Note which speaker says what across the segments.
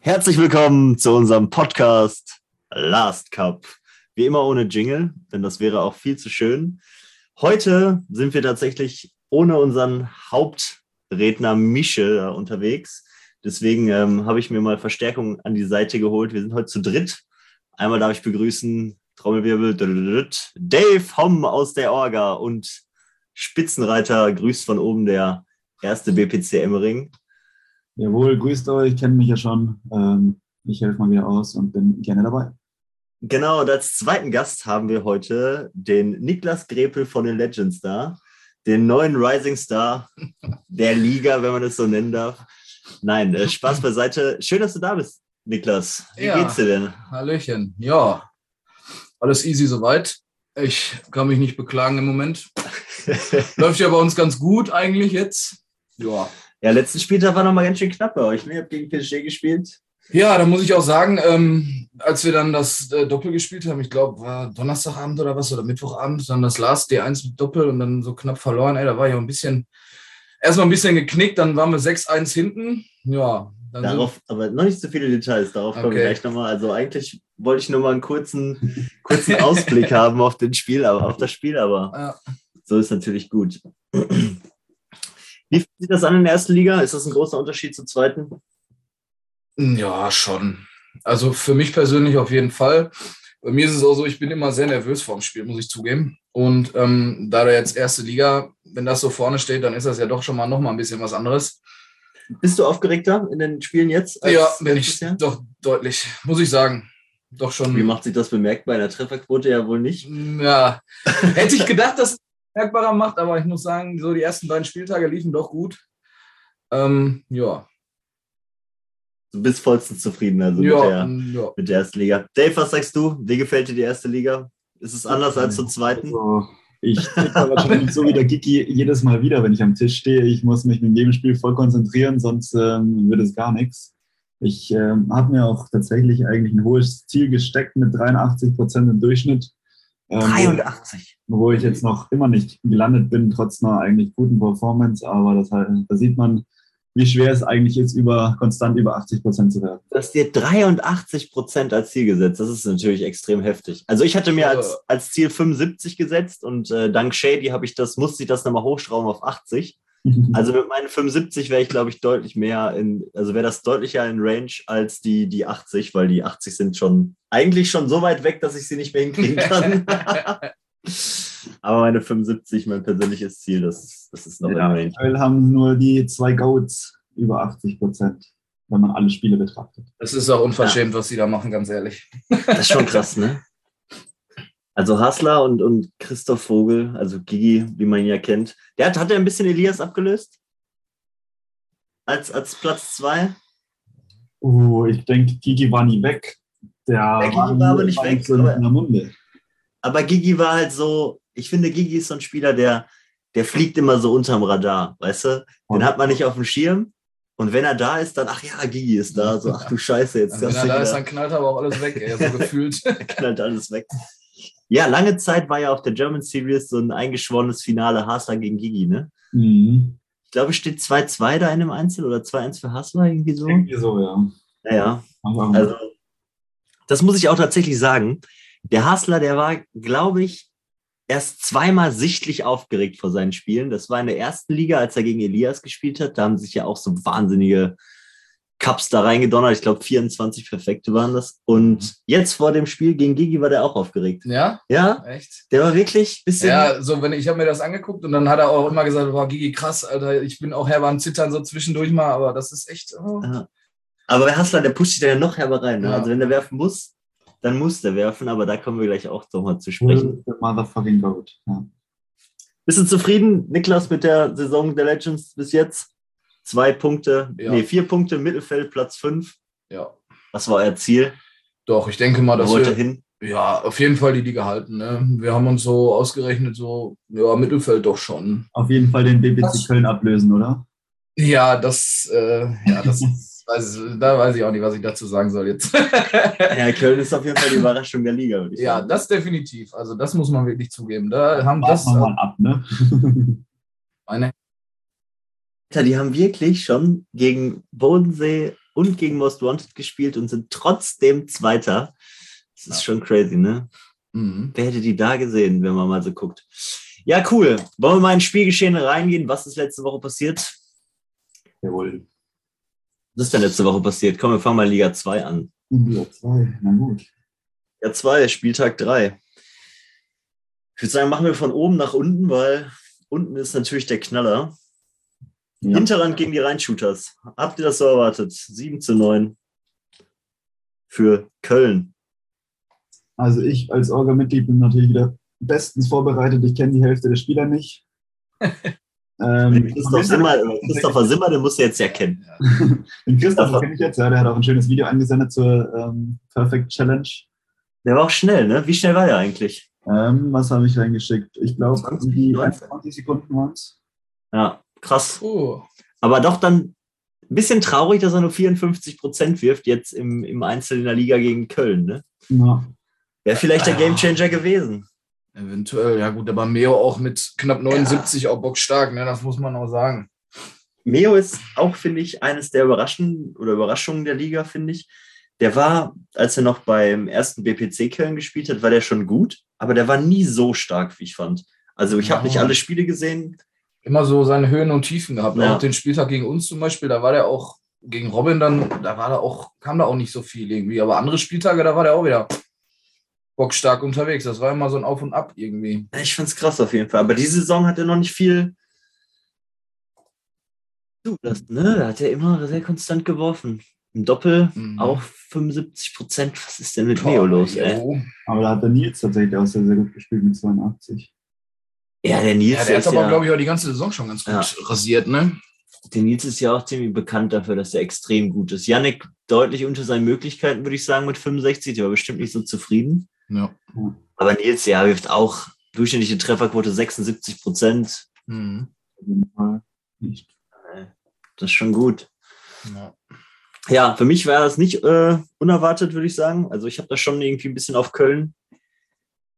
Speaker 1: Herzlich willkommen zu unserem Podcast Last Cup. Wie immer ohne Jingle, denn das wäre auch viel zu schön. Heute sind wir tatsächlich ohne unseren Hauptredner Michel äh, unterwegs. Deswegen ähm, habe ich mir mal Verstärkung an die Seite geholt. Wir sind heute zu dritt. Einmal darf ich begrüßen Trommelwirbel dödödöd, Dave Homm aus der Orga und Spitzenreiter grüßt von oben der erste BPC Emmering.
Speaker 2: Jawohl, grüßt euch, kennt mich ja schon. Ähm, ich helfe mal wieder aus und bin gerne dabei.
Speaker 1: Genau, und als zweiten Gast haben wir heute den Niklas Grepel von den Legends da, den neuen Rising Star der Liga, wenn man es so nennen darf. Nein, äh, Spaß beiseite. Schön, dass du da bist, Niklas. Wie
Speaker 3: Ja.
Speaker 1: geht's dir denn?
Speaker 3: Hallöchen. Ja, alles easy soweit. Ich kann mich nicht beklagen im Moment. Läuft ja bei uns ganz gut eigentlich jetzt. Ja.
Speaker 1: ja, letzten Spieltag war nochmal ganz schön knapp bei euch. Ne? Ihr habt gegen PSG gespielt.
Speaker 3: Ja, da muss ich auch sagen, ähm, als wir dann das äh, Doppel gespielt haben, ich glaube, war Donnerstagabend oder was oder Mittwochabend, dann das Last D1 mit Doppel und dann so knapp verloren. Ey, da war ich auch ein bisschen, erstmal ein bisschen geknickt, dann waren wir 6-1 hinten. Ja, dann sind-
Speaker 1: Darauf, aber noch nicht so viele Details, darauf kommen wir
Speaker 3: Also- Okay.
Speaker 1: gleich nochmal. Also eigentlich wollte ich nur mal einen kurzen, kurzen Ausblick haben auf den Spiel, aber auf das Spiel, aber
Speaker 3: Ja.
Speaker 1: so ist natürlich gut. Wie sieht das an in der ersten Liga? Ist das ein großer Unterschied zur zweiten?
Speaker 3: Ja, schon. Also für mich persönlich auf jeden Fall. Bei mir ist es auch so, ich bin immer sehr nervös vorm Spiel, muss ich zugeben. Und ähm, da da jetzt erste Liga, wenn das so vorne steht, dann ist das ja doch schon mal noch mal ein bisschen was anderes.
Speaker 1: Bist du aufgeregter in den Spielen jetzt? als
Speaker 3: ja, bin
Speaker 1: letztes
Speaker 3: ich
Speaker 1: Jahr?
Speaker 3: doch deutlich, muss ich sagen. Doch
Speaker 1: Wie
Speaker 3: schon. Mm,
Speaker 1: macht sich das bemerkt bei einer Trefferquote ja wohl nicht?
Speaker 3: Ja, hätte ich gedacht, dass es merkbarer macht, aber ich muss sagen, so die ersten beiden Spieltage liefen doch gut. Ähm, ja,
Speaker 1: Du bist vollstens zufrieden also mit,
Speaker 3: ja,
Speaker 1: der,
Speaker 3: m, ja.
Speaker 1: mit der ersten Liga. Dave, was sagst du? Wie gefällt dir die erste Liga? Ist es anders als zur zweiten?
Speaker 2: Also, ich tippe wahrscheinlich so wie der Kiki jedes Mal wieder, wenn ich am Tisch stehe. Ich muss mich mit jedem Spiel voll konzentrieren, sonst ähm, wird es gar nichts. Ich ähm, habe mir auch tatsächlich eigentlich ein hohes Ziel gesteckt mit 83 Prozent im Durchschnitt. Ähm,
Speaker 1: 83.
Speaker 2: wo ich jetzt noch immer nicht gelandet bin, trotz einer eigentlich guten Performance. Aber das, halt- da sieht man, wie schwer es eigentlich ist, über, konstant über 80 Prozent zu werden.
Speaker 1: Du hast dir 83 Prozent als Ziel gesetzt. Das ist natürlich extrem heftig. Also ich hatte mir
Speaker 3: Ja.
Speaker 1: als, als Ziel 75 gesetzt und äh, dank Shady habe ich das, musste ich das nochmal hochschrauben auf 80.
Speaker 2: Mhm.
Speaker 1: Also mit meinen 75 wäre ich, glaube ich, deutlich mehr in, also wäre das deutlicher in Range als die, die 80, weil die 80 sind schon eigentlich schon so weit weg, dass ich sie nicht mehr hinkriegen kann. Aber meine 75, mein persönliches Ziel, das, das ist noch
Speaker 2: ja,
Speaker 1: in Range.
Speaker 2: aktuell haben nur die zwei Goats über 80 Prozent, wenn man alle Spiele betrachtet.
Speaker 3: Es ist auch unverschämt, was sie da machen, ganz ehrlich.
Speaker 1: Das ist schon krass, ne? Also Hassler und, und Christoph Vogel, also Gigi, wie man ihn ja kennt, der hat, hat er ein bisschen Elias abgelöst? Als, als Platz zwei.
Speaker 2: Uh, ich denke, Gigi war nie weg. Der
Speaker 1: Gigi war aber nicht weg,
Speaker 2: So
Speaker 1: aber-
Speaker 2: in der Munde.
Speaker 1: Aber Gigi war halt so, ich finde, Gigi ist so ein Spieler, der, der fliegt immer so unterm Radar, weißt du? Den hat man nicht auf dem Schirm. Und wenn er da ist, dann, ach ja, Gigi ist da. So, ach du Scheiße, jetzt
Speaker 3: Also wenn
Speaker 1: hast
Speaker 3: er
Speaker 1: du
Speaker 3: da
Speaker 1: wieder-
Speaker 3: ist, dann knallt aber auch alles weg, ey, so gefühlt.
Speaker 1: knallt alles weg. Ja, lange Zeit war ja auf der German Series so ein eingeschworenes Finale Hassler gegen Gigi, ne?
Speaker 2: Mhm.
Speaker 1: ich glaube, es steht 2-2 da in dem Einzel oder 2-1 für Hassler irgendwie so.
Speaker 2: Irgendwie so, ja.
Speaker 1: Naja,
Speaker 2: Aber,
Speaker 1: also das muss ich auch tatsächlich sagen. Der Hassler, der war, glaube ich, erst zweimal sichtlich aufgeregt vor seinen Spielen. Das war in der ersten Liga, als er gegen Elias gespielt hat. Da haben sich ja auch so wahnsinnige Cups da reingedonnert. Ich glaube, 24 Perfekte waren das. Und jetzt vor dem Spiel gegen Gigi war der auch aufgeregt.
Speaker 3: ja,
Speaker 1: Ja,
Speaker 3: echt.
Speaker 1: der war wirklich ein bisschen.
Speaker 3: Ja, so wenn ich habe mir das angeguckt und dann hat er auch immer gesagt, boah, Gigi, krass, Alter, ich bin auch herber am Zittern so zwischendurch mal, aber das ist echt. Oh.
Speaker 1: Aber bei Hassler, der pusht sich da ja noch herber rein. Ne?
Speaker 3: Ja.
Speaker 1: Also wenn der werfen muss, dann muss der werfen, aber da kommen wir gleich auch nochmal zu sprechen.
Speaker 2: the motherfucking Goat. Ja.
Speaker 1: Bist du zufrieden, Niklas, mit der Saison der Legends bis jetzt? Zwei Punkte,
Speaker 3: Ja.
Speaker 1: nee, vier Punkte, Mittelfeld, Platz fünf.
Speaker 3: Ja,
Speaker 1: Was war euer Ziel?
Speaker 3: doch, ich denke mal,
Speaker 1: Wo
Speaker 3: dass
Speaker 1: wollte
Speaker 3: wir
Speaker 1: hin?
Speaker 3: ja auf jeden Fall die Liga halten. Ne? Wir haben uns so ausgerechnet, so ja Mittelfeld doch schon.
Speaker 2: Auf jeden Fall den BBC
Speaker 3: Was?
Speaker 2: Köln ablösen, oder?
Speaker 3: Ja, das, äh, ja, das. Weiß, da weiß ich auch nicht, was ich dazu sagen soll jetzt.
Speaker 1: Ja, Köln ist auf jeden Fall die Überraschung der Liga, würde ich
Speaker 3: ja,
Speaker 1: sagen.
Speaker 3: das definitiv. Also das muss man wirklich zugeben. Da haben
Speaker 2: Das
Speaker 3: das
Speaker 2: nochmal ab, ne?
Speaker 3: meine
Speaker 1: Alter, die haben wirklich schon gegen Bodensee und gegen Most Wanted gespielt und sind trotzdem Zweiter. Das ist schon crazy, ne?
Speaker 3: Mhm.
Speaker 1: Wer hätte die da gesehen, wenn man mal so guckt? Ja, cool. Wollen wir mal ins Spielgeschehen reingehen? Was ist letzte Woche passiert?
Speaker 2: Jawohl.
Speaker 1: Was ist denn letzte Woche passiert? Komm, wir fangen mal Liga 2 an.
Speaker 2: Liga 2, na gut.
Speaker 1: Liga 2, Spieltag 3. Ich würde sagen, machen wir von oben nach unten, weil unten ist natürlich der Knaller.
Speaker 2: Ja.
Speaker 1: Hinterland gegen die Rheinshooters. Habt ihr das so erwartet? 7 zu 9 für Köln.
Speaker 2: Also ich als Orga-Mitglied bin natürlich wieder bestens vorbereitet. Ich kenne die Hälfte der Spieler nicht. ähm,
Speaker 1: Christoph Simmer, Christopher Simmer, den musst du jetzt ja kennen.
Speaker 2: den Christoph kenne ich jetzt, ja, der hat auch ein schönes Video angesendet zur ähm, Perfect Challenge.
Speaker 1: Der war auch schnell, ne? Wie schnell war der eigentlich?
Speaker 2: Ähm, was habe ich reingeschickt? Ich glaube,
Speaker 1: 20,
Speaker 2: die
Speaker 1: 19.
Speaker 2: 20 Sekunden waren es.
Speaker 1: Ja, krass.
Speaker 3: Oh.
Speaker 1: Aber doch dann ein bisschen traurig, dass er nur 54 Prozent wirft, jetzt im, im Einzel in der Liga gegen Köln, ne?
Speaker 2: Ja.
Speaker 1: Wäre vielleicht der
Speaker 3: Ah.
Speaker 1: Gamechanger gewesen.
Speaker 3: Eventuell, ja gut, aber Meo auch mit knapp 79 auch bockstark, ne? das muss man auch sagen.
Speaker 1: Meo ist auch, finde ich, eines der Überraschungen oder Überraschungen der Liga, finde ich. Der war, als er noch beim ersten BPC Köln gespielt hat, war der schon gut, aber der war nie so stark, wie ich fand. Also ich habe
Speaker 3: Ja.
Speaker 1: nicht alle Spiele gesehen.
Speaker 3: Immer so seine Höhen und Tiefen gehabt.
Speaker 1: Ja.
Speaker 3: Auch den Spieltag gegen uns zum Beispiel, da war der auch gegen Robin dann, da war da auch, kam da auch nicht so viel irgendwie. Aber andere Spieltage, da war der auch wieder bockstark unterwegs. Das war immer so ein Auf und Ab irgendwie.
Speaker 1: Ich fand's krass auf jeden Fall. Aber diese Saison hat er noch nicht viel. Du, das, ne? Da hat er immer sehr konstant geworfen. Im Doppel
Speaker 3: Mhm.
Speaker 1: auch 75 Prozent. Was ist denn mit
Speaker 3: Boah,
Speaker 1: Meo los,
Speaker 3: ja,
Speaker 1: ey?
Speaker 3: oh.
Speaker 2: Aber da hat der Nils tatsächlich auch sehr, sehr gut gespielt mit 82.
Speaker 1: Ja, der Nils,
Speaker 3: Ja, der
Speaker 1: ist
Speaker 3: hat aber,
Speaker 1: ja,
Speaker 3: glaube ich, auch die ganze Saison schon ganz gut rasiert, ne?
Speaker 1: der Nils ist ja auch ziemlich bekannt dafür, dass er extrem gut ist. Yannick deutlich unter seinen Möglichkeiten, würde ich sagen, mit 65. Der war bestimmt nicht so zufrieden.
Speaker 3: Ja.
Speaker 1: Aber Nils, ja, wirft auch durchschnittliche Trefferquote 76 Prozent.
Speaker 3: Mhm.
Speaker 2: Auf jeden Fall Also nicht.
Speaker 1: Das ist schon gut.
Speaker 3: ja.
Speaker 1: Ja, für mich war das nicht äh, unerwartet, würde ich sagen. Also ich habe da schon irgendwie ein bisschen auf Köln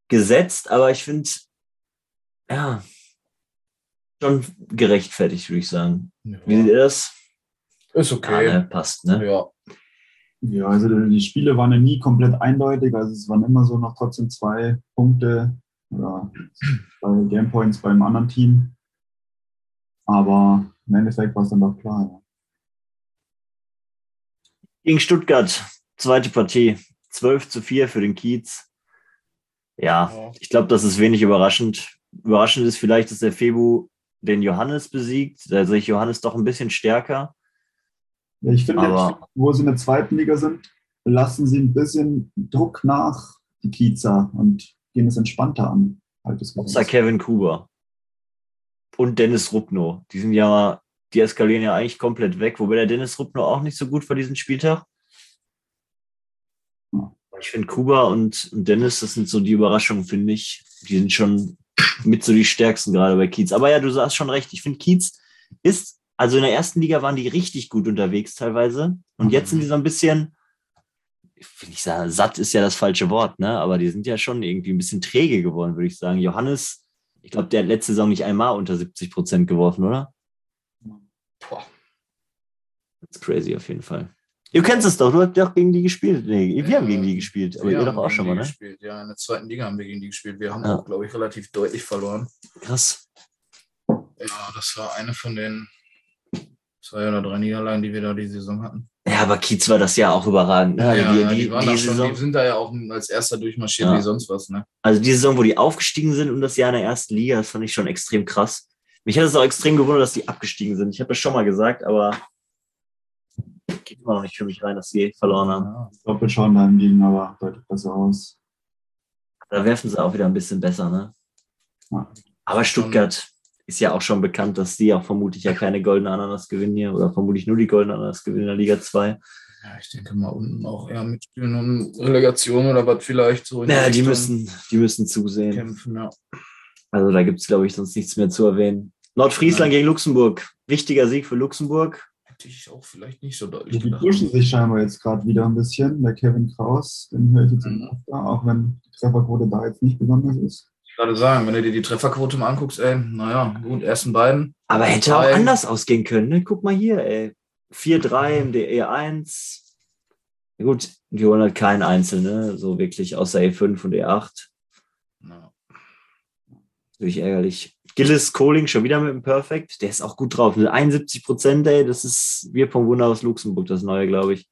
Speaker 1: gesetzt, aber ich finde, ja, schon gerechtfertigt, würde ich sagen. Wie seht
Speaker 3: Ja.
Speaker 1: ihr das?
Speaker 3: Ist
Speaker 1: Ja,
Speaker 3: okay.
Speaker 1: ne, passt, ne?
Speaker 3: Ja.
Speaker 2: Ja, also die Spiele waren ja nie komplett eindeutig. Also es waren immer so noch trotzdem zwei Punkte oder zwei Gamepoints beim anderen Team. Aber im Endeffekt war es dann doch klar. Ja.
Speaker 1: Gegen Stuttgart, zweite Partie, 12 zu 4 für den Kiez. Ja,
Speaker 3: Ja.
Speaker 1: ich glaube, das ist wenig überraschend. Überraschend ist vielleicht, dass der Febu den Johannes besiegt. Da sehe ich Johannes doch ein bisschen stärker.
Speaker 2: Ja, ich finde,
Speaker 1: Aber-
Speaker 2: jetzt, wo sie in der zweiten Liga sind, lassen sie ein bisschen Druck nach, die Kiezer, und gehen es entspannter an. Halt das
Speaker 1: Außer Kevin Kuba und Dennis Rupno. Die sind ja, die eskalieren ja eigentlich komplett weg, wobei der Dennis Rupno auch nicht so gut war diesen Spieltag.
Speaker 2: Ja.
Speaker 1: Ich finde Kuba und, und Dennis, das sind so die Überraschungen, finde ich. Die sind schon mit so die stärksten gerade bei Kiez. Aber ja, du hast schon recht. Ich finde Kiez ist, also in der ersten Liga waren die richtig gut unterwegs teilweise. Und jetzt sind
Speaker 3: Mhm.
Speaker 1: die so ein bisschen, ich will nicht sagen, satt ist ja das falsche Wort, ne? Aber die sind ja schon irgendwie ein bisschen träge geworden, würde ich sagen. Johannes, ich glaube, der hat letzte Saison nicht einmal unter 70 Prozent geworfen, oder?
Speaker 3: Boah.
Speaker 1: Das ist crazy auf jeden Fall. Ihr kennt es doch, du hast doch gegen die gespielt. Nee, wir
Speaker 3: Ja,
Speaker 1: haben gegen die gespielt, aber
Speaker 3: Wir
Speaker 1: ihr
Speaker 3: haben
Speaker 1: doch auch
Speaker 3: gegen
Speaker 1: schon
Speaker 3: die
Speaker 1: mal, ne?
Speaker 3: Gespielt. Ja, in der zweiten Liga haben wir gegen die gespielt. Wir haben
Speaker 1: Ja.
Speaker 3: auch, glaube ich, relativ deutlich verloren.
Speaker 1: Krass.
Speaker 3: Ja, das war eine von den zwei oder drei Niederlagen, die wir da die Saison hatten.
Speaker 1: Ja, aber Kiez war das ja auch überragend. ne? Also, die, die,
Speaker 3: waren
Speaker 1: die
Speaker 3: da
Speaker 1: Saison,
Speaker 3: schon, die sind da ja auch als erster durchmarschiert
Speaker 1: Ja.
Speaker 3: wie sonst was, ne?
Speaker 1: also die Saison, wo die aufgestiegen sind und das Jahr in der ersten Liga, das fand ich schon extrem krass. Mich hat es auch extrem gewundert, dass die abgestiegen sind. Ich habe das schon mal gesagt, aber geht immer noch nicht für mich rein, dass die verloren haben.
Speaker 3: Ja.
Speaker 2: Doppelt schon dann gegen, aber deutlich besser aus.
Speaker 1: Da werfen sie auch wieder ein bisschen besser, ne?
Speaker 2: Ja.
Speaker 1: Aber Stuttgart ist ja auch schon bekannt, dass die auch vermutlich ja keine goldene Ananas gewinnen hier oder vermutlich nur die goldene Ananas gewinnen in der Liga 2.
Speaker 3: ja, ich denke mal unten auch eher mitspielen und Relegation oder was vielleicht so. in
Speaker 1: Ja, die
Speaker 3: Richtung
Speaker 1: müssen, die müssen zusehen.
Speaker 3: kämpfen, ja.
Speaker 1: Also da gibt's glaube ich, sonst nichts mehr zu erwähnen. Nordfriesland
Speaker 3: Nein.
Speaker 1: gegen Luxemburg. Wichtiger Sieg für Luxemburg.
Speaker 3: Hätte ich auch vielleicht nicht so
Speaker 2: Die
Speaker 3: deutlich gedacht.
Speaker 2: pushen sich scheinbar jetzt gerade wieder ein bisschen. Der Kevin Kraus, den höre ich jetzt immer öfter, auch wenn die Trefferquote da jetzt nicht besonders ist.
Speaker 3: Ich gerade sagen, wenn du dir die Trefferquote mal anguckst, ey, naja, gut, ersten beiden.
Speaker 1: Aber hätte auch
Speaker 3: Nein.
Speaker 1: anders ausgehen können, ne? Guck mal hier, ey. 4-3 im DE1. Ja Gut, die holen halt keinen Einzelne, so wirklich außer E5 und E E8.
Speaker 3: Ja.
Speaker 1: Natürlich ärgerlich. Gillis Kohling schon wieder mit dem Perfect. Der ist auch gut drauf. Mit 71 Prozent, ey. Das ist wir vom Wunder aus Luxemburg, das neue, glaube ich.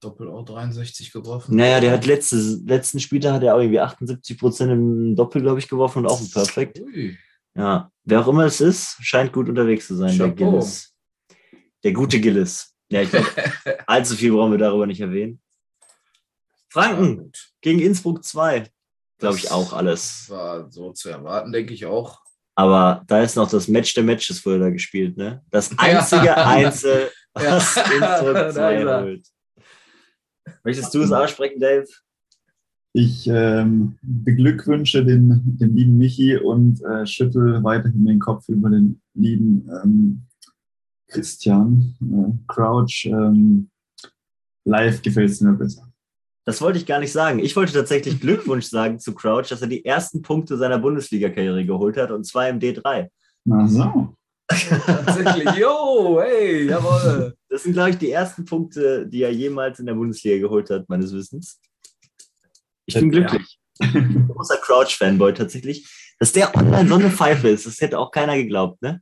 Speaker 3: Doppel auch 63 geworfen.
Speaker 1: Naja, der hat letzte, letzten Spieler hat er auch irgendwie 78 Prozent im Doppel, glaube ich, geworfen und auch ein Perfect.
Speaker 3: Ui.
Speaker 1: Ja, wer auch immer es ist, scheint gut unterwegs zu sein, der
Speaker 3: Chapeau.
Speaker 1: Gillis. Der gute Gillis. Ja, ich glaube, allzu viel brauchen wir darüber nicht erwähnen.
Speaker 3: Ja,
Speaker 1: Franken
Speaker 3: gut.
Speaker 1: gegen Innsbruck 2. Glaube ich
Speaker 3: Das
Speaker 1: auch alles.
Speaker 3: War so zu erwarten, denke ich auch.
Speaker 1: Aber da ist noch das Match der Matches wurde da gespielt, ne? Das einzige
Speaker 3: Ja.
Speaker 1: Einzel, was
Speaker 3: Ja. Da
Speaker 1: Innsbruck
Speaker 3: ist
Speaker 1: 2
Speaker 3: er.
Speaker 1: holt. Möchtest du es aussprechen, Dave?
Speaker 2: Ich ähm, beglückwünsche den, den lieben Michi und äh, schüttel weiterhin den Kopf über den lieben ähm, Christian äh, Crouch. Ähm, live gefällt es mir besser.
Speaker 1: Das wollte ich gar nicht sagen. Ich wollte tatsächlich Glückwunsch sagen zu Crouch, dass er die ersten Punkte seiner Bundesliga-Karriere geholt hat und zwar im D3.
Speaker 2: Na so.
Speaker 3: Tatsächlich. Yo, hey, jawohl.
Speaker 1: Das sind, glaube ich, die ersten Punkte, die er jemals in der Bundesliga geholt hat, meines Wissens. Ich bin
Speaker 2: Ja.
Speaker 1: glücklich. Ich bin großer Crouch-Fanboy tatsächlich. Dass der online so eine Pfeife ist, das hätte auch keiner geglaubt, ne?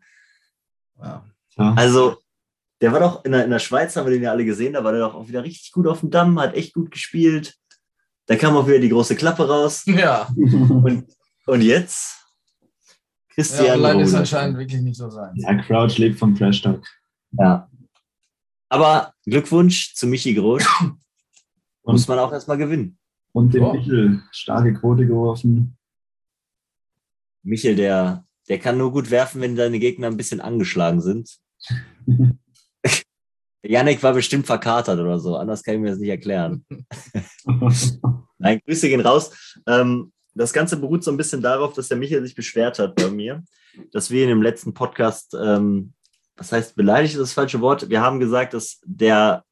Speaker 3: Ja.
Speaker 2: Ja.
Speaker 1: Also, der war doch in der, in der Schweiz, haben wir den ja alle gesehen, da war der doch auch wieder richtig gut auf dem Damm, hat echt gut gespielt. Da kam auch wieder die große Klappe raus.
Speaker 3: ja.
Speaker 1: Und jetzt? Christian.
Speaker 3: ja online ist
Speaker 1: Rohde.
Speaker 3: anscheinend wirklich nicht so sein.
Speaker 2: ja, Crouch lebt vom Trash Talk.
Speaker 1: Ja. Aber Glückwunsch zu Michi Groß. Muss
Speaker 2: Und,
Speaker 1: man auch erstmal gewinnen.
Speaker 2: und dem
Speaker 3: Ja.
Speaker 2: Michel starke Quote geworfen.
Speaker 1: Michel, der, der kann nur gut werfen, wenn seine Gegner ein bisschen angeschlagen sind. Yannick war bestimmt verkatert oder so. Anders kann ich mir das nicht erklären. Nein, Grüße gehen raus. Ähm, das Ganze beruht so ein bisschen darauf, dass der Michael sich beschwert hat bei mir, dass wir ihn im letzten Podcast, ähm, was heißt beleidigt ist das falsche Wort, wir haben gesagt, dass der,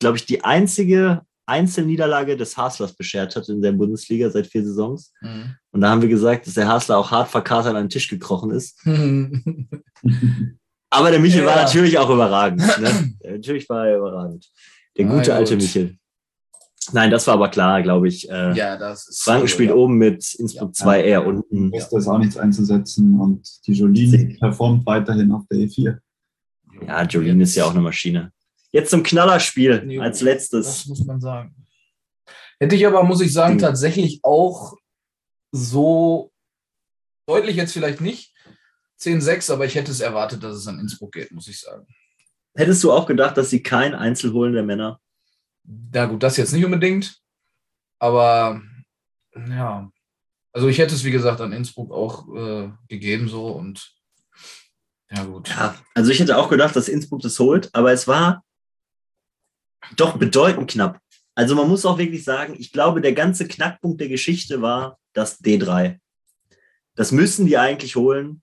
Speaker 1: glaube ich, die einzige Einzelniederlage des Haslers beschert hat in der Bundesliga seit vier Saisons.
Speaker 3: Mhm.
Speaker 1: Und da haben wir gesagt, dass der Hasler auch hart verkatert an den Tisch gekrochen ist.
Speaker 3: Mhm.
Speaker 1: Aber der Michel
Speaker 3: Ja.
Speaker 1: war natürlich auch überragend. Ne? natürlich war er überragend. Der
Speaker 3: Na
Speaker 1: gute alte
Speaker 3: gut.
Speaker 1: Michel. Nein, das war aber klar, glaube ich. Äh,
Speaker 3: ja, das ist.
Speaker 1: Franken spielt oben mit Innsbruck 2 eher unten.
Speaker 2: Wester ist auch nichts einzusetzen und die Jolene performt weiterhin auf der E E4.
Speaker 1: Ja, Jolene ist ja auch eine Maschine. Jetzt zum Knallerspiel
Speaker 3: Jo.
Speaker 1: als
Speaker 3: Das
Speaker 1: letztes.
Speaker 3: muss man sagen. Hätte ich aber, muss ich sagen,
Speaker 1: Mhm.
Speaker 3: tatsächlich auch so deutlich jetzt vielleicht nicht 10-6, aber ich hätte es erwartet, dass es an Innsbruck geht, muss ich sagen.
Speaker 1: Hättest du auch gedacht, dass sie kein Einzel holen der Männer?
Speaker 3: Na gut, das jetzt nicht unbedingt, aber ja. Also ich hätte es, wie gesagt, an Innsbruck auch äh, gegeben so und ja gut.
Speaker 1: Ja, also ich hätte auch gedacht, dass Innsbruck das holt, aber es war doch bedeutend knapp. Also man muss auch wirklich sagen, ich glaube, der ganze Knackpunkt der Geschichte war das D3. Das müssen die eigentlich holen.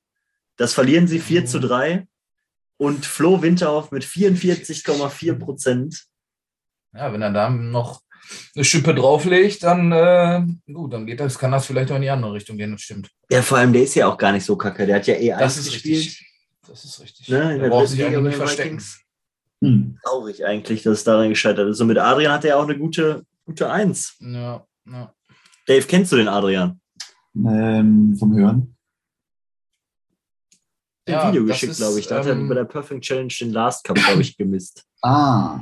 Speaker 1: Das verlieren sie 4 zu 3. Und Flo Winterhoff mit 44,4 Prozent.
Speaker 3: Ja, wenn er da noch eine Schippe drauflegt, dann äh, gut, dann geht das, kann das vielleicht auch in die andere Richtung gehen, das stimmt.
Speaker 1: Ja, vor allem, der ist ja auch gar nicht so kacke. Der hat ja eh
Speaker 3: Das
Speaker 1: eins
Speaker 3: ist
Speaker 1: gespielt.
Speaker 3: richtig. Das ist richtig.
Speaker 1: Ne, in
Speaker 3: der
Speaker 1: der
Speaker 3: braucht
Speaker 1: dritten
Speaker 3: sich
Speaker 1: Liga
Speaker 3: eigentlich nicht
Speaker 1: bei den
Speaker 3: verstecken.
Speaker 1: Vikings.
Speaker 2: Hm.
Speaker 1: Traurig eigentlich, dass es daran gescheitert ist. Und mit Adrian hat er ja auch eine gute, gute Eins.
Speaker 3: Ja, ja.
Speaker 1: Dave, kennst du den Adrian?
Speaker 2: Ähm, vom Hören.
Speaker 1: ein
Speaker 3: Ja,
Speaker 1: Video
Speaker 3: das
Speaker 1: geschickt,
Speaker 3: ist,
Speaker 1: glaube ich. Da hat er
Speaker 3: ähm,
Speaker 1: bei der Perfect Challenge den Last Cup, glaube ich, gemisst.
Speaker 2: Ah.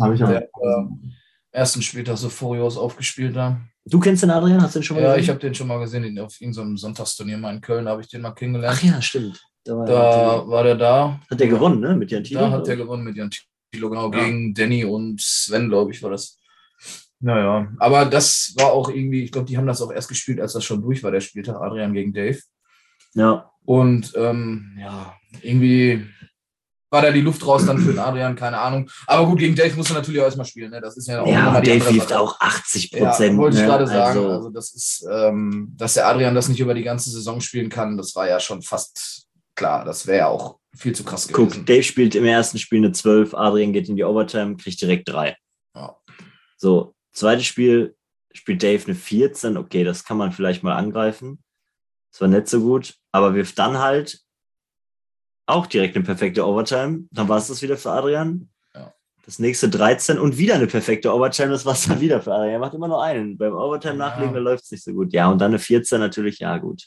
Speaker 2: Habe ich auch.
Speaker 3: Der, ähm, Ersten Spieltag so furios aufgespielt da.
Speaker 1: Du kennst den Adrian? Hast du den schon mal
Speaker 3: Ja,
Speaker 1: gesehen?
Speaker 3: ich habe den schon mal gesehen, den auf irgendeinem Sonntagsturnier mal in Köln, da habe ich den mal
Speaker 1: Ach
Speaker 3: kennengelernt.
Speaker 1: ja, stimmt. Da war
Speaker 3: Da war der da.
Speaker 1: hat er gewonnen, ne? Mit Jan Tilo.
Speaker 3: Da hat er gewonnen mit Jan Thilo, genau, gegen Danny und Sven, glaube ich, war das. Naja, aber das war auch irgendwie, ich glaube, die haben das auch erst gespielt, als das schon durch war, der Spieltag Adrian gegen Dave.
Speaker 1: Ja.
Speaker 3: Und ähm, ja, irgendwie war da die Luft raus dann für den Adrian, keine Ahnung. Aber gut, gegen Dave musst du natürlich auch erstmal spielen. Ne? Das ist ja auch
Speaker 1: Ja,
Speaker 3: nochmal
Speaker 1: und
Speaker 3: die
Speaker 1: Dave
Speaker 3: andere
Speaker 1: wirft
Speaker 3: Sache.
Speaker 1: auch 80
Speaker 3: Ja,
Speaker 1: Prozent.
Speaker 3: wollte ich
Speaker 1: ne?
Speaker 3: gerade sagen. Also,
Speaker 1: Also,
Speaker 3: das ist, ähm, dass der Adrian das nicht über die ganze Saison spielen kann, das war ja schon fast klar. Das wäre ja auch viel zu krass
Speaker 1: guck,
Speaker 3: gewesen.
Speaker 1: Dave spielt im ersten Spiel eine 12, Adrian geht in die Overtime, kriegt direkt 3.
Speaker 3: Ja.
Speaker 1: So, zweites Spiel spielt Dave eine 14. Okay, das kann man vielleicht mal angreifen. Das war nicht so gut, aber wirft dann halt Auch direkt eine perfekte Overtime. Dann war es das wieder für Adrian.
Speaker 3: Ja.
Speaker 1: Das nächste 13 und wieder eine perfekte Overtime. Das war es dann wieder für Adrian. Er macht immer nur einen. Beim Overtime-Nachlegen da
Speaker 3: Ja.
Speaker 1: läuft es nicht so gut. Ja, und dann eine 14 natürlich. Ja, gut.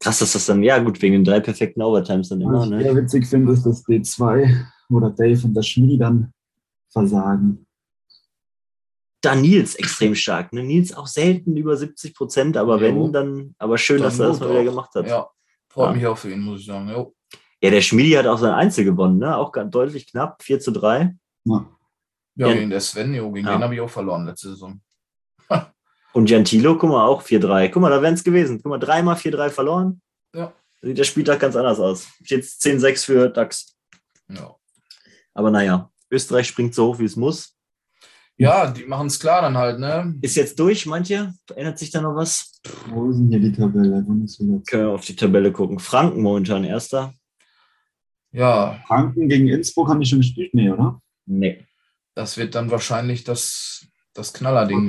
Speaker 1: Krass, dass das dann, ja gut, wegen den drei perfekten Overtimes dann immer.
Speaker 2: Was ich
Speaker 1: Ne?
Speaker 2: eher witzig finde, ist, dass D2 oder Dave und der Schmiedi dann versagen.
Speaker 1: da Nils extrem stark. Ne? Nils auch selten über 70 Prozent, aber
Speaker 3: Jo.
Speaker 1: wenn, dann, aber schön, dass er das mal wieder gemacht hat. Ja,
Speaker 3: Ja, freut
Speaker 1: Ja.
Speaker 3: mich auch für ihn, muss ich sagen. Jo.
Speaker 1: der Schmiedi hat auch sein Einzel gewonnen, ne? auch ganz deutlich knapp, 4 zu 3.
Speaker 2: Ja.
Speaker 3: Ja,
Speaker 1: Ja.
Speaker 3: gegen der Sven, jo, gegen
Speaker 1: Ja.
Speaker 3: den habe ich auch verloren letzte Saison.
Speaker 1: Und Gentilo, guck mal, auch 4-3. Guck mal, da wären es gewesen. Guck mal, dreimal 4-3 verloren.
Speaker 3: Ja.
Speaker 1: Sieht der Spieltag ganz anders aus. Steht jetzt 10-6 für DAX.
Speaker 3: Ja,
Speaker 1: Aber naja, Österreich springt so hoch, wie es muss.
Speaker 3: ja die machen es klar dann halt, ne?
Speaker 1: Ist jetzt durch, manche. Ändert sich da noch was?
Speaker 2: Wo ist denn hier die Tabelle? Bundesliga.
Speaker 1: Können wir auf die Tabelle gucken. Franken momentan erster.
Speaker 3: Ja,
Speaker 2: Franken gegen Innsbruck haben die schon gespielt? Nee, oder?
Speaker 1: Nee.
Speaker 3: das wird dann wahrscheinlich das, das Knallerding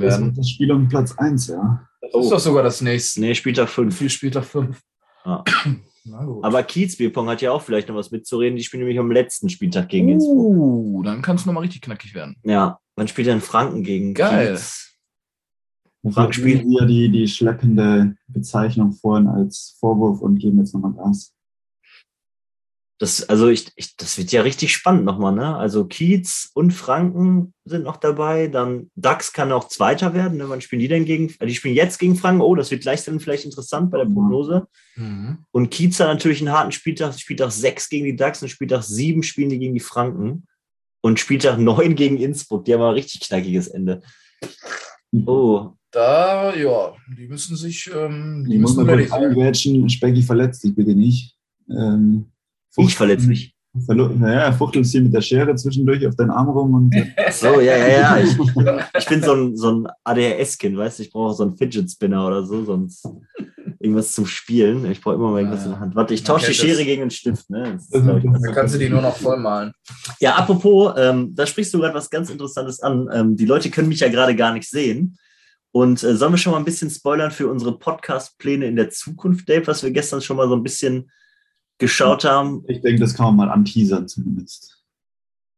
Speaker 2: das wird
Speaker 3: werden.
Speaker 2: Das Spiel um Platz 1, ja.
Speaker 3: Das
Speaker 1: Oh.
Speaker 3: ist doch sogar das nächste.
Speaker 1: Nee, Spieltag 5.
Speaker 3: Viel später fünf.
Speaker 1: Ja.
Speaker 3: Na gut.
Speaker 1: Aber Kiez Bierpong hat ja auch vielleicht noch was mitzureden. Die spielen nämlich am letzten Spieltag gegen Innsbruck.
Speaker 3: uh, dann kann es nochmal richtig knackig werden.
Speaker 1: Ja, wann spielt denn Franken gegen
Speaker 3: Geil.
Speaker 1: Kiez?
Speaker 2: Da
Speaker 1: Franken spielt-
Speaker 2: spielen wir die, die schleppende Bezeichnung vorhin als Vorwurf und geben jetzt nochmal Gas.
Speaker 1: Das, also ich, ich, das wird ja richtig spannend nochmal, ne? Also Kiez und Franken sind noch dabei. Dann DAX kann auch Zweiter werden. Ne? Wann spielen die denn gegen? Die spielen jetzt gegen Franken. Oh, das wird gleich dann vielleicht interessant bei der Prognose.
Speaker 3: Mhm.
Speaker 1: Und Kiez hat natürlich einen harten Spieltag. Spieltag 6 gegen die DAX und Spieltag 7 spielen die gegen die Franken. Und Spieltag 9 gegen Innsbruck. Die haben ein richtig knackiges Ende. Oh,
Speaker 3: Da, ja, die müssen sich, ähm, die
Speaker 2: Ich muss
Speaker 3: müssen
Speaker 2: mal
Speaker 3: ready
Speaker 2: kurz
Speaker 3: sein.
Speaker 2: einwätschen. Specki verletzt dich bitte nicht. Ähm,
Speaker 1: ich verletze mich.
Speaker 2: Verlo- Naja, fuchtelst hier mit der Schere zwischendurch auf deinen Arm rum und
Speaker 1: Ach so, ja, ja, ja. Ich, ich bin so ein, so ein ADHS-Kind, weißt du? Ich brauche so einen Fidget Spinner oder so, sonst irgendwas zum Spielen. Ich brauche immer mal irgendwas in der Hand. Warte, ich
Speaker 3: Man
Speaker 1: tausche die
Speaker 3: kennt Ah, das. Mhm.
Speaker 1: Schere gegen den Stift. Ne? Das ist,
Speaker 2: Das ist
Speaker 1: glaub ich,
Speaker 2: ein
Speaker 3: Da kannst du die nur noch vollmalen.
Speaker 1: ja, apropos, ähm, da sprichst du gerade was ganz Interessantes an. Ähm, die Leute können mich ja gerade gar nicht sehen. Und äh, sollen wir schon mal ein bisschen spoilern für unsere Podcast-Pläne in der Zukunft, Dave, was wir gestern schon mal so ein bisschen geschaut haben?
Speaker 2: Ich denke, das kann man mal anteasern zumindest.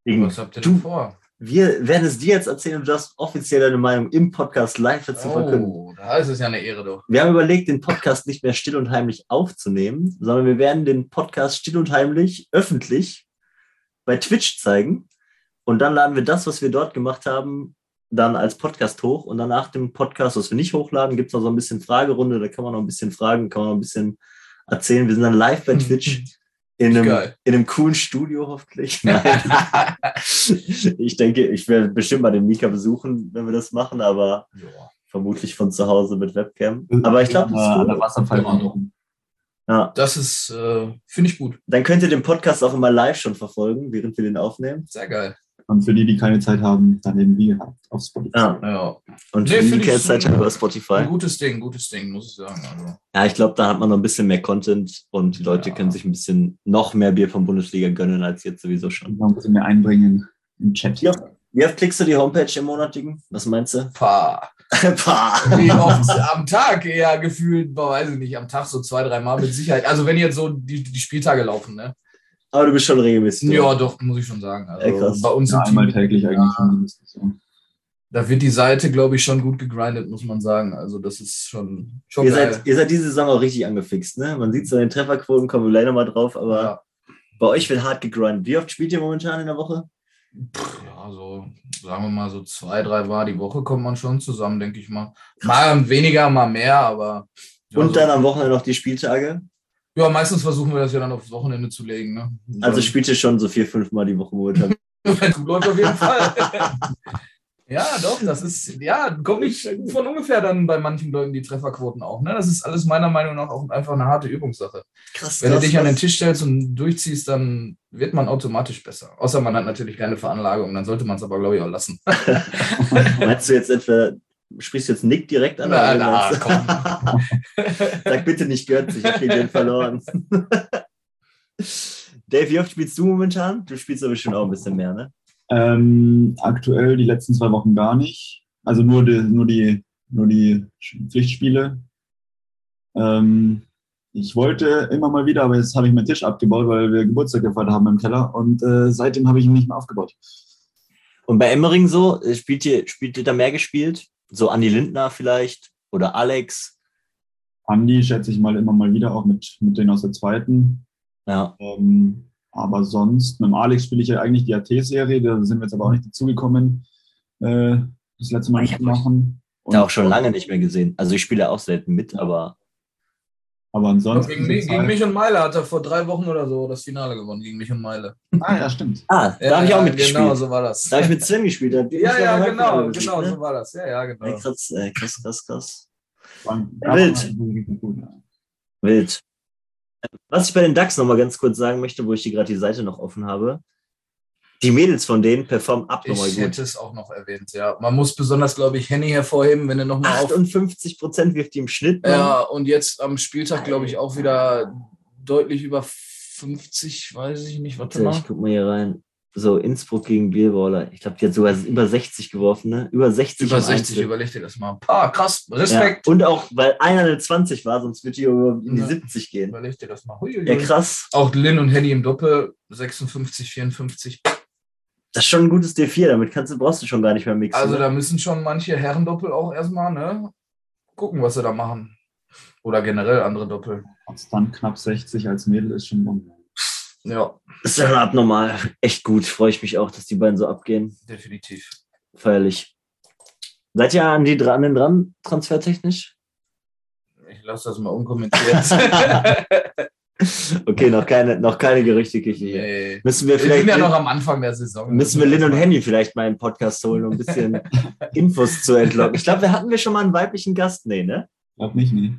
Speaker 3: Was habt ihr denn
Speaker 1: Du-
Speaker 3: vor?
Speaker 1: Wir werden es dir jetzt erzählen und du darfst offiziell deine Meinung im Podcast live dazu verkünden.
Speaker 3: Oh, da ist es ja eine Ehre doch.
Speaker 1: Wir haben überlegt, den Podcast nicht mehr still und heimlich aufzunehmen, sondern wir werden den Podcast still und heimlich öffentlich bei Twitch zeigen. Und dann laden wir das, was wir dort gemacht haben, dann als Podcast hoch. Und danach dem Podcast, was wir nicht hochladen, gibt es noch so ein bisschen Fragerunde. Da kann man noch ein bisschen fragen, kann man noch ein bisschen erzählen. Wir sind dann live bei Twitch in einem,
Speaker 3: Geil.
Speaker 1: in einem coolen Studio hoffentlich. Nein. ich denke, ich werde bestimmt mal den Mika besuchen, wenn wir das machen, aber
Speaker 3: Ja.
Speaker 1: vermutlich von zu Hause mit Webcam. Aber ich glaube, das
Speaker 2: Äh, an
Speaker 1: ist
Speaker 2: der
Speaker 1: cool.
Speaker 2: Wasserfallwarnung.
Speaker 1: ja.
Speaker 3: Das ist, äh, finde ich gut.
Speaker 1: Dann könnt ihr den Podcast auch immer live schon verfolgen, während wir den aufnehmen.
Speaker 3: Sehr geil.
Speaker 2: Und für die, die keine Zeit haben, dann eben wie gehabt auf Spotify.
Speaker 1: Ja.
Speaker 3: Ja.
Speaker 1: Und
Speaker 3: Nee,
Speaker 1: nee,
Speaker 3: find
Speaker 1: die
Speaker 3: ich
Speaker 1: ganze Zeit
Speaker 3: super. Mhm.
Speaker 1: über
Speaker 3: Ein
Speaker 1: Spotify.
Speaker 3: gutes Ding, gutes Ding, muss ich sagen. Also,
Speaker 1: Ja, ich glaube, da hat man noch ein bisschen mehr Content und die Leute
Speaker 3: Ja.
Speaker 1: können sich ein bisschen noch mehr Bier von Bundesliga gönnen als jetzt sowieso
Speaker 2: Und
Speaker 1: schon.
Speaker 2: noch ein bisschen mehr einbringen im Chat.
Speaker 1: Ja. Wie oft klickst du die Homepage im Monatigen? Was meinst du?
Speaker 3: pah.
Speaker 1: Pah.
Speaker 3: Wie oft am Tag eher gefühlt, boah, weiß ich nicht, am Tag so zwei, drei Mal mit Sicherheit. Also wenn jetzt so die, die Spieltage laufen, ne?
Speaker 1: Aber du bist schon regelmäßig.
Speaker 3: Ja,
Speaker 1: drin.
Speaker 3: doch, muss ich schon sagen. Also
Speaker 1: Ey, krass.
Speaker 3: bei uns
Speaker 2: Ja,
Speaker 3: im Team,
Speaker 2: einmal täglich eigentlich. mindestens, ja.
Speaker 3: da wird die Seite, glaube ich, schon gut gegrindet, muss man sagen. Also das ist schon, schon
Speaker 1: Ihr
Speaker 3: geil.
Speaker 1: seid, ihr seid diese Saison auch richtig angefixt, ne? Man sieht es an den Trefferquoten, kommen wir gleich nochmal drauf, aber
Speaker 3: ja.
Speaker 1: bei euch wird hart gegrindet. Wie oft spielt ihr momentan in der Woche?
Speaker 3: ja, so, sagen wir mal, so zwei, drei war die Woche kommt man schon zusammen, denke ich mal. Mal weniger, mal mehr, aber. ja,
Speaker 1: Und
Speaker 3: so-
Speaker 1: dann am Wochenende noch die Spieltage?
Speaker 3: Ja, meistens versuchen wir das ja dann aufs Wochenende zu legen. Ne?
Speaker 1: Also
Speaker 3: Dann-
Speaker 1: spielt ihr schon so vier, fünf Mal die Woche momentan.
Speaker 3: Wenn gut läuft auf jeden Fall. ja, doch, das ist, ja, kommt nicht von ungefähr dann bei manchen Leuten die Trefferquoten auch. Ne? Das ist alles meiner Meinung nach auch einfach eine harte Übungssache.
Speaker 1: Krass,
Speaker 3: Wenn
Speaker 1: krass,
Speaker 3: du dich an den
Speaker 1: krass.
Speaker 3: Tisch stellst und durchziehst, dann wird man automatisch besser. Außer man hat natürlich keine Veranlagung, dann sollte man es aber, glaube ich, auch lassen.
Speaker 1: Meinst du jetzt etwa, sprichst du jetzt Nick direkt an?
Speaker 3: Na,
Speaker 1: Oder
Speaker 3: na,
Speaker 1: meinst du- Sag bitte nicht Götz, ich hab gegen den verloren. Dave, wie oft spielst du momentan? Du spielst aber schon auch ein bisschen mehr, ne?
Speaker 2: Ähm, aktuell die letzten zwei Wochen gar nicht. Also nur die, nur die, nur die Pflichtspiele. Ähm, Ich wollte immer mal wieder, aber jetzt habe ich meinen Tisch abgebaut, weil wir Geburtstag gefeiert haben im Keller und äh, seitdem habe ich ihn nicht mehr aufgebaut.
Speaker 1: Und bei Emmering so, äh, spielt ihr, spielt ihr da mehr gespielt? So Andi Lindner vielleicht oder Alex?
Speaker 2: Andi schätze ich mal immer mal wieder, auch mit, mit denen aus der zweiten.
Speaker 1: Ja.
Speaker 2: Ähm, aber sonst, mit dem Alex spiele ich ja eigentlich die AT-Serie, da sind wir jetzt aber auch nicht dazugekommen, äh, das letzte Mal
Speaker 1: Ich hab
Speaker 2: mitmachen. Und-
Speaker 1: Da auch schon lange nicht mehr gesehen. Also ich spiele auch selten mit, aber
Speaker 2: Aber ansonsten.
Speaker 3: Gegen, mi- gegen mich und Meile hat er vor drei Wochen oder so das Finale gewonnen, gegen mich und Meile.
Speaker 2: Ah, ja, stimmt.
Speaker 1: ah, da habe ich auch mitgespielt.
Speaker 3: Genau, so war das.
Speaker 1: Da habe ich mit Sven gespielt. da hab ich
Speaker 3: Ja,
Speaker 1: dann
Speaker 3: ja,
Speaker 1: halt
Speaker 3: genau,
Speaker 1: gespielt,
Speaker 3: genau,
Speaker 1: ne?
Speaker 3: so war das. Ja, ja,
Speaker 1: Ey,
Speaker 3: genau.
Speaker 1: krass, äh, krass, krass, krass. Wild.
Speaker 2: Wild.
Speaker 1: Wild. Was ich bei den DAX nochmal ganz kurz sagen möchte, wo ich hier gerade die Seite noch offen habe. Die Mädels von denen performen abnormal
Speaker 3: Ich
Speaker 1: gut.
Speaker 3: hätte es auch noch erwähnt, ja. Man muss besonders, glaube ich, Henny hervorheben, wenn er nochmal auf
Speaker 1: 58 Prozent wirft die im Schnitt. ne? Mann.
Speaker 3: Ja, und jetzt am Spieltag, glaube ich, auch wieder deutlich über 50, weiß ich nicht, warte
Speaker 1: Warte,
Speaker 3: mal.
Speaker 1: ich guck mal hier rein. So, Innsbruck gegen Bierballer. Ich glaube, die hat sogar über 60 geworfen, ne? Über 60.
Speaker 3: Über
Speaker 1: im
Speaker 3: 60,
Speaker 1: Einzel.
Speaker 3: überleg dir das mal. Pa, krass,
Speaker 1: ja.
Speaker 3: Respekt.
Speaker 1: Und auch, weil einer eine 20 war, sonst würde die über in die
Speaker 3: Ja.
Speaker 1: 70 gehen.
Speaker 3: Überleg dir das mal. Huiuiui.
Speaker 1: Ja, krass.
Speaker 3: Auch Lin und Henny im Doppel, 56, 54.
Speaker 1: Das ist schon ein gutes D4, damit kannst du, brauchst du schon gar nicht mehr mixen.
Speaker 3: Also
Speaker 1: ne?
Speaker 3: da müssen schon manche Herrendoppel auch erstmal, ne? Gucken, was sie da machen. Oder generell andere Doppel.
Speaker 2: Konstant knapp 60 als Mädel ist schon lang.
Speaker 3: Ja,
Speaker 1: Das ist ja abnormal. Echt gut. Freue ich mich auch, dass die beiden so abgehen.
Speaker 3: definitiv.
Speaker 1: Feierlich. Seid ihr an die dran, den dran, transfertechnisch?
Speaker 3: Ich lasse das mal unkommentiert.
Speaker 1: okay, noch keine, noch keine Gerüchteküche hier.
Speaker 3: nee.
Speaker 1: Müssen wir
Speaker 3: Wir sind
Speaker 1: vielleicht,
Speaker 3: ja noch am Anfang der Saison.
Speaker 1: müssen wir Lin und Henny vielleicht mal in den Podcast holen, um ein bisschen Infos zu entlocken. Ich glaube, wir hatten wir schon mal einen weiblichen Gast. Nee, ne?
Speaker 2: Glaub nicht, nee.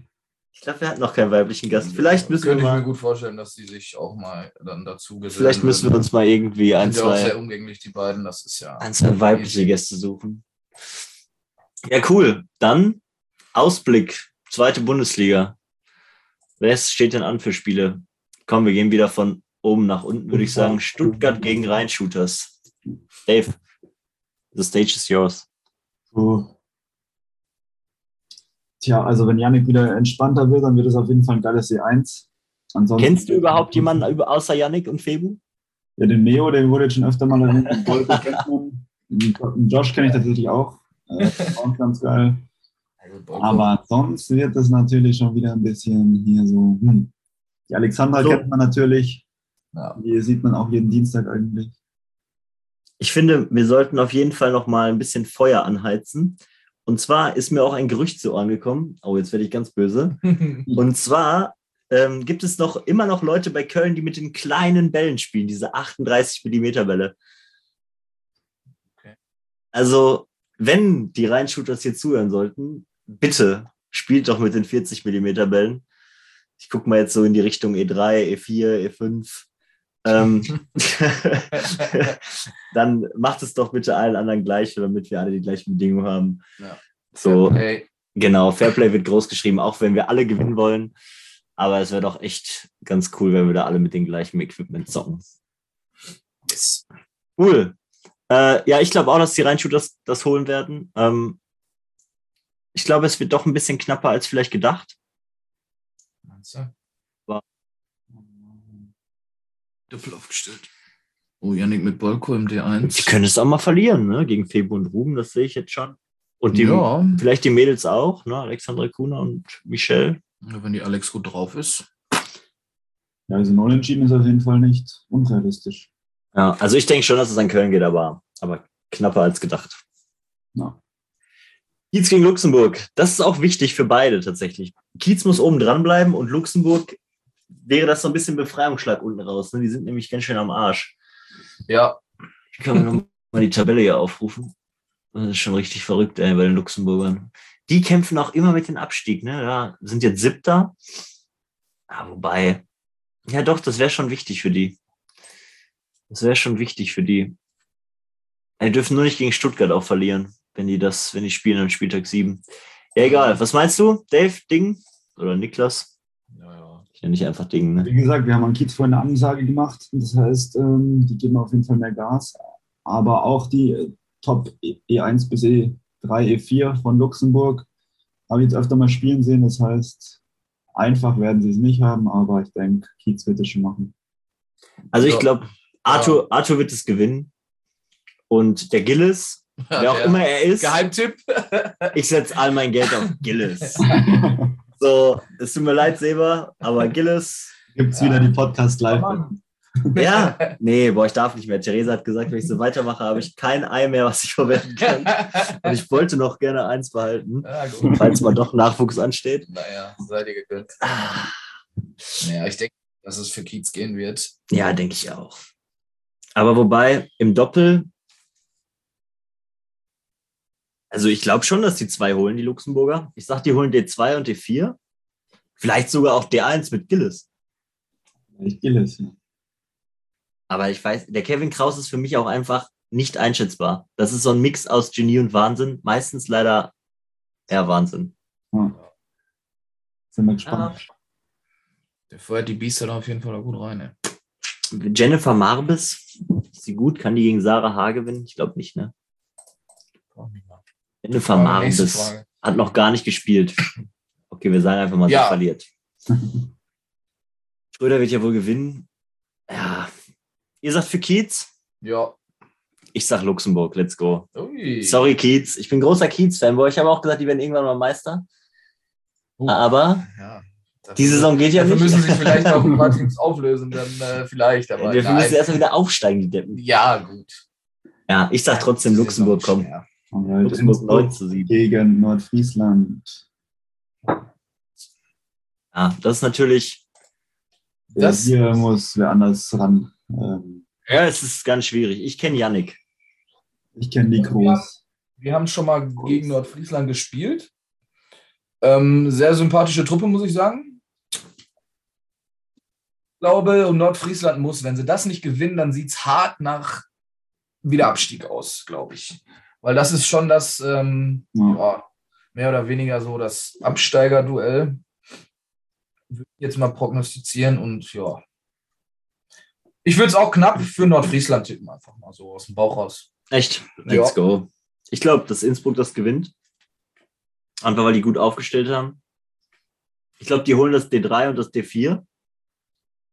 Speaker 1: Ich glaube, wir hatten noch keinen weiblichen Gast. Vielleicht müssen wir
Speaker 3: Könnte ich mir
Speaker 1: mal,
Speaker 3: gut vorstellen, dass die sich auch mal dann dazu gesellen
Speaker 1: vielleicht müssen wir uns mal irgendwie ein,
Speaker 3: Sind ja auch sehr
Speaker 1: zwei,
Speaker 3: umgänglich, die beiden. Das ist ja.
Speaker 1: ein, zwei weibliche Gäste suchen. Ja, cool. Dann Ausblick, zweite Bundesliga. Wer steht denn an für Spiele? Komm, wir gehen wieder von oben nach unten, würde ich sagen. Stuttgart gegen Rhein-Shooters. Dave, the stage is yours.
Speaker 2: So. Tja, also wenn Yannick wieder entspannter wird, dann wird es auf jeden Fall ein geiles C1. Ansonsten,
Speaker 1: Kennst du überhaupt jemanden über- außer Yannick und Febu?
Speaker 2: Ja, den Neo, den wurde jetzt schon öfter mal erwähnt. Den Wolfe kennt man. Den Josh kenne ich tatsächlich auch. Äh, auch ganz geil.
Speaker 1: Ah,
Speaker 2: Aber sonst wird es natürlich schon wieder ein bisschen hier so. Hm. Die Alexandra
Speaker 1: So.
Speaker 2: kennt man natürlich.
Speaker 3: Ja.
Speaker 2: Die sieht man auch jeden Dienstag eigentlich.
Speaker 1: Ich finde, wir sollten auf jeden Fall noch mal ein bisschen Feuer anheizen. Und zwar ist mir auch ein Gerücht zu Ohren gekommen. Oh, jetzt werde ich ganz böse.
Speaker 3: Mhm.
Speaker 1: Und zwar ähm, gibt es noch immer noch Leute bei Köln, die mit den kleinen Bällen spielen, diese 38 Millimeter Bälle.
Speaker 3: Okay.
Speaker 1: Also, wenn die Rheinshooters hier zuhören sollten, bitte spielt doch mit den 40 Millimeter Bällen. Ich gucke mal jetzt so in die Richtung E E3, E4, E5. Ähm, dann macht es doch bitte allen anderen gleich, damit wir alle die gleichen Bedingungen haben.
Speaker 3: Ja.
Speaker 1: So,
Speaker 3: Hey,
Speaker 1: genau, Fairplay wird groß geschrieben, auch wenn wir alle gewinnen wollen. Aber es wäre doch echt ganz cool, wenn wir da alle mit dem gleichen Equipment zocken.
Speaker 3: yes.
Speaker 1: Cool. Äh, ja, ich glaube auch, dass die Rheinshooters das holen werden. Ähm, ich glaube, es wird doch ein bisschen knapper als vielleicht gedacht.
Speaker 3: Meinst du?
Speaker 1: War-
Speaker 3: Doppel aufgestellt. Oh, Yannick mit Bolko im
Speaker 1: Die
Speaker 3: D1.
Speaker 1: können es auch mal verlieren, ne? Gegen Febo und Ruben, das sehe ich jetzt schon. Und die,
Speaker 3: Ja,
Speaker 1: vielleicht die Mädels auch, ne? Alexandra Kuna und Michelle.
Speaker 3: wenn die Alex gut drauf ist.
Speaker 2: Ja, also ein Unentschieden ist auf jeden Fall nicht unrealistisch.
Speaker 1: Ja, also ich denke schon, dass es an Köln geht, aber, aber knapper als gedacht.
Speaker 2: Ja.
Speaker 1: Kiez gegen Luxemburg, das ist auch wichtig für beide tatsächlich. Kiez muss oben dran bleiben und Luxemburg wäre das so ein bisschen Befreiungsschlag unten raus. Ne? Die sind nämlich ganz schön am Arsch.
Speaker 3: Ja,
Speaker 1: Ich kann mir noch mal die Tabelle hier aufrufen. Das ist schon richtig verrückt ey, bei den Luxemburgern. Die kämpfen auch immer mit dem Abstieg. Ne? Ja, sind jetzt Siebter. Ah, wobei, ja doch, das wäre schon wichtig für die. Das wäre schon wichtig für die. Die dürfen nur nicht gegen Stuttgart auch verlieren, wenn die das, wenn die spielen am Spieltag 7. Ja, egal. Was meinst du, Dave, Ding oder Niklas?
Speaker 3: ja, ja.
Speaker 1: Ich nenne nicht einfach Ding, ne?
Speaker 2: Wie gesagt, wir haben an Kiez vorhin eine Ansage gemacht. Und das heißt, ähm, die geben auf jeden Fall mehr Gas. Aber auch die äh, Top E- E1 bis E3, E4 von Luxemburg habe ich jetzt öfter mal spielen sehen. Das heißt, Einfach werden sie es nicht haben, aber ich denke, Kiez wird es schon machen.
Speaker 1: Also ich
Speaker 3: Ja.
Speaker 1: glaube, Arthur, Arthur wird es gewinnen. Und der Gillis, wer auch
Speaker 3: Der
Speaker 1: immer er ist,
Speaker 3: Geheimtipp.
Speaker 1: ich setze all mein Geld auf Gillis. so, es tut mir leid, Seba, aber Gillis.
Speaker 2: Gibt es wieder die Podcast live?
Speaker 4: Mann.
Speaker 1: Ja, nee, boah, ich darf nicht mehr. Theresa hat gesagt, wenn ich so weitermache, habe ich kein Ei mehr, was ich verwenden kann. Und ich wollte noch gerne eins behalten,
Speaker 3: ja, gut.
Speaker 1: falls mal doch Nachwuchs ansteht.
Speaker 3: Naja, seid ihr gegönnt.
Speaker 1: Ah,
Speaker 3: Naja, ich denke, dass es für Kiez gehen wird.
Speaker 1: Ja, denke ich auch. Aber wobei, im Doppel. Also ich glaube schon, dass die zwei holen, die Luxemburger. Ich sag, die holen D2 und D4. Vielleicht sogar auch D1 mit Gillis.
Speaker 2: Ich gehe ne? es. Ja.
Speaker 1: Aber ich weiß, der Kevin Kraus ist für mich auch einfach nicht einschätzbar. Das ist so ein Mix aus Genie und Wahnsinn. Meistens leider eher Wahnsinn.
Speaker 2: Sind wir gespannt.
Speaker 3: Der feuert die Biester da auf jeden Fall auch gut rein. ne? Ey.
Speaker 1: Jennifer Marbes, ist sie gut? Kann die gegen Sarah H. gewinnen? Ich glaube nicht, ne? Jennifer
Speaker 3: Frage, nächste
Speaker 1: Marbes
Speaker 3: Frage.
Speaker 1: hat noch gar nicht gespielt. Okay, wir sagen einfach mal,
Speaker 3: Ja.
Speaker 1: sie verliert. Schröder wird ja wohl gewinnen. Ja. Ihr sagt für Kiez?
Speaker 3: Ja.
Speaker 1: Ich sag Luxemburg, let's go.
Speaker 3: Ui.
Speaker 1: Sorry, Kiez. Ich bin großer Kiez-Fanboy. Ich habe auch gesagt, die werden irgendwann mal Meister.
Speaker 3: Uh,
Speaker 1: Aber
Speaker 3: Ja, das-
Speaker 1: die Saison geht ja
Speaker 3: Dafür
Speaker 1: nicht.
Speaker 3: müssen sich vielleicht noch ein paar Teams auflösen, dann äh, vielleicht. Aber
Speaker 1: Wir
Speaker 3: nein.
Speaker 1: müssen erstmal wieder aufsteigen, die Deppen.
Speaker 3: ja, gut.
Speaker 1: Ja, ich sag trotzdem Luxemburg kommen.
Speaker 3: Ja.
Speaker 2: Alright,
Speaker 1: Luxemburg 9 zu 7.
Speaker 2: gegen Nordfriesland.
Speaker 1: Ja, das ist natürlich,
Speaker 3: Das-
Speaker 2: Das hier muss wer anders ran. Ähm,
Speaker 1: ja, es ist ganz schwierig. Ich kenne Yannick.
Speaker 2: ich kenne die Groß.
Speaker 3: Wir haben schon mal gegen Nordfriesland gespielt. Ähm, sehr sympathische Truppe, muss ich sagen. Ich glaube, und Nordfriesland muss, wenn sie das nicht gewinnen, dann sieht es hart nach Wiederabstieg aus, glaube ich. Weil das ist schon das, ähm,
Speaker 2: Ja.
Speaker 3: ja, mehr oder weniger so das Absteigerduell. Würde ich jetzt mal prognostizieren und ja. Ich würde es auch knapp für Nordfriesland tippen, einfach mal so aus dem Bauch raus.
Speaker 1: Echt? Let's
Speaker 3: Ja.
Speaker 1: go. Ich glaube, dass Innsbruck das gewinnt. Einfach weil die gut aufgestellt haben. Ich glaube, die holen das D3 und das D4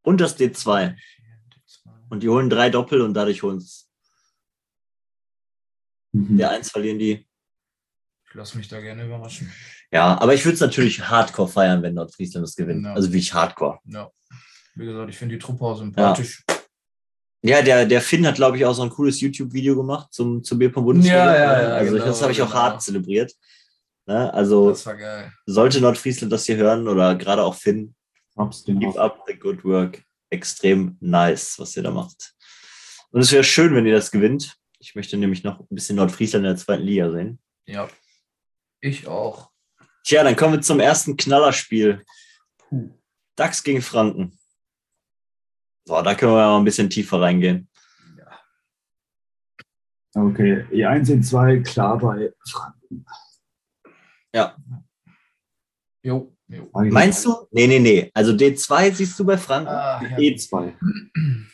Speaker 1: und das D2. Und die holen drei Doppel und dadurch holen es.
Speaker 2: Mhm.
Speaker 1: Der 1 verlieren die.
Speaker 3: Ich lasse mich da gerne überraschen.
Speaker 1: Ja, aber ich würde es natürlich hardcore feiern, wenn Nordfriesland das gewinnt.
Speaker 3: Ja.
Speaker 1: Also wie ich hardcore.
Speaker 3: Ja. Wie gesagt, ich finde die Truppe auch sympathisch.
Speaker 1: Ja, der, der Finn hat, glaube ich, auch so ein cooles YouTube-Video gemacht zum, zum Bierpong
Speaker 3: Ja,
Speaker 1: Bundesliga.
Speaker 3: ja, ja,
Speaker 1: Also
Speaker 3: genau,
Speaker 1: das habe ich auch
Speaker 3: genau.
Speaker 1: hart zelebriert. Ne? Also
Speaker 3: Das war geil.
Speaker 1: sollte Nordfriesland das hier hören oder gerade auch Finn,
Speaker 2: Props gehen
Speaker 1: keep
Speaker 2: raus.
Speaker 1: up the good work. Extrem nice, was ihr da macht. Und es wäre schön, wenn ihr das gewinnt. Ich möchte nämlich noch ein bisschen Nordfriesland in der zweiten Liga sehen.
Speaker 3: Ja. Ich auch.
Speaker 1: Tja, dann kommen wir zum ersten Knallerspiel. DAX gegen Franken. So, da können wir mal ein bisschen tiefer reingehen.
Speaker 3: Ja.
Speaker 2: Okay, E E1, E2, klar bei Frank.
Speaker 3: Jo. jo.
Speaker 1: Meinst du? Nee, nee, nee. Also D2 siehst du bei Franken.
Speaker 3: Ah, ja.
Speaker 2: E2.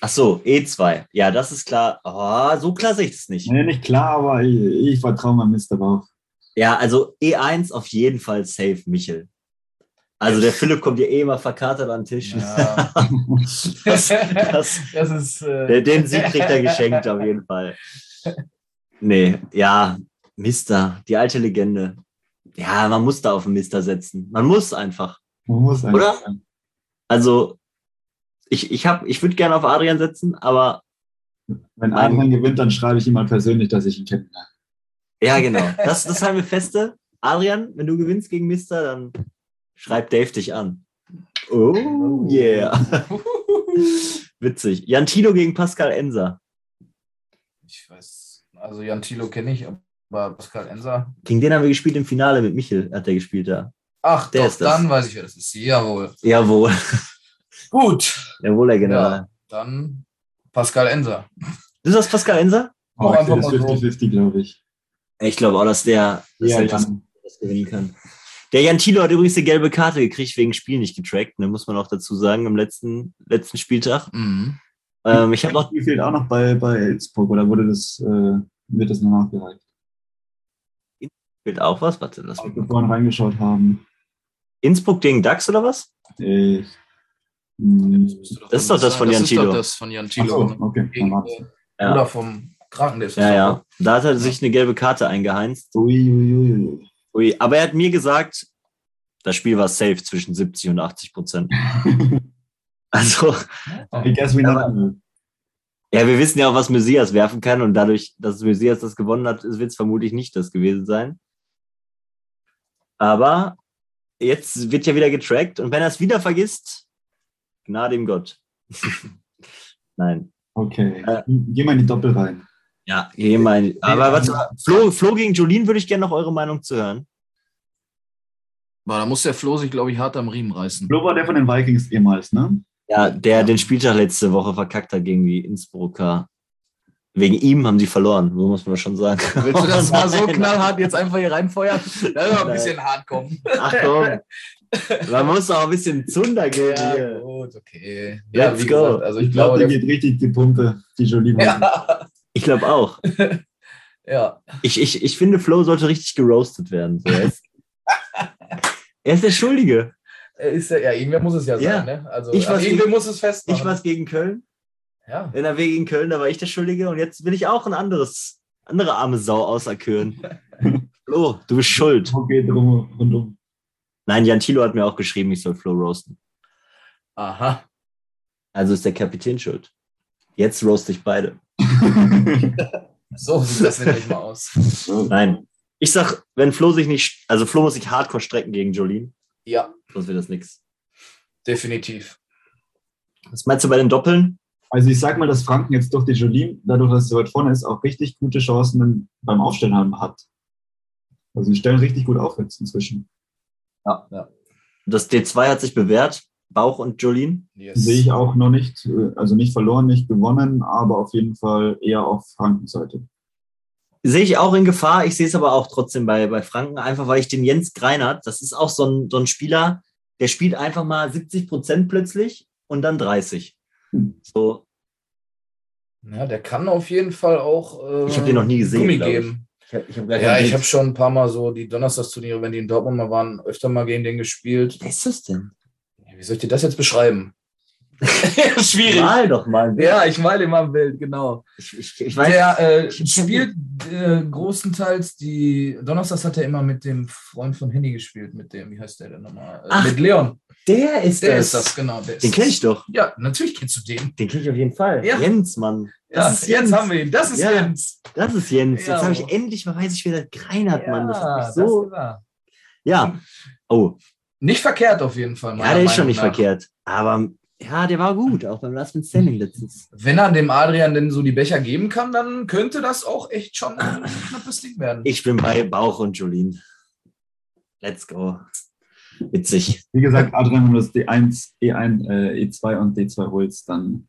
Speaker 1: Ach so, E2. Ja, das ist klar. Ah, so klar sehe ich es nicht.
Speaker 2: Nee, nicht klar, aber ich, ich vertraue meinem Mr. Bauch.
Speaker 1: Ja, also E1 auf jeden Fall safe, Michel. Also der Philipp kommt ja eh immer verkatert an den Tisch.
Speaker 3: Ja.
Speaker 1: Das, das,
Speaker 3: Das ist. Äh,
Speaker 1: der, den Sieg kriegt er geschenkt auf jeden Fall. Nee, ja, Mister, die alte Legende. Ja, man muss da auf den Mister setzen. Man muss einfach.
Speaker 2: Man muss einfach
Speaker 1: Oder?
Speaker 2: sagen.
Speaker 1: Also ich, ich, hab- ich würde gerne auf Adrian setzen, aber
Speaker 2: Wenn
Speaker 1: Mann.
Speaker 2: Adrian gewinnt, dann schreibe ich ihm mal persönlich, dass ich ihn kennenlerne.
Speaker 1: Ja, genau. Das, das haben wir feste. Adrian, wenn du gewinnst gegen Mister, dann schreib Dave dich an. Oh, yeah. Witzig. Jantino gegen Pascal Enser.
Speaker 3: Ich weiß. Also Jan Thilo kenne ich, aber Pascal Enser.
Speaker 1: Gegen den haben wir gespielt im Finale mit Michel, hat der gespielt da.
Speaker 3: Ach,
Speaker 1: Der
Speaker 3: doch,
Speaker 1: ist das.
Speaker 3: dann weiß ich, wer das ist. Jawohl.
Speaker 1: Jawohl.
Speaker 3: Gut.
Speaker 1: Jawohl, Herr General.
Speaker 3: Dann Pascal Enser.
Speaker 1: Du sagst Pascal Enser?
Speaker 3: Auch
Speaker 2: ich
Speaker 3: einfach
Speaker 2: sehe das
Speaker 3: mal so.
Speaker 2: 50-50, glaube ich.
Speaker 1: Ich glaube auch, dass der dass
Speaker 2: Ja,
Speaker 1: der Pascal
Speaker 2: Jan.
Speaker 1: das gewinnen kann. Der Jantino hat übrigens eine gelbe Karte gekriegt, wegen Spiel nicht getrackt, ne, muss man auch dazu sagen, im letzten, letzten Spieltag.
Speaker 3: Mhm.
Speaker 1: Ähm, ich habe noch
Speaker 2: Die fehlt auch noch bei, bei Innsbruck, oder wurde das, äh, wird das noch nachgereicht?
Speaker 1: fehlt auch was. Warte, lass
Speaker 2: Als
Speaker 1: mich
Speaker 3: Also
Speaker 2: wir vorhin reingeschaut haben.
Speaker 1: Innsbruck gegen DAX oder was?
Speaker 2: Ich, mh,
Speaker 1: Das ist doch das von Jan
Speaker 3: Das ist doch
Speaker 1: Tilo.
Speaker 3: das von Jan
Speaker 2: ach so,
Speaker 3: Tilo.
Speaker 2: okay. dann war's.
Speaker 1: Ja.
Speaker 3: Oder vom Kranken, der ist ne?
Speaker 1: Ja, ja. Da hat er sich eine gelbe Karte eingeheinzt.
Speaker 2: Ui, ui, ui, ui.
Speaker 1: Ui, aber er hat mir gesagt, das Spiel war safe zwischen 70 und 80 Prozent. Also,
Speaker 2: I guess we
Speaker 1: Aber-
Speaker 2: never know.
Speaker 1: ja, wir wissen ja auch, was Messias werfen kann und dadurch, dass Messias das gewonnen hat, wird es vermutlich nicht das gewesen sein. Aber jetzt wird ja wieder getrackt und wenn er es wieder vergisst, Gnade ihm Gott. Nein.
Speaker 2: Okay,
Speaker 1: Äh.
Speaker 2: geh mal in die Doppel rein.
Speaker 1: Ja, geh mal. in- Aber warte mal, Flo, Flo gegen Jolien würde ich gerne noch eure Meinung zu hören.
Speaker 3: Boah, da muss der Flo sich, glaube ich, hart am Riemen reißen.
Speaker 2: Flo war der von den Vikings ehemals, ne?
Speaker 1: Ja, der den Spieltag letzte Woche verkackt hat gegen die Innsbrucker. Wegen ihm haben die verloren, so muss man schon sagen.
Speaker 3: Willst du das mal so
Speaker 1: Nein.
Speaker 3: knallhart jetzt einfach hier reinfeuern? Das ist aber ein
Speaker 1: Nein.
Speaker 3: bisschen hart kommen.
Speaker 1: Ach komm. Man muss auch ein bisschen Zunder geben
Speaker 3: Ja,
Speaker 1: hier.
Speaker 3: gut, okay. Ja,
Speaker 1: Let's
Speaker 3: wie
Speaker 1: go.
Speaker 3: gesagt, also ich,
Speaker 2: Ich glaube,
Speaker 3: glaube,
Speaker 2: der
Speaker 3: der,
Speaker 2: geht richtig die Pumpe, die Jolie.
Speaker 3: ja,
Speaker 1: Ich glaube auch.
Speaker 3: ja.
Speaker 1: Ich, ich, ich finde, Flo sollte richtig geroastet werden. So, er, ist, er ist der Schuldige.
Speaker 3: Er Ist ja, ja, irgendwer muss es ja sein,
Speaker 1: Ja.
Speaker 3: ne? Also,
Speaker 1: Ich
Speaker 3: also
Speaker 1: war's
Speaker 3: irgendwer
Speaker 1: gegen-
Speaker 3: muss es festmachen.
Speaker 1: Ich war es gegen Köln.
Speaker 3: ja.
Speaker 1: NRW gegen Köln, da war ich der Schuldige und jetzt will ich auch ein anderes, andere arme Sau auserküren. Flo, du bist schuld.
Speaker 2: Okay, drum rundum.
Speaker 1: Nein, Jan Thilo hat mir auch geschrieben, ich soll Flo roasten.
Speaker 3: Aha.
Speaker 1: Also ist der Kapitän schuld. Jetzt roast ich beide.
Speaker 3: So sieht das nämlich mal aus.
Speaker 1: Nein. Ich sag, wenn Flo sich nicht, also Flo muss sich hardcore strecken gegen Jolene,
Speaker 3: Ja,
Speaker 1: sonst wird das nix.
Speaker 3: definitiv.
Speaker 1: Was meinst du bei den Doppeln?
Speaker 2: Also ich sag mal, dass Franken jetzt durch die Jolie, dadurch, dass sie so weit vorne ist, auch richtig gute Chancen beim Aufstellen haben hat. Also sie stellen richtig gut auf jetzt inzwischen.
Speaker 1: Das D2 hat sich bewährt, Bauch und Jolene.
Speaker 3: Yes.
Speaker 2: Sehe ich auch noch nicht, äh, also nicht verloren, nicht gewonnen, aber auf jeden Fall eher auf Franken Seite.
Speaker 1: Sehe ich auch in Gefahr. Ich sehe es aber auch trotzdem bei, bei Franken, einfach weil ich den Jens Greinert, das ist auch so ein, so ein Spieler, der spielt einfach mal 70 Prozent plötzlich und dann 30.
Speaker 2: Hm.
Speaker 1: So,
Speaker 3: Ja, der kann auf jeden Fall auch. Äh,
Speaker 1: Ich hab den noch nie gesehen,
Speaker 3: Gummi
Speaker 1: glaub ich.
Speaker 3: geben.
Speaker 1: ich habe ich hab gar
Speaker 3: Ja,
Speaker 1: kein
Speaker 3: ich habe
Speaker 1: Bild.
Speaker 3: schon ein paar Mal so die Donnerstagsturniere, wenn die in Dortmund mal waren, öfter mal gegen den gespielt.
Speaker 1: Wer ist das denn?
Speaker 3: Ja, wie soll ich dir das jetzt beschreiben? Schwierig.
Speaker 1: Mal doch mal.
Speaker 3: Ja, ich male immer ein Bild, genau.
Speaker 1: Ich, ich, ich weiß.
Speaker 3: Der äh,
Speaker 1: ich-
Speaker 3: spielt äh, großenteils die. Donnerstags hat er immer mit dem Freund von Henny gespielt, mit dem, wie heißt der denn nochmal? Äh,
Speaker 1: Ach,
Speaker 3: mit Leon.
Speaker 1: der ist
Speaker 3: Der
Speaker 1: das.
Speaker 3: ist das, genau. Der ist
Speaker 1: Den kenne ich doch.
Speaker 3: das. Ja, natürlich kennst du den.
Speaker 1: Den kenne ich auf jeden Fall.
Speaker 3: Ja.
Speaker 1: Jens, Mann.
Speaker 3: Ja,
Speaker 1: Das
Speaker 3: jetzt
Speaker 1: ist Jens.
Speaker 3: haben wir ihn. Das ist
Speaker 1: Ja.
Speaker 3: Jens.
Speaker 1: Das ist Jens.
Speaker 3: Ja.
Speaker 1: Jetzt habe ich endlich mal weiß ich, wer der Greinert, Mann. Das hat mich
Speaker 3: das
Speaker 1: so.
Speaker 3: war-
Speaker 1: ja. Oh,
Speaker 3: Nicht verkehrt auf jeden Fall.
Speaker 1: ja,
Speaker 3: meiner
Speaker 1: der ist schon
Speaker 3: Meinung
Speaker 1: nicht
Speaker 3: nach.
Speaker 1: verkehrt. Aber ja, der war gut, auch beim Last Man Standing letztens.
Speaker 3: Wenn er dem Adrian denn so die Becher geben kann, dann könnte das auch echt schon ein knappes Ding werden.
Speaker 1: Ich bin bei Bauch und Jolene. Let's go. Witzig.
Speaker 2: Wie gesagt, Adrian, wenn du das D1, E1, äh, E2 und D2 holst, dann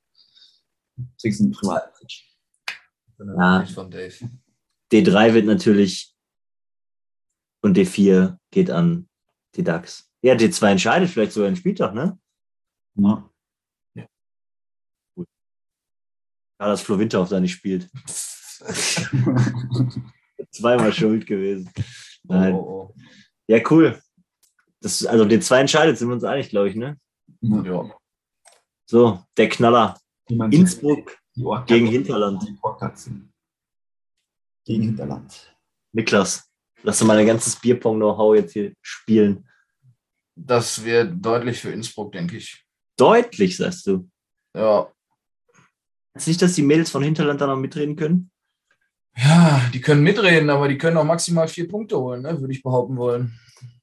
Speaker 2: kriegst du einen Privat.
Speaker 1: Ja.
Speaker 3: Nicht von Dave.
Speaker 1: D3 wird natürlich und D4 geht an die DAX. Ja, D2 entscheidet vielleicht sogar den Spieltag, ne?
Speaker 2: Ne?
Speaker 1: Ja, dass Flo Winter auf da nicht spielt. Zweimal schuld gewesen. Nein.
Speaker 3: Oh, oh,
Speaker 1: Ja, cool. Das, also D2 entscheidet, sind wir uns einig, glaube ich, ne?
Speaker 3: oh.
Speaker 2: Ne?
Speaker 3: Ja.
Speaker 1: So, der Knaller.
Speaker 2: Wie man sagt,
Speaker 1: Innsbruck
Speaker 2: die Ohrkatzen-
Speaker 1: gegen Hinterland.
Speaker 2: die Ohrkatzen. Gegen Hinterland.
Speaker 1: Niklas, lass doch mal dein ganzes Bierpong-Know-how jetzt hier spielen.
Speaker 3: Das wird deutlich für Innsbruck, denke ich.
Speaker 1: Deutlich, sagst du.
Speaker 3: Ja.
Speaker 1: Ist nicht, dass die Mädels von Hinterland da noch mitreden können?
Speaker 3: ja, die können mitreden, aber die können auch maximal vier Punkte holen, ne? würde ich behaupten wollen.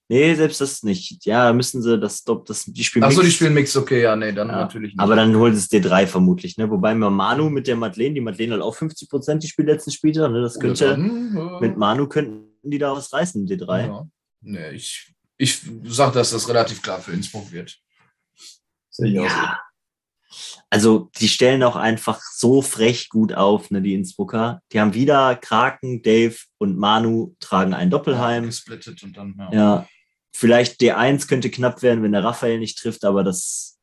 Speaker 1: Nee, selbst das nicht. Ja, da müssen sie das Stop, das, die spielen.
Speaker 3: Achso, die
Speaker 1: Mixed.
Speaker 3: spielen Mix, okay, ja, nee, dann
Speaker 1: Ja,
Speaker 3: natürlich nicht.
Speaker 1: Aber dann holt es D3 vermutlich, ne? Wobei mir Manu mit der Madeleine, die Madeleine hat auch 50 Prozent die Spiel letzten Spieltag, ne? Das könnte,
Speaker 3: Dann, äh,
Speaker 1: mit Manu könnten die da was reißen, D3.
Speaker 3: Ja. Nee, ich, ich sag, dass das relativ klar für Innsbruck wird.
Speaker 2: Sehe ich auch so.
Speaker 1: Ja. Also, die stellen auch einfach so frech gut auf, ne, die Innsbrucker. Die haben wieder Kraken, Dave und Manu tragen ein Doppelheim.
Speaker 3: Gesplittet und dann, ja.
Speaker 1: Ja, vielleicht D1 könnte knapp werden, wenn der Raphael nicht trifft, aber das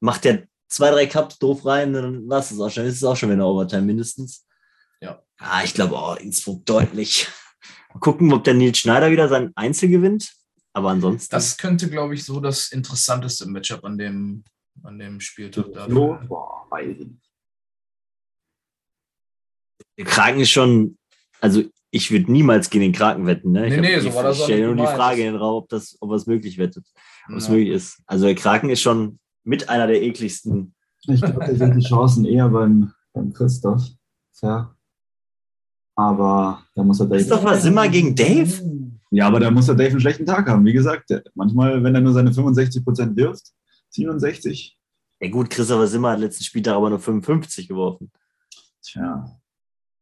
Speaker 1: macht der zwei, drei Cups doof rein, dann war es das auch schon. Ist es auch schon wieder Overtime mindestens.
Speaker 3: Ja.
Speaker 1: oh, Ah, ich glaube auch, Innsbruck deutlich. Mal gucken, ob der Nils Schneider wieder sein Einzel gewinnt. Aber ansonsten.
Speaker 3: Das könnte, glaube ich, so das interessanteste Matchup an dem, an dem Spieltag da.
Speaker 2: So, boah, weiß ich nicht.
Speaker 1: Der Kraken ist schon, also ich würde niemals gegen den Kraken wetten. Ne? Ich
Speaker 3: Nee,
Speaker 1: hab
Speaker 3: nee,
Speaker 1: die,
Speaker 3: so war das
Speaker 1: Ich
Speaker 3: auch
Speaker 1: stelle
Speaker 3: nicht
Speaker 1: nur die
Speaker 3: gemeint.
Speaker 1: Frage in den Raum, ob das, ob was möglich wettet, ob es
Speaker 3: Ja.
Speaker 1: möglich ist. Also der Kraken ist schon mit einer der ekligsten.
Speaker 2: Ich glaube, da sind die Chancen eher beim, beim Christoph. Ja. Aber da muss er Dave.
Speaker 1: Christopher Simmer gegen Dave?
Speaker 3: Uh,
Speaker 2: Ja, aber da muss er Dave einen schlechten Tag haben. Wie gesagt, der- manchmal, wenn er nur seine 65% wirft, 67,
Speaker 1: Ja gut, Christopher Simmer hat letzten Spieltag aber nur 55 geworfen.
Speaker 2: tja.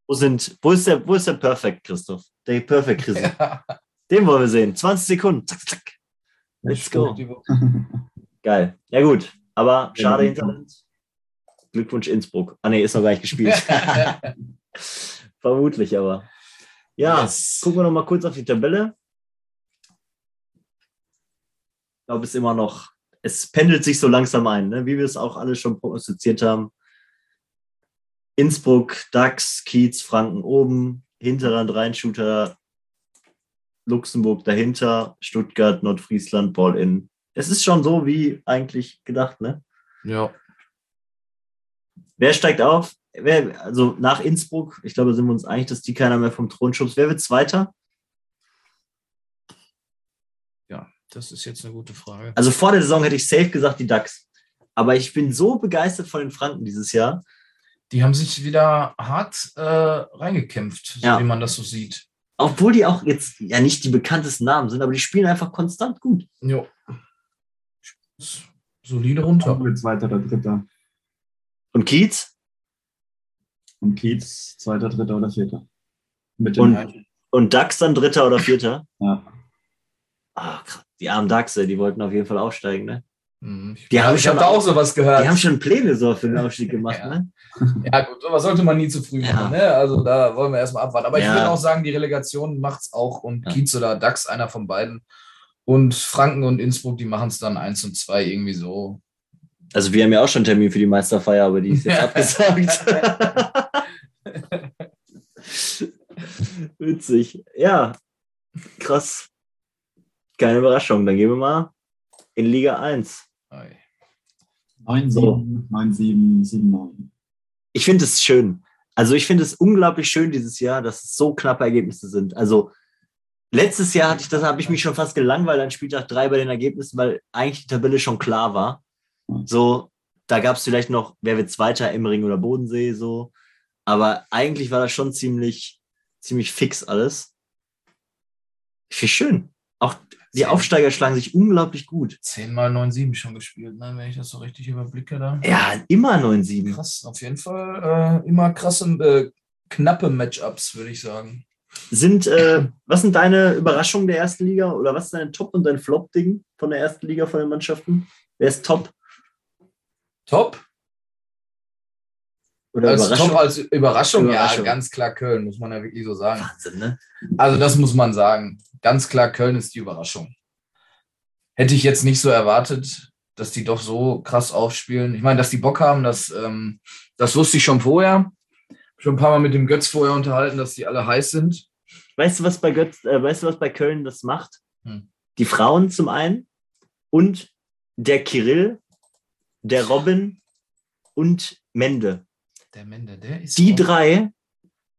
Speaker 1: Wo sind, wo ist der, wo ist der Perfect Christoph? Der Perfect Christoph.
Speaker 3: Ja,
Speaker 1: Den wollen wir sehen. 20 Sekunden. Zack, zack. Let's go.
Speaker 3: die Woche.
Speaker 1: Geil. Ja gut, aber schade
Speaker 2: Ja.
Speaker 1: hinter uns. Glückwunsch Innsbruck. Ah nee, ist noch gar nicht gespielt. Vermutlich aber. Ja,
Speaker 3: Yes.
Speaker 1: gucken wir noch mal kurz auf die Tabelle. Ich glaube, es ist immer noch, es pendelt sich so langsam ein, ne? wie wir es auch alle schon prognostiziert haben. Innsbruck, DAX, Kiez, Franken oben, Hinterland, Rheinshooter, Luxemburg dahinter, Stuttgart, Nordfriesland, Ball-In. Es ist schon so, wie eigentlich gedacht, ne?
Speaker 3: Ja,
Speaker 1: Wer steigt auf? Wer, also nach Innsbruck, ich glaube, da sind wir uns einig, dass die keiner mehr vom Thron schubst. Wer wird Zweiter?
Speaker 3: das ist jetzt eine gute Frage.
Speaker 1: Also vor der Saison hätte ich safe gesagt, die DAX. Aber ich bin so begeistert von den Franken dieses Jahr.
Speaker 3: Die haben sich wieder hart äh, reingekämpft,
Speaker 1: Ja.
Speaker 3: so wie man das so sieht.
Speaker 1: Obwohl die auch jetzt ja nicht die bekanntesten Namen sind, aber die spielen einfach konstant gut.
Speaker 3: Jo. Solide runter.
Speaker 2: Hamburg zweiter oder dritter.
Speaker 1: Und Kiez
Speaker 2: Und Kiez zweiter, dritter oder vierter. Mit
Speaker 1: Und-
Speaker 2: gleichen.
Speaker 1: und DAX dann Dritter oder Vierter.
Speaker 2: ja.
Speaker 1: Ah, krass. die armen DAX, ey, die wollten auf jeden Fall aufsteigen. Ne?
Speaker 3: Mhm. Ich,
Speaker 1: Die haben
Speaker 3: ich
Speaker 1: schon
Speaker 3: habe da
Speaker 1: auch-
Speaker 3: auch sowas gehört.
Speaker 1: Die haben schon Pläne so für den Aufstieg gemacht.
Speaker 3: Ja.
Speaker 1: Ne?
Speaker 3: Ja, gut, sowas sollte man nie zu früh
Speaker 1: Ja.
Speaker 3: machen. Ne? Also da wollen wir erstmal abwarten. Aber
Speaker 1: Ja.
Speaker 3: ich würde auch sagen, die Relegation macht es auch und
Speaker 1: Ja.
Speaker 3: Kiez oder DAX, einer von beiden. Und Franken und Innsbruck, die machen es dann eins und zwei irgendwie so.
Speaker 1: Also wir haben ja auch schon einen Termin für die Meisterfeier, aber die ist jetzt abgesagt. Witzig. Ja, krass. Keine Überraschung. Dann gehen wir mal in Liga 1.
Speaker 3: Ei.
Speaker 2: 9,
Speaker 1: So.
Speaker 2: 7, 9, 7, 7, 9.
Speaker 1: Ich finde es schön. Also ich finde es unglaublich schön dieses Jahr, dass es so knappe Ergebnisse sind. Also letztes Jahr hatte ich, das habe ich mich schon fast gelangweilt an Spieltag 3 bei den Ergebnissen, weil eigentlich die Tabelle schon klar war. So, da gab es vielleicht noch, wer wird Zweiter, Emmering oder Bodensee, so. Aber eigentlich war das schon ziemlich, ziemlich fix alles. Ich finde schön. Auch die Aufsteiger schlagen sich unglaublich gut.
Speaker 3: 10 mal 9-7 schon gespielt, ne? wenn ich das so richtig überblicke. Da.
Speaker 1: Ja, immer 9-7.
Speaker 3: Krass, auf jeden Fall äh, immer krasse, äh, knappe Matchups, würde ich sagen.
Speaker 1: Sind, äh, was sind deine Überraschungen der ersten Liga oder was ist dein Top und dein Flop-Ding von der ersten Liga von den Mannschaften? Wer ist Top?
Speaker 3: Top.
Speaker 1: Oder
Speaker 3: Als
Speaker 1: Überraschung?
Speaker 3: Also Top als Überraschung,
Speaker 1: Überraschung.
Speaker 3: ja, ganz klar Köln, muss man ja wirklich so sagen.
Speaker 1: Wahnsinn, ne?
Speaker 3: Also das muss man sagen. Ganz klar, Köln ist die Überraschung. Hätte ich jetzt nicht so erwartet, dass die doch so krass aufspielen. Ich meine, dass die Bock haben, das, ähm, das wusste ich schon vorher. Schon ein paar Mal mit dem Götz vorher unterhalten, dass die alle heiß sind.
Speaker 1: Weißt du, was bei Götz, äh, weißt du, was bei Köln das macht?
Speaker 3: Hm.
Speaker 1: Die Frauen zum einen und der Kirill, der Robin und Mende.
Speaker 3: Der Mende, der ist.
Speaker 1: Die
Speaker 3: auch-
Speaker 1: drei,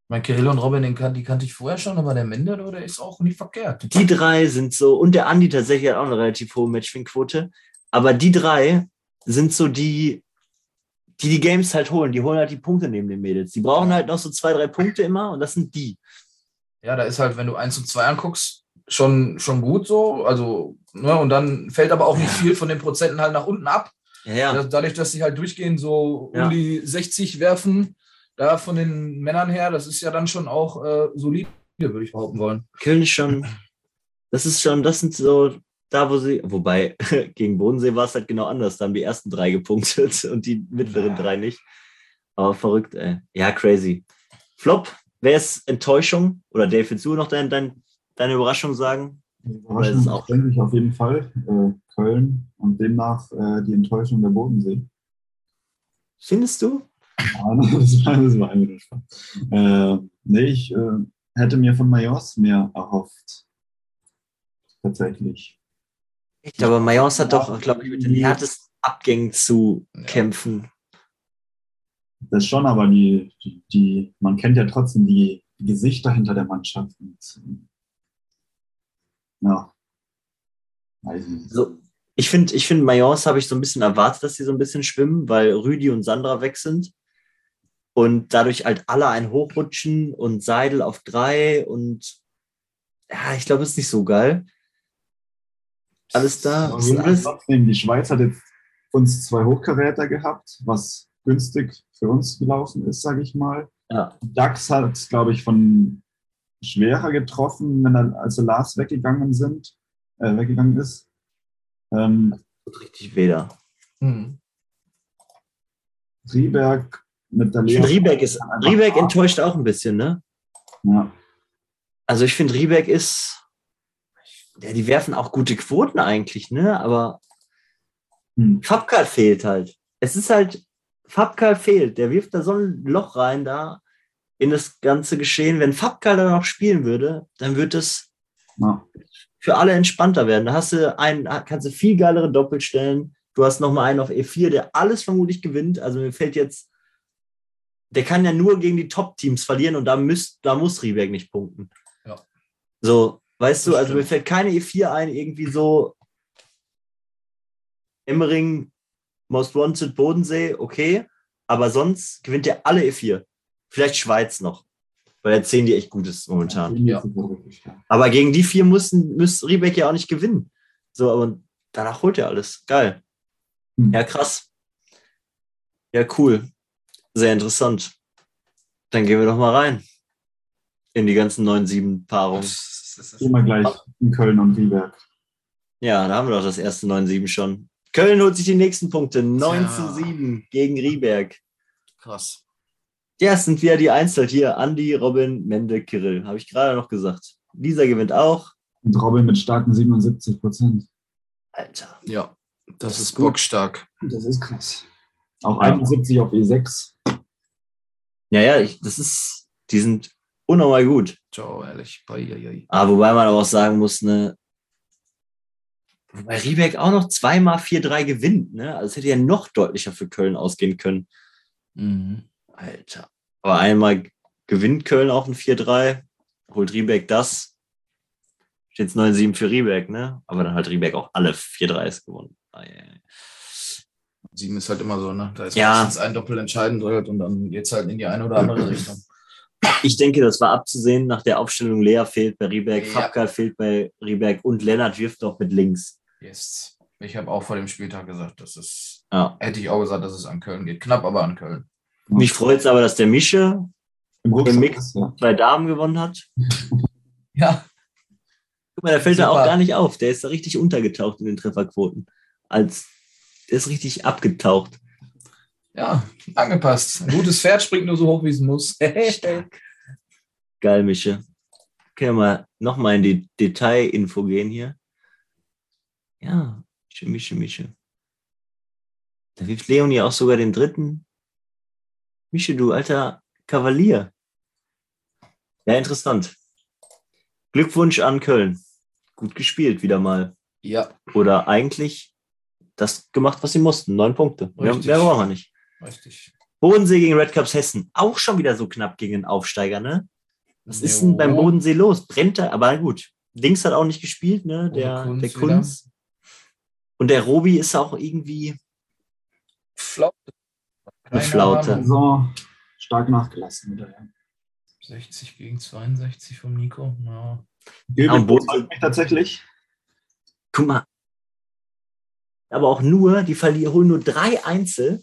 Speaker 3: Mein Kirill und Robin, den kan die kannte ich vorher schon, aber der Mende, du, der ist auch nicht verkehrt.
Speaker 1: die drei sind so, und der Andi tatsächlich hat auch eine relativ hohe Matchwin-Quote, aber die drei sind so die, die die Games halt holen. Die holen halt die Punkte neben den Mädels. Die brauchen halt noch so zwei, drei Punkte immer und das sind die.
Speaker 3: Ja, da ist halt, wenn du 1 und 2 anguckst, schon, schon gut so. Also, ne, und dann fällt aber auch nicht viel von den Prozenten halt nach unten ab.
Speaker 1: Ja, ja.
Speaker 3: Da- Dadurch, dass sie halt durchgehen, so
Speaker 1: Ja.
Speaker 3: um die 60 werfen, da von den Männern her, das ist ja dann schon auch äh, solide, würde ich behaupten wollen.
Speaker 1: Köln ist schon, das ist schon, das sind so da, wo sie, wobei gegen Bodensee war es halt genau anders. Da haben die ersten drei gepunktet und die mittleren
Speaker 3: Ja.
Speaker 1: drei nicht. Aber verrückt, ey. Ja, crazy. Flop, wer ist Enttäuschung? Oder Dave, willst du noch dein, dein, deine Überraschung sagen?
Speaker 2: Überraschung,
Speaker 1: ist auch-
Speaker 2: auch denke ich auf jeden Fall. Äh, Köln und demnach äh, die Enttäuschung der Bodensee.
Speaker 1: Findest du?
Speaker 2: Nein, das war, das war einfach nur Spaß. Äh, nee, ich äh, hätte mir von Majors mehr erhofft. Tatsächlich.
Speaker 1: Echt, aber Mayence hat doch, glaube ich, mit den härtesten Abgängen zu
Speaker 3: Ja.
Speaker 1: kämpfen.
Speaker 2: Das schon, aber die, die, die, man kennt ja trotzdem die, die Gesichter hinter der Mannschaft. Und, ähm, ja. Weiß nicht.
Speaker 1: Also, ich finde, ich find, Mayence habe ich so ein bisschen erwartet, dass sie so ein bisschen schwimmen, weil Rüdi und Sandra weg sind. Und dadurch halt alle ein Hochrutschen und Seidel auf drei und ja, ich glaube, ist nicht so geil. Alles da,
Speaker 2: Aber
Speaker 1: ist alles,
Speaker 2: Trotzdem, die Schweiz hat jetzt uns zwei Hochkaräter gehabt, was günstig für uns gelaufen ist, sage ich mal.
Speaker 1: Ja.
Speaker 2: DAX hat, glaube ich, von schwerer getroffen, wenn er, als sie Lars weggegangen sind, äh, weggegangen ist. Ähm,
Speaker 1: tut richtig weh da.
Speaker 3: Hm.
Speaker 2: Rieberg mit der
Speaker 1: Ich finde,
Speaker 2: Lea.
Speaker 1: Riebeck, ist,
Speaker 2: Einfach
Speaker 1: Riebeck
Speaker 2: hart.
Speaker 1: enttäuscht auch ein bisschen, ne?
Speaker 2: Ja.
Speaker 1: Also ich finde, Riebeck ist, ja, die werfen auch gute Quoten eigentlich, ne? Aber
Speaker 2: Hm.
Speaker 1: Fabka fehlt halt. Es ist halt, Fabka fehlt. Der wirft da so ein Loch rein da in das ganze Geschehen. Wenn Fabka dann noch spielen würde, dann würde es
Speaker 2: Ja.
Speaker 1: für alle entspannter werden. Da hast du einen, kannst du viel geilere Doppel stellen. Du hast noch mal einen auf E4, der alles vermutlich gewinnt. Also mir fällt jetzt, der kann ja nur gegen die Top-Teams verlieren und da, müsst, da muss Rieberg nicht punkten.
Speaker 3: Ja.
Speaker 1: So, weißt du,
Speaker 3: Das
Speaker 1: also mir
Speaker 3: stimmt.
Speaker 1: fällt keine E4 ein, irgendwie so Emmering, Most Wanted, Bodensee, okay. Aber sonst gewinnt der alle E4. Vielleicht Schweiz noch, weil der 10 die echt gut ist momentan.
Speaker 3: Ja.
Speaker 1: Aber gegen die vier mussten, muss Riebeck ja auch nicht gewinnen. So, aber danach holt er alles. Geil.
Speaker 2: Hm.
Speaker 1: Ja, krass. Ja, cool. Sehr interessant. Dann gehen wir doch mal rein. In die ganzen 9-7-Paarungen.
Speaker 2: Immer gleich in Köln und Rieberg.
Speaker 1: Ja, da haben wir doch das erste 9-7 schon. Köln holt sich die nächsten Punkte. 9 zu
Speaker 3: Tja.
Speaker 1: 7 gegen Rieberg.
Speaker 3: Krass.
Speaker 1: Ja, es sind wieder die Einzel hier. Andi, Robin, Mende, Kirill. Habe ich gerade noch gesagt. Lisa gewinnt auch.
Speaker 2: Und Robin mit starken 77 Prozent.
Speaker 1: Alter.
Speaker 3: Ja, das ist
Speaker 2: gut.
Speaker 3: bockstark.
Speaker 2: Das ist krass. Auch
Speaker 1: Ja.
Speaker 2: 71 auf E E6.
Speaker 1: Ja, ja, ich, das ist, die sind unnormal gut.
Speaker 3: Ciao, ehrlich. Bei, ei, ei.
Speaker 1: Ah, wobei man aber auch sagen muss, ne, wobei Riebeck auch noch zweimal 4-3 gewinnt, ne? Also es hätte ja noch deutlicher für Köln ausgehen können.
Speaker 3: Mhm.
Speaker 1: Alter. Aber einmal gewinnt Köln auch ein 4-3, holt Riebeck das. Steht jetzt 9-7 für Riebeck, ne? Aber dann hat Riebeck auch alle 4-3s gewonnen. Ah, ja, ja.
Speaker 3: Sieben ist halt immer so, ne? Da ist
Speaker 1: Ja.
Speaker 3: meistens ein Doppel entscheidend drin und dann geht es halt in die eine oder andere Richtung.
Speaker 1: Ich denke, das war abzusehen. Nach der Aufstellung Lea fehlt bei Riebeck,
Speaker 3: Ja.
Speaker 1: Fabka fehlt bei Riebeck und Lennart wirft noch mit links.
Speaker 3: Yes. Ich habe auch vor dem Spieltag gesagt, das ist,
Speaker 1: Ja.
Speaker 3: hätte ich auch gesagt, dass es an Köln geht. Knapp, aber an Köln.
Speaker 1: Mich freut es aber, dass der Mische
Speaker 2: Im Rucksack.
Speaker 1: Mix.
Speaker 2: ist er.
Speaker 1: zwei Damen gewonnen hat.
Speaker 3: Ja.
Speaker 1: Guck mal, der fällt da auch
Speaker 3: Super.
Speaker 1: gar nicht auf. Der ist da richtig untergetaucht in den Trefferquoten. Als der ist richtig abgetaucht.
Speaker 3: Ja, angepasst. Ein gutes Pferd springt nur so hoch, wie es muss.
Speaker 1: Stark. Geil, Mische. Können wir mal nochmal in die Detailinfo gehen hier. Ja, Mische, Mische, Mische. Da wirft Leonie auch sogar den dritten. Mische, du alter Kavalier. Ja, interessant. Glückwunsch an Köln. Gut gespielt wieder mal.
Speaker 3: ja,
Speaker 1: oder eigentlich das gemacht, was sie mussten. Neun Punkte. Mehr,
Speaker 3: Richtig.
Speaker 1: mehr brauchen wir nicht.
Speaker 3: richtig.
Speaker 1: Bodensee gegen Red Cups Hessen. Auch schon wieder so knapp gegen den Aufsteiger, ne? Was ist denn
Speaker 3: Jo.
Speaker 1: beim Bodensee los? Brennt er, aber gut. Links hat auch nicht gespielt, ne? Der,
Speaker 3: Kunz
Speaker 1: der
Speaker 3: wieder.
Speaker 1: Kunz. Und der Robi ist auch irgendwie.
Speaker 3: Flaute.
Speaker 1: Eine Flaute.
Speaker 3: Ahnung.
Speaker 2: So stark nachgelassen wieder. Ja.
Speaker 3: 60 gegen 62 vom Nico. Ja.
Speaker 1: Am
Speaker 2: Gilbert
Speaker 1: Boden-
Speaker 2: überzeugt mich tatsächlich.
Speaker 1: Guck mal. Aber auch nur, die verlieren, holen nur drei Einzel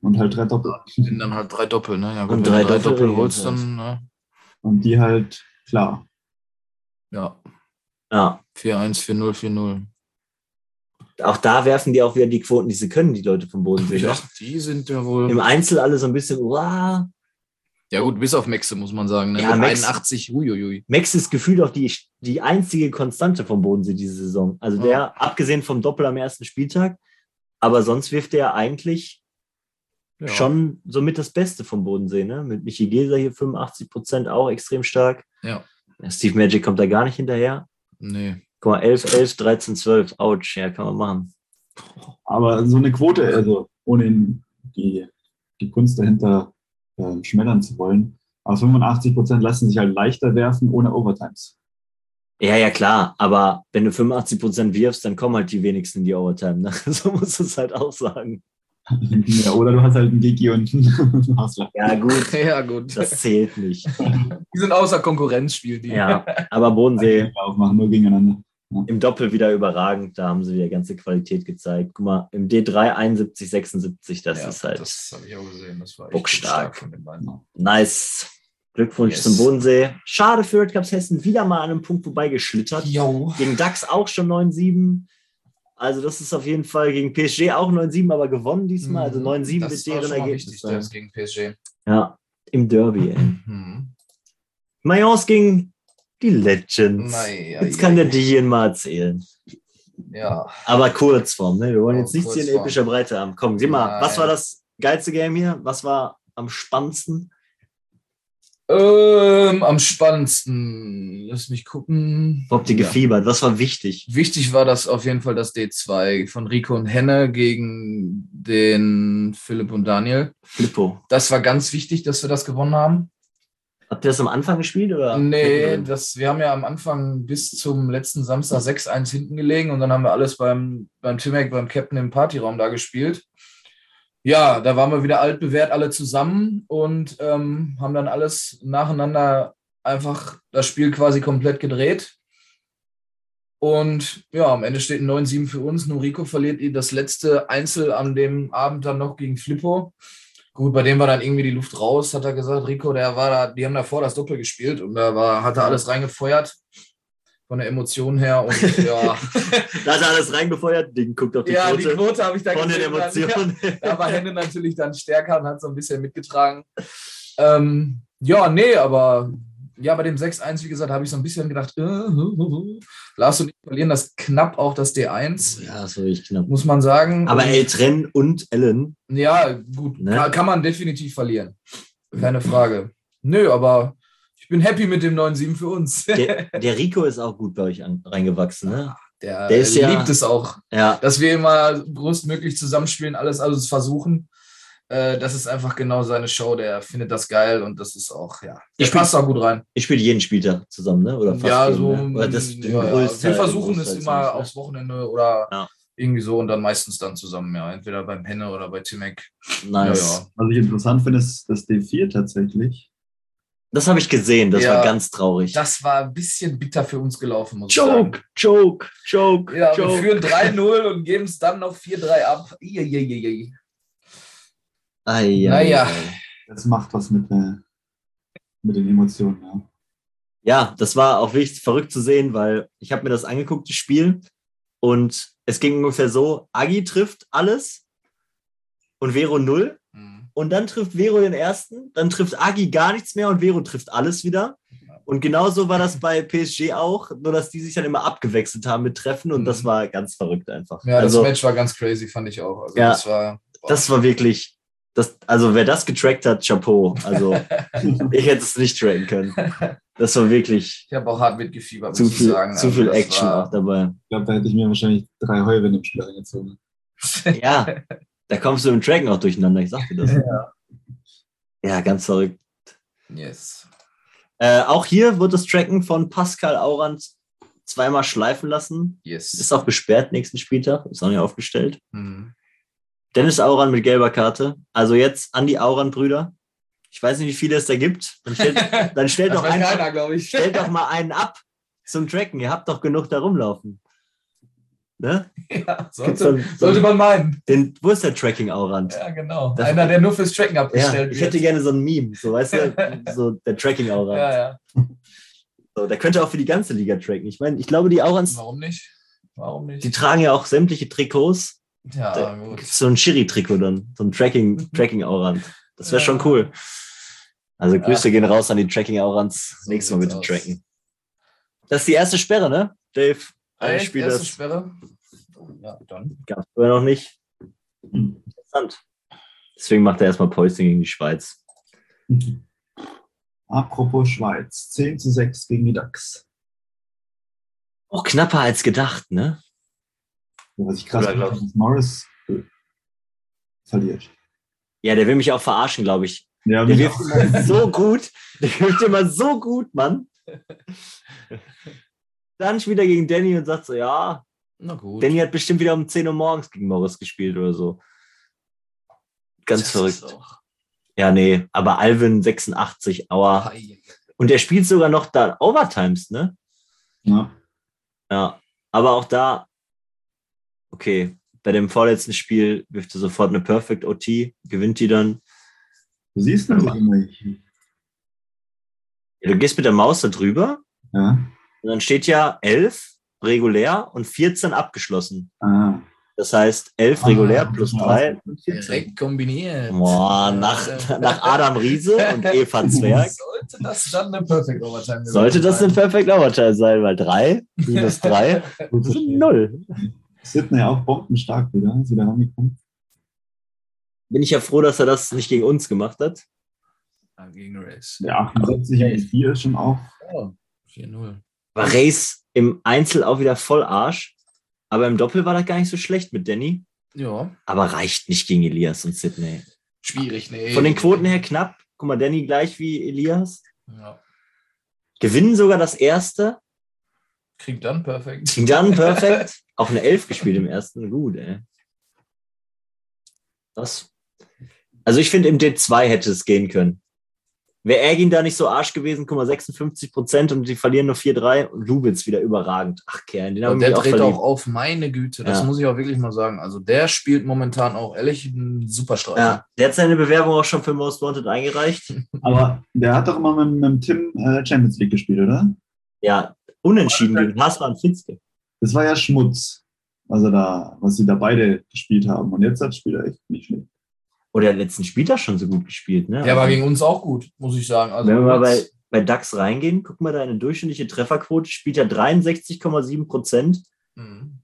Speaker 2: Und halt drei Doppel.
Speaker 3: Sind dann halt drei Doppel, ne? Ja, gut,
Speaker 1: Und
Speaker 3: wenn
Speaker 1: drei
Speaker 3: du drei
Speaker 1: Doppel
Speaker 3: Doppel
Speaker 1: regeln
Speaker 3: holst,
Speaker 1: kannst.
Speaker 3: dann, ne?
Speaker 2: Und die halt klar.
Speaker 3: Ja.
Speaker 1: Ja.
Speaker 3: 4-1, 4-0, 4-0.
Speaker 1: Auch da werfen die auch wieder die Quoten, die sie können, die Leute vom Bodensee. ne?
Speaker 3: Ja, die sind ja wohl.
Speaker 1: Im Einzel alle so ein bisschen, wow,
Speaker 3: Ja, gut, bis auf Mexe, muss man sagen. Ne?
Speaker 1: Ja,
Speaker 3: Mit
Speaker 1: Mexe.
Speaker 3: 81, huiuiui.
Speaker 1: Max ist gefühlt auch die, die einzige Konstante vom Bodensee diese Saison. Also der, abgesehen vom Doppel am ersten Spieltag, aber sonst wirft er eigentlich
Speaker 3: Ja.
Speaker 1: schon somit das Beste vom Bodensee. Ne? Mit Michi Geser hier 85 Prozent auch extrem stark.
Speaker 3: Ja.
Speaker 1: Steve Magic kommt da gar nicht hinterher.
Speaker 3: Nee.
Speaker 1: Guck mal, 11, 11, 13, 12. Autsch, ja, kann man machen.
Speaker 2: Aber so eine Quote, also ohne die, die Kunst dahinter ähm, schmälern zu wollen. Aber 85 Prozent lassen sich halt leichter werfen ohne Overtimes.
Speaker 1: Ja, ja, klar. Aber wenn du 85% wirfst, dann kommen halt die wenigsten in die Overtime. Ne? So musst du es halt auch sagen.
Speaker 2: ja, oder du hast halt einen Gigi und einen Hustler.
Speaker 1: Ja, gut.
Speaker 3: Ja, gut.
Speaker 1: Das zählt nicht.
Speaker 3: Die sind außer Konkurrenz, spielen die.
Speaker 1: Ja, aber Bodensee
Speaker 2: Eigentlich Aufmachen, nur gegeneinander.
Speaker 1: im Doppel wieder überragend. Da haben sie wieder ganze Qualität gezeigt. Guck mal, im D3 71, 76, das
Speaker 3: Ja,
Speaker 1: ist halt
Speaker 3: Das habe ich auch gesehen. Das war echt
Speaker 1: bockstark.
Speaker 3: stark von den beiden.
Speaker 1: nice. Glückwunsch
Speaker 3: Yes.
Speaker 1: zum Bodensee. Schade für Red Cups Hessen, wieder mal an einem Punkt vorbeigeschlittert.
Speaker 3: Jo.
Speaker 1: Gegen DAX auch schon 9-7. Also, das ist auf jeden Fall gegen PSG auch 9-7, aber gewonnen diesmal. Also 9-7 mit
Speaker 3: Mhm. Das war
Speaker 1: deren
Speaker 3: schon mal
Speaker 1: Ergebnis.
Speaker 3: wichtig, Steps gegen PSG.
Speaker 1: Ja, im Derby, ey.
Speaker 3: Mhm.
Speaker 1: Mayence gegen die Legends.
Speaker 3: Naja,
Speaker 1: Jetzt kann der Dijen mal erzählen.
Speaker 3: ja.
Speaker 1: Aber Kurzform, ne? Wir wollen
Speaker 3: Oh,
Speaker 1: jetzt nichts hier in
Speaker 3: Kurzform.
Speaker 1: epischer Breite haben. Komm, sieh mal, was
Speaker 3: Nein.
Speaker 1: war das geilste Game hier? Was war am spannendsten?
Speaker 3: Ähm, am spannendsten. Lass mich gucken.
Speaker 1: Wo habt ihr
Speaker 3: Ja.
Speaker 1: gefiebert? Was war wichtig?
Speaker 3: Wichtig war das auf jeden Fall das D2 von Rico und Henne gegen den Philipp und Daniel.
Speaker 1: Flippo.
Speaker 3: Das war ganz wichtig, dass wir das gewonnen haben.
Speaker 1: Habt ihr das am Anfang gespielt? Oder?
Speaker 3: Nee, das, wir haben ja am Anfang bis zum letzten Samstag 6-1 hinten gelegen und dann haben wir alles beim, beim Timek, beim Captain im Partyraum da gespielt. Ja, da waren wir wieder altbewährt alle zusammen und ähm, haben dann alles nacheinander einfach das Spiel quasi komplett gedreht. Und ja, am Ende steht ein 9-7 für uns. Nur Rico verliert ihr das letzte Einzel an dem Abend dann noch gegen Flippo. Gut, bei dem war dann irgendwie die Luft raus, hat er gesagt. Rico, der war da, die haben davor das Doppel gespielt und da war, hat er alles reingefeuert. Von der Emotion her. Und ja,
Speaker 1: Da hat er alles reingefeuert. Ding guckt auf die
Speaker 3: ja die
Speaker 1: Quote.
Speaker 3: Quote habe ich da
Speaker 1: Von den
Speaker 3: gesehen.
Speaker 1: Emotionen.
Speaker 3: Da war Hände natürlich dann stärker und hat so ein bisschen mitgetragen. Ähm, ja, nee, aber ja, bei dem 6-1, wie gesagt, habe ich so ein bisschen gedacht, äh, äh, äh. Lars und ich verlieren das knapp auch das D1,
Speaker 1: Ja, das war wirklich knapp.
Speaker 3: muss man sagen.
Speaker 1: Aber
Speaker 3: Und-
Speaker 1: El Tren und Ellen.
Speaker 3: ja, gut,
Speaker 1: Ne?
Speaker 3: kann, kann man definitiv verlieren. Keine Frage. Nö, aber ich bin happy mit dem 9-7 für uns.
Speaker 1: Der, der Rico ist auch gut bei euch an, reingewachsen, ne?
Speaker 3: Der,
Speaker 1: Der ist ja-
Speaker 3: liebt es auch,
Speaker 1: Ja.
Speaker 3: dass wir immer größtmöglich zusammenspielen, alles, alles versuchen. Äh, Das ist einfach genau seine Show. Der findet das geil und das ist auch, ja. Der
Speaker 1: Ich bin-
Speaker 3: passt auch gut rein.
Speaker 1: Ich spiele jeden Spieltag zusammen, ne? Oder fast
Speaker 3: ja,
Speaker 1: jeden,
Speaker 3: so.
Speaker 1: ne? Oder das, den
Speaker 3: ja, ja.
Speaker 1: Großteil-
Speaker 3: Wir versuchen es
Speaker 1: Großteil
Speaker 3: immer
Speaker 1: zumindest, ne?
Speaker 3: aufs Wochenende oder
Speaker 1: Ja.
Speaker 3: irgendwie so und dann meistens dann zusammen, ja. Entweder beim Henne oder bei Timek.
Speaker 1: Nice.
Speaker 3: Ja, ja.
Speaker 2: Was ich interessant finde, ist das D4 tatsächlich.
Speaker 1: Das habe ich gesehen, das
Speaker 3: Ja.
Speaker 1: war ganz traurig.
Speaker 3: Das war ein bisschen bitter für uns gelaufen, muss ich sagen.
Speaker 1: Joke, Joke, Joke,
Speaker 3: Ja, wir
Speaker 1: Joke.
Speaker 3: führen 3-0 und geben es dann noch 4-3 ab. Iiiiiii.
Speaker 1: Ai, ai,
Speaker 3: Naja.
Speaker 1: ai.
Speaker 2: Das macht was mit, der, mit den Emotionen. Ja.
Speaker 1: Ja, das war auch wirklich verrückt zu sehen, weil ich habe mir das angeguckt, das Spiel. Und es ging ungefähr so, Agi trifft alles und Vero null.
Speaker 3: Hm.
Speaker 1: Und dann trifft Vero den ersten, dann trifft Agi gar nichts mehr und Vero trifft alles wieder. Und genauso war das bei PSG auch, nur dass die sich dann immer abgewechselt haben mit Treffen und
Speaker 3: Mhm.
Speaker 1: das war ganz verrückt einfach.
Speaker 3: Ja,
Speaker 1: also,
Speaker 3: das Match war ganz crazy, fand ich auch. Also
Speaker 1: Ja.
Speaker 3: das war.
Speaker 1: das war wirklich, das, also wer das getrackt hat, Chapeau. Also ich hätte es nicht tracken können. Das war wirklich
Speaker 3: Ich habe auch hart mitgefiebert,
Speaker 1: zu
Speaker 3: muss
Speaker 1: viel,
Speaker 3: ich sagen.
Speaker 1: zu
Speaker 3: Also
Speaker 1: viel
Speaker 3: das
Speaker 1: Action auch
Speaker 3: War,
Speaker 1: dabei.
Speaker 2: Ich glaube, da hätte ich mir wahrscheinlich drei Heulen im Spiel reingezogen.
Speaker 1: Ja, da kommst du im Tracken auch durcheinander, ich sag dir das. Ja, ganz verrückt.
Speaker 3: yes.
Speaker 1: Äh, auch hier wird das Tracken von Pascal Aurand zweimal schleifen lassen.
Speaker 3: Yes.
Speaker 1: Ist auch gesperrt nächsten Spieltag, ist auch nicht aufgestellt.
Speaker 3: Hm.
Speaker 1: Dennis Auran mit gelber Karte. Also jetzt an die Auran-Brüder. Ich weiß nicht, wie viele es da gibt. Dann stellt, dann stellt,
Speaker 3: Das
Speaker 1: doch,
Speaker 3: weiß
Speaker 1: einfach,
Speaker 3: keiner, glaube ich.
Speaker 1: stellt doch mal einen ab zum Tracken. Ihr habt doch genug da rumlaufen. Ne?
Speaker 3: Ja,
Speaker 1: Gibt's
Speaker 3: sollte,
Speaker 1: so-
Speaker 3: sollte man meinen.
Speaker 1: den, wo ist der Tracking-Aurand?
Speaker 3: Ja, genau.
Speaker 1: Das-
Speaker 3: Einer, der nur fürs Tracken
Speaker 1: Ja,
Speaker 3: abgestellt
Speaker 1: ich
Speaker 3: wird.
Speaker 1: hätte gerne so ein Meme, so weißt du, so der Tracking-Aurand.
Speaker 3: ja, ja.
Speaker 1: So, der könnte auch für die ganze Liga tracken. Ich meine, ich glaube, die Aurans,
Speaker 3: Warum nicht? Warum
Speaker 1: die
Speaker 3: nicht?
Speaker 1: tragen ja auch sämtliche Trikots.
Speaker 3: Ja, gut.
Speaker 1: So ein Schiri-Trikot dann, so ein Tracking, Tracking-Aurand. Das wäre
Speaker 3: Mhm. Ja.
Speaker 1: schon cool. Also Grüße gehen raus an die Tracking-Aurans.
Speaker 3: So
Speaker 1: Nächstes Mal
Speaker 3: sieht's
Speaker 1: bitte
Speaker 3: aus.
Speaker 1: tracken. Das ist die erste Sperre, ne? Dave, ein
Speaker 3: Echt?
Speaker 1: Spiel,
Speaker 3: Erste
Speaker 1: das
Speaker 3: Sperre? Ja, dann.
Speaker 1: gab es vorher noch nicht.
Speaker 2: Hm.
Speaker 1: Interessant. Deswegen macht er erstmal Posting gegen die Schweiz.
Speaker 2: Apropos Schweiz, 10 zu 6 gegen die DAX.
Speaker 1: Auch knapper als gedacht, ne?
Speaker 2: Was ich krass
Speaker 1: Oder
Speaker 2: finde,
Speaker 1: glaubst
Speaker 2: dass Morris äh, verliert.
Speaker 1: Ja, der will mich auch verarschen, glaube ich.
Speaker 2: Ja,
Speaker 1: Der
Speaker 2: mich
Speaker 1: wirft
Speaker 2: auch.
Speaker 1: immer so gut. Der wirft immer so gut, Mann. Dann wieder gegen Danny und sagt so, ja,
Speaker 3: Na gut.
Speaker 1: Danny hat bestimmt wieder um 10 Uhr morgens gegen Morris gespielt oder so. Ganz
Speaker 3: Das ist
Speaker 1: verrückt.
Speaker 3: auch-
Speaker 1: Ja, nee, aber Alvin 86, aua.
Speaker 3: Ei.
Speaker 1: Und er spielt sogar noch da Overtimes, ne?
Speaker 2: ja.
Speaker 1: Ja, aber auch da, okay, bei dem vorletzten Spiel wirft er sofort eine Perfect OT, gewinnt die dann.
Speaker 2: Du siehst das
Speaker 1: Ja.
Speaker 2: immer.
Speaker 1: Ja, du gehst mit der Maus da drüber
Speaker 2: Ja.
Speaker 1: und dann steht ja 11 regulär und 14 abgeschlossen.
Speaker 2: Ah.
Speaker 1: Das heißt 11
Speaker 2: Ah,
Speaker 1: regulär
Speaker 2: das
Speaker 1: plus
Speaker 2: war
Speaker 1: 3.
Speaker 3: Direkt kombiniert.
Speaker 1: Boah, nach, nach Adam Riese und Eva Zwerg
Speaker 3: Sollte das dann eine Perfect Overtime sein?
Speaker 1: sollte das ein Perfect Overtime sein, weil 3 minus 3
Speaker 2: Gutes
Speaker 1: sind
Speaker 2: Spiel.
Speaker 1: 0.
Speaker 2: Sydney auch bombenstark wieder. Ist wieder rangekommen.
Speaker 1: bin ich ja froh, dass er das nicht gegen uns gemacht hat.
Speaker 3: Gegen Race.
Speaker 2: Der 78
Speaker 1: Ja.
Speaker 2: und 4 schon auch.
Speaker 3: Oh, 4-0.
Speaker 1: War Reis im Einzel auch wieder voll Arsch. Aber im Doppel war das gar nicht so schlecht mit Danny.
Speaker 3: Ja.
Speaker 1: Aber reicht nicht gegen Elias und Sydney.
Speaker 3: Schwierig, nee.
Speaker 1: Von den Quoten her knapp. Guck mal, Danny gleich wie Elias.
Speaker 3: Ja.
Speaker 1: Gewinnen sogar das erste.
Speaker 3: Kriegt dann Perfect.
Speaker 1: Ging dann perfekt. Auch eine Elf gespielt im ersten. Gut, ey. Das. Also ich finde, im D2 hätte es gehen können. Wäre Ergin da nicht so arsch gewesen, guck mal, 56 Prozent und die verlieren nur 4-3 und Lubitz wieder überragend. Ach, Kerl, den haben
Speaker 3: Und
Speaker 1: wir
Speaker 3: der
Speaker 1: auch
Speaker 3: dreht
Speaker 1: verliebt.
Speaker 3: auch auf, meine Güte, das
Speaker 1: Ja.
Speaker 3: muss ich auch wirklich mal sagen. Also der spielt momentan auch ehrlich einen Superstreifen.
Speaker 1: Ja, der hat seine Bewerbung auch schon für Most Wanted eingereicht.
Speaker 2: Aber der hat doch immer mit, mit dem Tim äh, Champions League gespielt, oder?
Speaker 1: Ja, unentschieden gegen Haslan Fitzke.
Speaker 2: Das war ja Schmutz. Also da, was sie da beide gespielt haben. Und jetzt hat Spieler echt nicht schlecht.
Speaker 1: Oder der letzten Spieler schon so gut gespielt, ne?
Speaker 3: Der war gegen uns auch gut, muss ich sagen. Also
Speaker 1: Wenn wir mal bei,
Speaker 3: jetzt-
Speaker 1: bei DAX reingehen, guck mal, da eine durchschnittliche Trefferquote spielt er 63,7 Prozent.
Speaker 3: Mhm.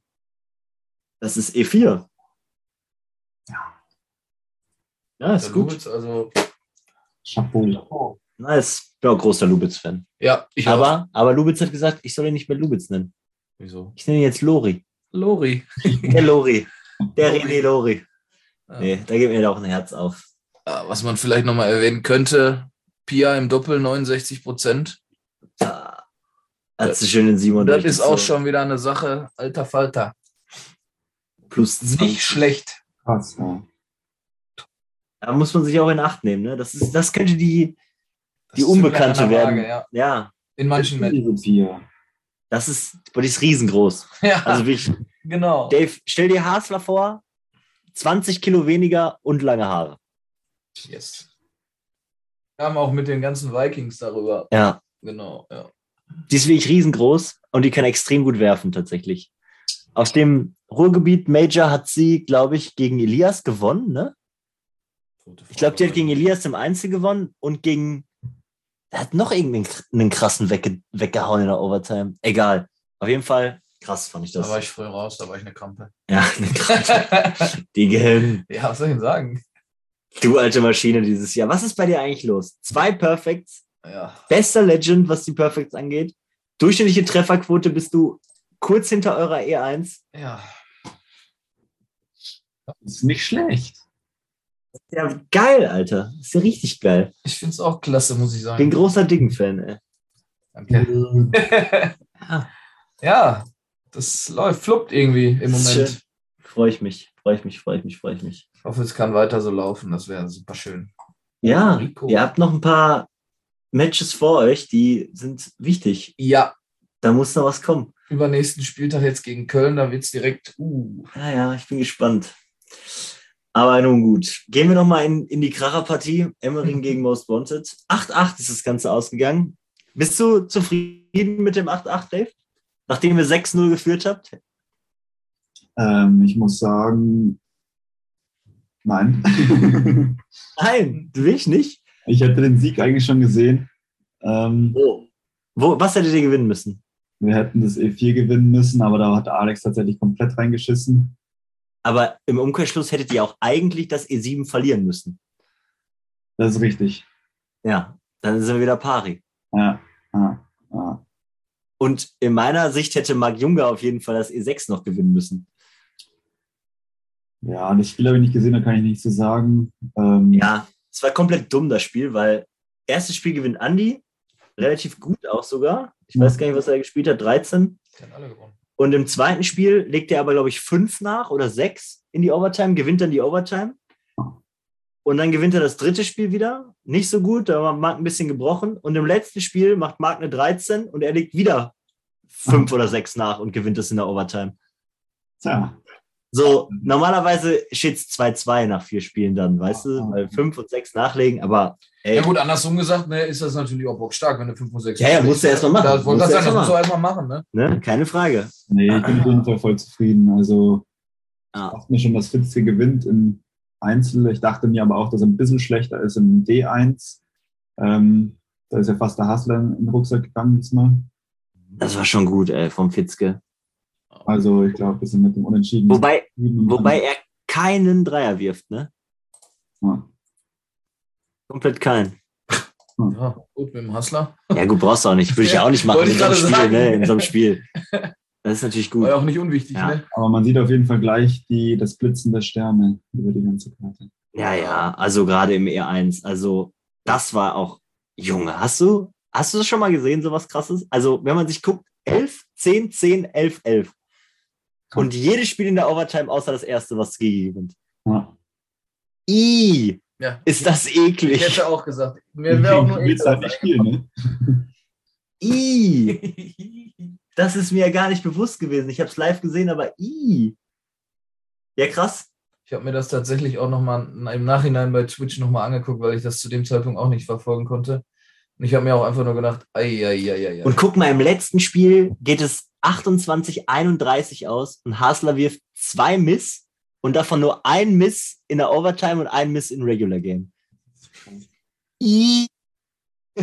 Speaker 1: Das ist E E4. Ja, ist
Speaker 3: Der
Speaker 1: gut.
Speaker 3: Lutz, Also,
Speaker 2: Chapeau.
Speaker 1: Nice. Ich bin auch großer Lubitz-Fan.
Speaker 3: ja, ich auch.
Speaker 1: Aber, aber Lubitz hat gesagt, ich soll ihn nicht mehr Lubitz nennen.
Speaker 3: Wieso?
Speaker 1: Ich nenne ihn jetzt Lori.
Speaker 3: Lori.
Speaker 1: Der Lori. Der
Speaker 3: Lori.
Speaker 1: René Lori.
Speaker 3: Ja.
Speaker 1: Nee, da geht mir da auch ein Herz auf.
Speaker 3: Ja, äh, was man vielleicht nochmal erwähnen könnte, Pia im Doppel 69 Prozent.
Speaker 1: Ah, Hat sie schön in 37.
Speaker 3: Das ist auch schon wieder eine Sache, alter Falter.
Speaker 1: plus 20.
Speaker 3: schlecht.
Speaker 2: Krass, ja.
Speaker 1: Da muss man sich auch in Acht nehmen. Ne? Das, ist, das könnte die,
Speaker 3: Das
Speaker 1: die
Speaker 3: ist
Speaker 1: Unbekannte
Speaker 3: sogar eine
Speaker 1: werden. Also,
Speaker 3: Waage, ja.
Speaker 1: ja,
Speaker 3: In manchen Matches.
Speaker 2: Diese vier.
Speaker 1: das ist, boah, die ist riesengroß.
Speaker 3: Ja,
Speaker 1: Also wirklich,
Speaker 3: genau.
Speaker 1: Dave, stell dir Hasler vor, 20 Kilo weniger und lange Haare.
Speaker 3: Yes. Wir haben auch mit den ganzen Vikings darüber.
Speaker 1: Ja.
Speaker 3: Genau, ja.
Speaker 1: Die ist wirklich riesengroß und die kann extrem gut werfen tatsächlich. Aus dem Ruhrgebiet Major hat sie, glaube ich, gegen Elias gewonnen. Ne? Ich glaube, die hat gegen Elias im Einzel gewonnen und gegen. Er hat noch irgendeinen krassen wegge weggehauen in der Overtime. Egal. Auf jeden Fall krass fand ich das.
Speaker 3: Da war ich früh raus, da war ich eine Krampe.
Speaker 1: ja, eine krasse. die Gehirn.
Speaker 3: ja, was soll ich denn sagen?
Speaker 1: Du alte Maschine dieses Jahr. Was ist bei dir eigentlich los? Zwei Perfects,
Speaker 3: Ja.
Speaker 1: bester Legend, was die Perfects angeht. Durchschnittliche Trefferquote bist du kurz hinter eurer E E1.
Speaker 3: Ja.
Speaker 2: Ist nicht schlecht.
Speaker 1: Ja, geil, Alter. Ist ja richtig geil.
Speaker 3: Ich finde es auch klasse, muss ich
Speaker 1: Bin
Speaker 3: sagen.
Speaker 1: großer Diggen-Fan, ey.
Speaker 3: Danke.
Speaker 1: Ja.
Speaker 3: Ja, das läuft, fluppt irgendwie im
Speaker 1: Das ist
Speaker 3: Moment.
Speaker 1: schön. Freue ich mich, freue ich mich, freue ich mich, freue ich mich.
Speaker 3: Ich hoffe, es kann weiter so laufen. Das wäre super schön.
Speaker 1: Ja,
Speaker 3: Rico.
Speaker 1: ihr habt noch ein paar Matches vor euch, die sind wichtig.
Speaker 3: Ja,
Speaker 1: Da muss noch was kommen.
Speaker 3: übernächsten Spieltag jetzt gegen Köln, da wird es direkt. Uh,
Speaker 1: Ja, ja, ich bin gespannt. Aber nun gut. Gehen wir nochmal in, in die Kracherpartie. Emmering gegen Most Wanted. 8-8 ist das Ganze ausgegangen. Bist du zufrieden mit dem 8-8, Dave? Nachdem ihr 6-0 geführt habt?
Speaker 2: Ähm, ich muss sagen, nein.
Speaker 1: Nein, will ich nicht.
Speaker 2: ich hätte den Sieg eigentlich schon gesehen. Ähm,
Speaker 1: Oh. Wo, was hättet ihr gewinnen müssen?
Speaker 2: wir hätten das E4 gewinnen müssen, aber da hat Alex tatsächlich komplett reingeschissen.
Speaker 1: Aber im Umkehrschluss hättet ihr auch eigentlich das E7 verlieren müssen.
Speaker 2: Das ist richtig.
Speaker 1: Ja, dann sind wir wieder pari.
Speaker 2: Ja, ja, ja.
Speaker 1: Und in meiner Sicht hätte Marc Junger auf jeden Fall das E6 noch gewinnen müssen.
Speaker 2: Ja, das Spiel habe ich nicht gesehen, da kann ich nichts zu sagen. Ähm,
Speaker 1: Ja, es war komplett dumm, das Spiel, weil erstes Spiel gewinnt Andy, relativ gut auch sogar. Ich weiß gar nicht, was er gespielt hat, 13.
Speaker 3: Die haben alle gewonnen.
Speaker 1: Und im zweiten Spiel legt er aber, glaube ich, fünf nach oder sechs in die Overtime, gewinnt dann die Overtime. Und dann gewinnt er das dritte Spiel wieder. Nicht so gut, da war Marc ein bisschen gebrochen. Und im letzten Spiel macht Marc eine 13 und er legt wieder fünf oder sechs nach und gewinnt das in der Overtime.
Speaker 2: Tja,
Speaker 1: So, normalerweise steht es 2-2 nach vier Spielen dann, weißt du, weil fünf und sechs nachlegen, aber ey,
Speaker 3: Ja, gut, andersrum gesagt, ne, ist das natürlich auch bockstark, wenn du 5 und 6
Speaker 1: Ja, ja, musst du erst mal machen.
Speaker 3: Das, wollte
Speaker 1: Musst
Speaker 3: das
Speaker 1: du erst
Speaker 3: sagen, das
Speaker 1: mal
Speaker 3: musst du erstmal machen, ne?
Speaker 1: ne? keine Frage.
Speaker 2: nee, ich bin auf jeden Fall voll zufrieden. Also,
Speaker 1: Ah.
Speaker 2: dachte mir schon, dass Fitz hier gewinnt im Einzel. Ich dachte mir aber auch, dass er ein bisschen schlechter ist im D1. Ähm, da ist ja fast der Hassler in den Rucksack gegangen diesmal.
Speaker 1: Das war schon gut, ey, vom Fitzke.
Speaker 2: Also, ich glaube, wir sind mit dem Unentschieden.
Speaker 1: Wobei, wobei er keinen Dreier wirft, ne?
Speaker 2: Ja.
Speaker 1: Komplett keinen.
Speaker 3: Ja, gut, mit dem Hassler.
Speaker 1: Ja, gut, brauchst du auch nicht. Würde ich ja auch nicht machen
Speaker 3: Wollte
Speaker 1: in
Speaker 3: ich
Speaker 1: so einem
Speaker 3: gerade
Speaker 1: Spiel,
Speaker 3: sagen.
Speaker 1: ne? In so einem Spiel. Das ist natürlich
Speaker 3: War
Speaker 1: gut.
Speaker 3: ja auch nicht unwichtig,
Speaker 1: Ja.
Speaker 3: ne?
Speaker 2: Aber man sieht auf jeden Fall gleich die, das Blitzen der Sterne über die ganze Karte.
Speaker 1: Ja, ja, also gerade im E1. Also, das war auch, Junge, hast du, hast du das schon mal gesehen, sowas krasses? Also, wenn man sich guckt, 11, 10, 10, 11, 11. Und jedes Spiel in der Overtime, außer das erste, was Gigi gewinnt.
Speaker 2: Ja.
Speaker 1: I,
Speaker 3: Ja.
Speaker 1: ist das
Speaker 3: Ich hätte
Speaker 1: eklig.
Speaker 3: auch gesagt. Mir wäre auch nur
Speaker 2: willst halt nicht spielen, ne?
Speaker 1: I,
Speaker 3: ekelhaft.
Speaker 1: das ist mir ja gar nicht bewusst gewesen. Ich habe es live gesehen, aber I. Ja, krass.
Speaker 3: Ich habe mir das tatsächlich auch nochmal im Nachhinein bei Twitch nochmal angeguckt, weil ich das zu dem Zeitpunkt auch nicht verfolgen konnte. Und ich habe mir auch einfach nur gedacht, ei, ei, ei, ei, ei.
Speaker 1: Und guck mal, im letzten Spiel geht es 28-31 aus und Hasler wirft zwei Miss und davon nur ein Miss in der Overtime und ein Miss in Regular Game. I.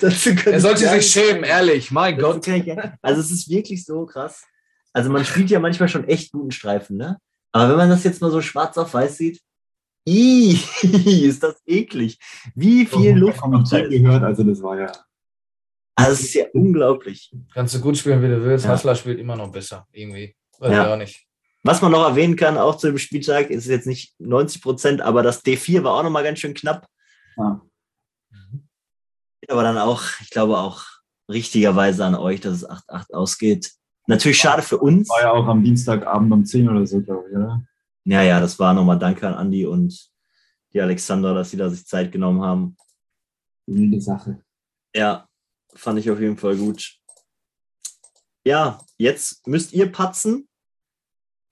Speaker 1: Dazu kann
Speaker 3: Er
Speaker 1: ich
Speaker 3: sollte
Speaker 1: gar
Speaker 3: sich
Speaker 1: nicht-
Speaker 3: schämen, ehrlich. Mein
Speaker 1: dazu
Speaker 3: Gott.
Speaker 1: kann ich gar- Also es ist wirklich so krass. Also man spielt ja manchmal schon echt guten Streifen, ne? Aber wenn man das jetzt mal so schwarz auf weiß sieht, i, ist das eklig. Wie
Speaker 2: Oh
Speaker 1: viel Luft kommt da
Speaker 2: kommentiert
Speaker 1: ist.
Speaker 2: gehört, also das war ja.
Speaker 1: Also es ist ja unglaublich.
Speaker 3: Kannst du gut spielen, wie du willst.
Speaker 1: Ja.
Speaker 3: Hassler spielt immer noch besser. Irgendwie. Weiß
Speaker 1: Ja.
Speaker 3: ich auch nicht.
Speaker 1: Was man noch erwähnen kann, auch zu dem Spieltag, ist jetzt nicht 90 Prozent, aber das D4 war auch nochmal ganz schön knapp.
Speaker 2: Ah.
Speaker 1: Aber dann auch, ich glaube auch richtigerweise an euch, dass es 8-8 ausgeht. Natürlich schade für uns.
Speaker 2: War ja auch am Dienstagabend um 10 oder so, glaube ich, oder?
Speaker 1: Ja, ja, das war nochmal Danke an Andi und die Alexandra, dass sie da sich Zeit genommen haben.
Speaker 2: Wilde Sache.
Speaker 1: Ja, fand ich auf jeden Fall gut. Ja, jetzt müsst ihr patzen,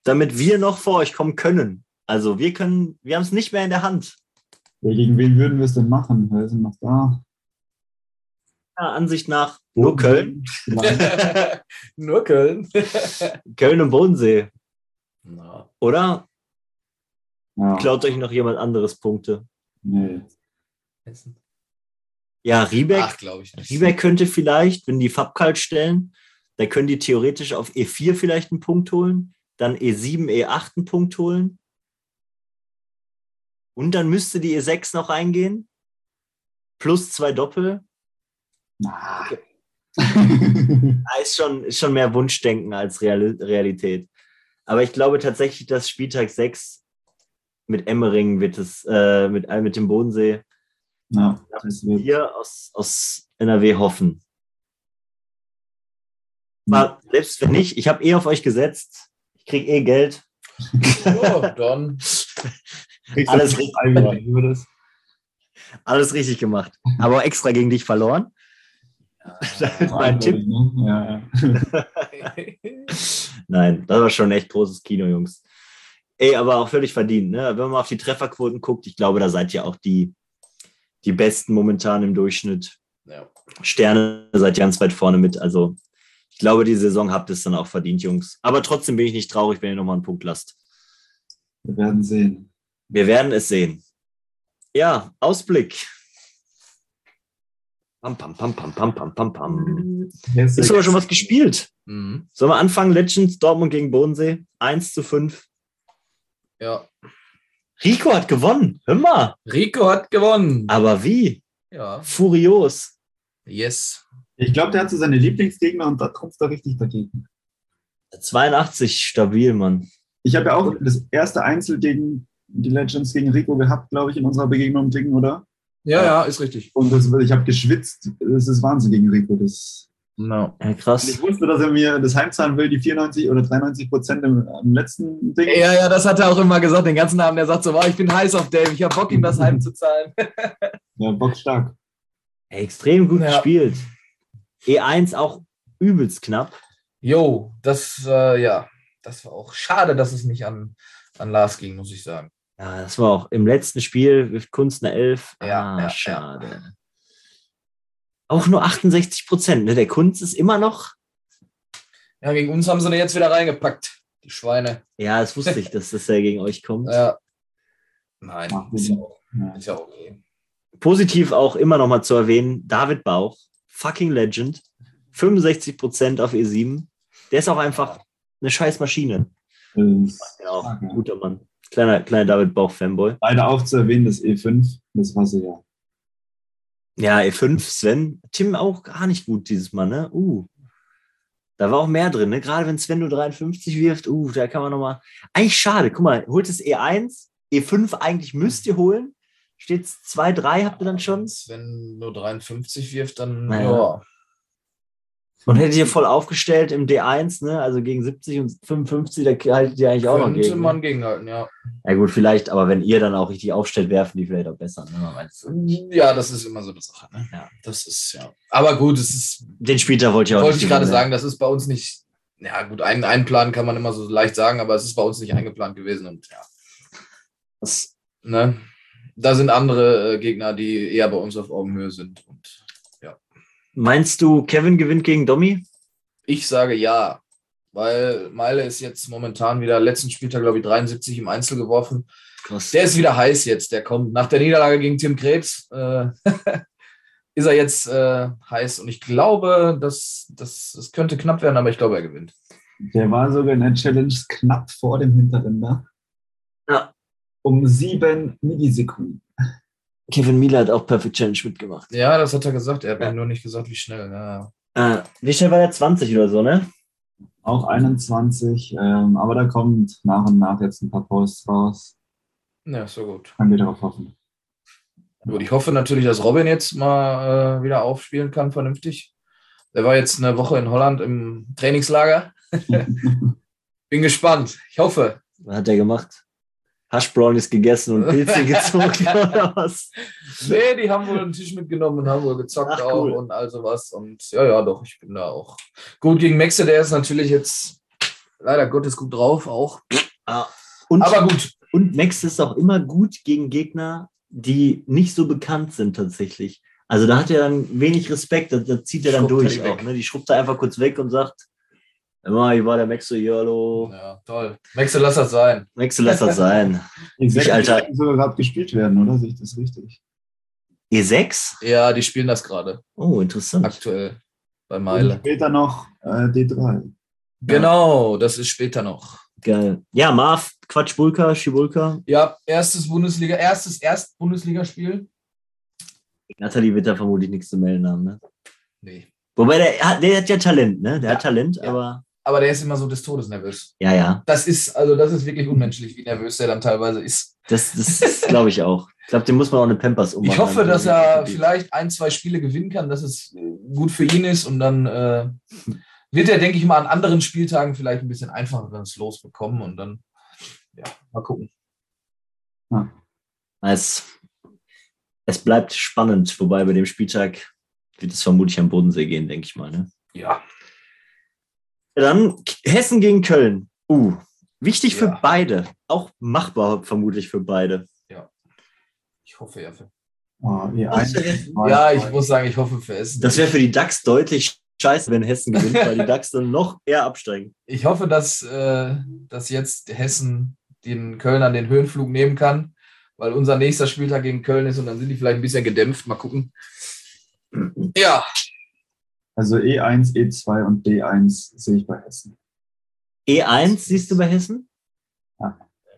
Speaker 1: damit wir noch vor euch kommen können. Also wir können, wir haben es nicht mehr in der Hand.
Speaker 2: Ja, gegen wen würden wir es denn machen? Wer ist denn noch da?
Speaker 1: Meiner Ansicht nach nur Köln.
Speaker 2: Vielleicht.
Speaker 3: Nur Köln.
Speaker 1: Köln und Bodensee,
Speaker 3: Na,
Speaker 1: oder?
Speaker 2: Ja,
Speaker 1: Klaut euch noch jemand anderes Punkte?
Speaker 2: nee.
Speaker 3: Hessen.
Speaker 1: Ja, Riebeck.
Speaker 3: Ach, glaube ich nicht.
Speaker 1: Riebeck könnte vielleicht, wenn die Fabkalt stellen, dann können die theoretisch auf E4 vielleicht einen Punkt holen, dann E E7, E8 einen Punkt holen. Und dann müsste die E6 noch eingehen. Plus zwei Doppel.
Speaker 2: Na.
Speaker 1: Okay. Da ist schon, ist schon mehr Wunschdenken als Real Realität. Aber ich glaube tatsächlich, dass Spieltag 6 mit Emmering wird es, äh, mit, äh, mit dem Bodensee,
Speaker 2: Na, das wird,
Speaker 1: wir aus, aus NRW hoffen. Aber selbst wenn nicht, ich habe eh auf euch gesetzt. Ich krieg eh Geld.
Speaker 3: Oh, dann.
Speaker 2: Kriegst
Speaker 1: Alles
Speaker 2: du
Speaker 1: richtig.
Speaker 2: frei wieder, wie war das?
Speaker 1: Alles richtig gemacht. Aber extra gegen dich verloren. Das ist mein Tipp.
Speaker 2: Ne? Ja, ja.
Speaker 1: Nein, das war schon echt großes Kino, Jungs. Ey, aber auch völlig verdient. Ne? Wenn man mal auf die Trefferquoten guckt, ich glaube, da seid ihr auch die, die Besten momentan im Durchschnitt.
Speaker 3: Ja.
Speaker 1: Sterne seid ihr ganz weit vorne mit. Also ich glaube, die Saison habt es dann auch verdient, Jungs. Aber trotzdem bin ich nicht traurig, wenn ihr nochmal einen Punkt lasst.
Speaker 2: Wir werden sehen.
Speaker 1: Wir werden es sehen. Ja, Ausblick. Pam, pam, pam, pam, pam, pam, pam, pam. Ist aber schon was gespielt.
Speaker 3: Mhm.
Speaker 1: Sollen wir anfangen? Legends, Dortmund gegen Bodensee. 1 zu 5.
Speaker 3: ja.
Speaker 1: Rico hat gewonnen. Hör mal.
Speaker 3: Ah. Rico hat gewonnen.
Speaker 1: Aber wie?
Speaker 3: Ja.
Speaker 1: Furios.
Speaker 3: Yes.
Speaker 2: Ich glaube, der hat so seine Lieblingsgegner und da trumpft er richtig dagegen.
Speaker 1: 82 stabil, Mann.
Speaker 2: Ich habe ja auch das erste Einzel gegen die Legends gegen Rico gehabt, glaube ich, in unserer Begegnung im Ding, oder?
Speaker 3: Ja, ja, ist richtig.
Speaker 2: Und das, ich habe geschwitzt. Das ist Wahnsinn gegen Rico. Das,
Speaker 3: No.
Speaker 1: Ja,
Speaker 2: und
Speaker 1: krass.
Speaker 2: ich wusste, dass er mir das heimzahlen will, die 94 oder 93 Prozent im, am letzten Ding.
Speaker 3: Ja, ja, das hat er auch immer gesagt, den ganzen Abend. Er sagt so, wow, ich bin heiß auf Dave, ich hab Bock, ihm das heimzuzahlen.
Speaker 2: Ja, Bock stark.
Speaker 1: Ey, extrem gut
Speaker 3: Ja.
Speaker 1: gespielt. E1 auch übelst knapp.
Speaker 3: Jo, das, äh, ja, das war auch schade, dass es nicht an, an Lars ging, muss ich sagen.
Speaker 1: Ja, das war auch im letzten Spiel, wirft Kunst eine 11.
Speaker 3: Ja,
Speaker 1: ah,
Speaker 3: ja,
Speaker 1: schade. Auch nur 68 Prozent. Ne? Der Kunst ist immer noch.
Speaker 3: Ja, gegen uns haben sie den jetzt wieder reingepackt, die Schweine.
Speaker 1: Ja, das wusste ich, dass das ja gegen euch kommt.
Speaker 3: Ja. Nein,
Speaker 2: Macht
Speaker 3: ist ja,
Speaker 2: Sinn.
Speaker 3: auch,
Speaker 2: Ja.
Speaker 3: ist ja auch okay.
Speaker 1: Positiv auch immer nochmal zu erwähnen: David Bauch, fucking Legend. 65 Prozent auf E7. Der ist auch einfach eine scheiß Maschine.
Speaker 2: Das
Speaker 1: Ja, auch ein
Speaker 2: Okay.
Speaker 1: guter Mann. Kleiner, kleiner David Bauch-Fanboy.
Speaker 2: Leider auch zu erwähnen, das E5, das war so ja.
Speaker 1: Ja, E5, Sven. Tim auch gar nicht gut dieses Mal, ne? Uh. Da war auch mehr drin, ne? Gerade wenn Sven nur 53 wirft, uh, da kann man nochmal. Eigentlich schade, guck mal, holt E das E1, E5 eigentlich müsst ihr holen. Steht 2-3, habt ihr dann schon.
Speaker 3: Wenn nur 53 wirft, dann
Speaker 1: Naja.
Speaker 3: ja.
Speaker 1: Und hättet ihr voll aufgestellt im D1, ne? Also gegen 70 und 55, da haltet ihr eigentlich auch noch
Speaker 3: könnte
Speaker 1: gegen.
Speaker 3: man
Speaker 1: Ne?
Speaker 3: gegenhalten, ja.
Speaker 1: Ja gut, vielleicht, aber wenn ihr dann auch richtig aufstellt, werfen die vielleicht auch besser. Ne? Man weiß.
Speaker 3: Ja, das ist immer so eine Sache. Ne?
Speaker 1: Ja.
Speaker 3: Das ist ja. Aber gut, es ist,
Speaker 1: Den Spieltag wollte ich auch
Speaker 3: wollte ich
Speaker 1: nicht
Speaker 3: gerade
Speaker 1: gewinnen.
Speaker 3: sagen, das ist bei uns nicht. Ja, gut, einen einplanen kann man immer so leicht sagen, aber es ist bei uns nicht eingeplant gewesen und ja.
Speaker 1: Das-
Speaker 3: Ne? Da sind andere äh, Gegner, die eher bei uns auf Augenhöhe sind. Und
Speaker 1: Meinst du, Kevin gewinnt gegen Domi?
Speaker 3: ich sage ja, weil Meile ist jetzt momentan wieder letzten Spieltag, glaube ich, 73 im Einzel geworfen.
Speaker 1: Krass.
Speaker 3: Der ist wieder heiß jetzt, der kommt nach der Niederlage gegen Tim Krebs. Äh, ist er jetzt äh, heiß und ich glaube, dass das, das könnte knapp werden, aber ich glaube, er gewinnt.
Speaker 2: Der war sogar in der Challenge knapp vor dem Hinterrinder.
Speaker 1: Ja.
Speaker 2: Um sieben Millisekunden.
Speaker 1: Kevin Miller hat auch Perfect Challenge mitgemacht.
Speaker 3: Ja, das hat er gesagt. Er hat
Speaker 1: Ja.
Speaker 3: mir nur nicht gesagt, wie schnell. Ja.
Speaker 1: Äh, wie schnell war der 20 oder so, ne?
Speaker 2: Auch 21, ähm, aber da kommt nach und nach jetzt ein paar Posts raus.
Speaker 3: ja, so gut.
Speaker 2: Können wir darauf hoffen.
Speaker 3: Gut, ich hoffe natürlich, dass Robin jetzt mal äh, wieder aufspielen kann, vernünftig. Der war jetzt eine Woche in Holland im Trainingslager. Bin gespannt. Ich hoffe.
Speaker 1: Was hat der gemacht? Haschbrownies gegessen und Pilze gezogen oder was?
Speaker 3: Nee, die haben wohl einen Tisch mitgenommen und haben wohl gezockt
Speaker 1: Ach,
Speaker 3: auch
Speaker 1: cool.
Speaker 3: und all sowas. Und ja, ja, doch, ich bin da auch. Gut, gegen Maxe, der ist natürlich jetzt leider Gottes gut drauf auch.
Speaker 1: Und,
Speaker 3: Aber gut,
Speaker 1: und Max ist auch immer gut gegen Gegner, die nicht so bekannt sind tatsächlich. Also da hat er dann wenig Respekt, da, da zieht er dann
Speaker 3: Schrubbt er
Speaker 1: durch
Speaker 3: die
Speaker 1: auch.
Speaker 3: weg.
Speaker 1: Ne? Die schrubbt er einfach kurz weg und sagt, immer, hier war der Max so, ja, hallo.
Speaker 3: ja, toll. Maxe, lass das sein.
Speaker 1: Max, lass das sein.
Speaker 2: Exakt,
Speaker 1: Alter.
Speaker 2: sogar gerade gespielt werden, oder? Sehe ich das richtig?
Speaker 1: E6?
Speaker 3: Ja, die spielen das gerade
Speaker 1: E Oh, interessant.
Speaker 3: aktuell bei
Speaker 2: Und
Speaker 3: Meile.
Speaker 2: später noch äh, D3.
Speaker 3: Genau, das ist später noch.
Speaker 1: Geil. Ja, Marv, Quatsch, Bulka, Schibulka.
Speaker 3: Ja, erstes Bundesliga, erstes Erst-Bundesligaspiel.
Speaker 1: Nathalie wird da vermutlich nichts zu melden haben, ne?
Speaker 3: Nee.
Speaker 1: Wobei der, hat- der hat ja Talent, ne? Der hat Talent,
Speaker 3: ja.
Speaker 1: aber
Speaker 3: Aber der ist immer so des Todes nervös.
Speaker 1: ja, ja.
Speaker 3: Das ist, also das ist wirklich unmenschlich, wie nervös der dann teilweise ist.
Speaker 1: Das, das glaube ich auch. Ich glaube, dem muss man auch eine Pampers ummachen.
Speaker 3: Ich hoffe, dass er
Speaker 1: Also,
Speaker 3: vielleicht ein, zwei Spiele gewinnen kann, dass es äh, gut für ihn ist und dann äh, wird er, denke ich mal, an anderen Spieltagen vielleicht ein bisschen einfacheres Los bekommen und dann, ja, mal gucken.
Speaker 1: Es, es bleibt spannend, wobei bei dem Spieltag wird es vermutlich am Bodensee gehen, denke ich mal. Ne?
Speaker 3: Ja,
Speaker 1: Dann K- Hessen gegen Köln. Uh, wichtig für
Speaker 3: Ja.
Speaker 1: beide. Auch machbar vermutlich für beide.
Speaker 3: ich hoffe ja. Für,
Speaker 2: Oh,
Speaker 1: Was für
Speaker 2: E1.
Speaker 1: Essen?
Speaker 2: D3.
Speaker 3: ja, ich muss sagen, ich hoffe für Essen.
Speaker 1: Das wäre für die DAX deutlich scheiße, wenn Hessen gewinnt, weil die DAX dann noch eher absteigen.
Speaker 3: ich hoffe, dass, äh, dass jetzt Hessen den Kölnern den Höhenflug nehmen kann, weil unser nächster Spieltag gegen Köln ist und dann sind die vielleicht ein bisschen gedämpft. Mal gucken.
Speaker 1: Mhm.
Speaker 3: Ja,
Speaker 2: Also E1, E2 und D1 sehe ich bei Hessen.
Speaker 1: E1 E siehst du bei Hessen?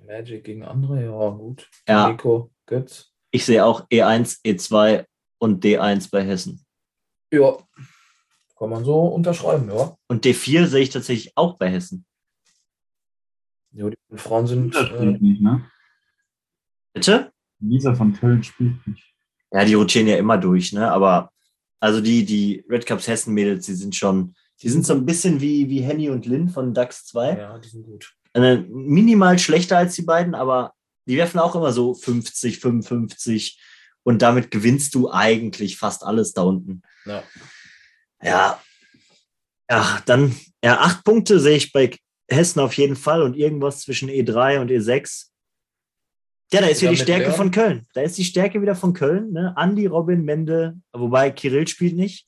Speaker 3: Magic gegen andere, ja, gut.
Speaker 1: Ja,
Speaker 3: Nico, Götz.
Speaker 1: E Ich sehe auch E1, E2 und D1 bei Hessen.
Speaker 3: Ja, kann man so unterschreiben, ja.
Speaker 1: Und D4 sehe ich tatsächlich auch bei Hessen.
Speaker 3: Ja, die Frauen sind.
Speaker 2: Lisa
Speaker 3: Äh,
Speaker 2: spielt nicht, ne?
Speaker 1: Bitte?
Speaker 2: Lisa von Köln spielt nicht.
Speaker 1: Ja, die rotieren ja immer durch, ne? Aber also die, die Red Cups Hessen-Mädels, die sind schon, die sind so ein bisschen wie, wie Henny und Lynn von DAX 2.
Speaker 3: ja, die sind gut.
Speaker 1: Äh, minimal schlechter als die beiden, aber die werfen auch immer so 50, 55 und damit gewinnst du eigentlich fast alles da unten.
Speaker 3: Ja.
Speaker 1: Ja. Ach, dann, ja, acht Punkte sehe ich bei Hessen auf jeden Fall und irgendwas zwischen E3 und E6. Ja, da ist wieder die
Speaker 3: Damit
Speaker 1: Stärke
Speaker 3: Leon?
Speaker 1: von Köln. Da ist die Stärke wieder von Köln. Ne? Andi, Robin, Mende, wobei Kirill spielt nicht.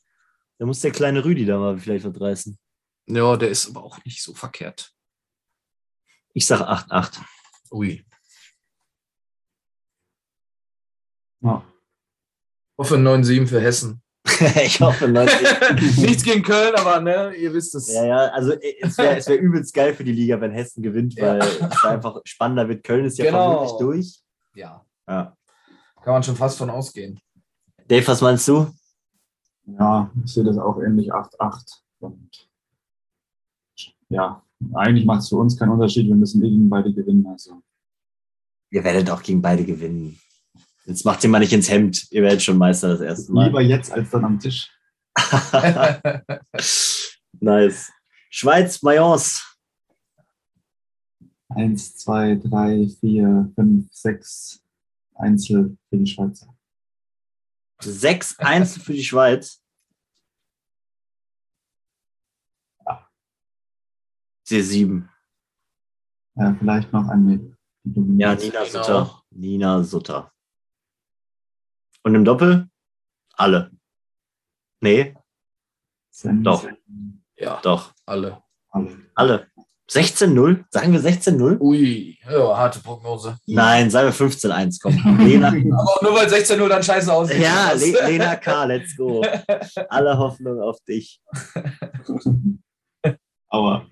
Speaker 1: Da muss der kleine Rüdi da mal vielleicht was reißen.
Speaker 3: Ja, der ist aber auch nicht so verkehrt.
Speaker 1: Ich sage 8-8.
Speaker 3: Ui.
Speaker 2: Ja.
Speaker 3: Hoffe 9-7 für Hessen.
Speaker 1: ich hoffe, Leute.
Speaker 3: Nichts gegen Köln, aber ne, ihr wisst es.
Speaker 1: Ja, ja, also äh, es wäre es wär übelst geil für die Liga, wenn Hessen gewinnt, weil es einfach spannender wird. Köln ist ja
Speaker 3: Genau.
Speaker 1: vermutlich durch.
Speaker 3: Ja,
Speaker 1: Ja.
Speaker 3: kann man schon fast von ausgehen.
Speaker 1: Dave, was meinst du?
Speaker 2: Ja, ich sehe das auch ähnlich 8-8. Und ja, eigentlich macht es für uns keinen Unterschied. Wir müssen eben beide gewinnen. Also
Speaker 1: Ihr werdet auch gegen beide gewinnen. Jetzt macht ihr mal nicht ins Hemd. Ihr werdet schon Meister das erste Mal.
Speaker 2: lieber jetzt als dann am Tisch.
Speaker 1: nice. Schweiz, Mayence.
Speaker 2: 1, 2, 3, 4, 5, 6 Einzel für die Schweizer.
Speaker 1: Sechs Einzel für die Schweiz. Sie sieben.
Speaker 2: Ja, Äh, vielleicht noch ein Mädel. die
Speaker 1: Ja,
Speaker 2: dominiert.
Speaker 1: Nina
Speaker 3: Genau.
Speaker 1: Sutter. Nina Sutter. Und im Doppel? Alle. Nee,
Speaker 2: Sen-
Speaker 1: doch.
Speaker 3: ja,
Speaker 1: doch.
Speaker 3: alle.
Speaker 2: Alle.
Speaker 1: Alle. 16-0? Sagen wir 16-0?
Speaker 3: Ui, ja, harte Prognose.
Speaker 1: Nein, sagen wir 15-1. Komm. Lena,
Speaker 3: Aber auch nur weil 16 Uhr dann scheiße aussieht.
Speaker 1: ja, Le Lena K., let's go. Alle Hoffnung auf dich.
Speaker 2: Aber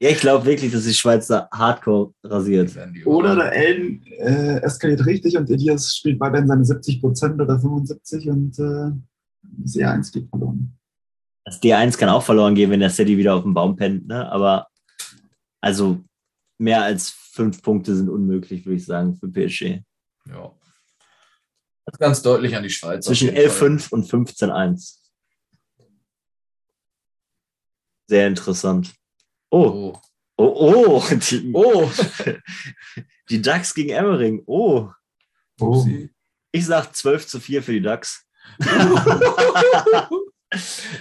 Speaker 1: Ja, ich glaube wirklich, dass die Schweizer hardcore rasiert.
Speaker 2: oder der Ellen äh, eskaliert richtig und Elias spielt weiterhin seine 70 Prozent oder 75 und äh, das E1 geht verloren.
Speaker 1: Das D1 kann auch verloren gehen, wenn der City wieder auf dem Baum pennt, ne? Aber also mehr als fünf Punkte sind unmöglich, würde ich sagen, für PSG.
Speaker 3: Ja. Ganz deutlich an die Schweiz. auf
Speaker 1: Zwischen
Speaker 3: jeden Fall.
Speaker 1: 11,5 und 15,1. Sehr interessant. Oh,
Speaker 3: Oh.
Speaker 1: oh, oh. Die,
Speaker 3: Oh.
Speaker 1: die DAX gegen Emmering. Oh,
Speaker 2: Oh,
Speaker 1: ich sag 12 zu 4 für die DAX.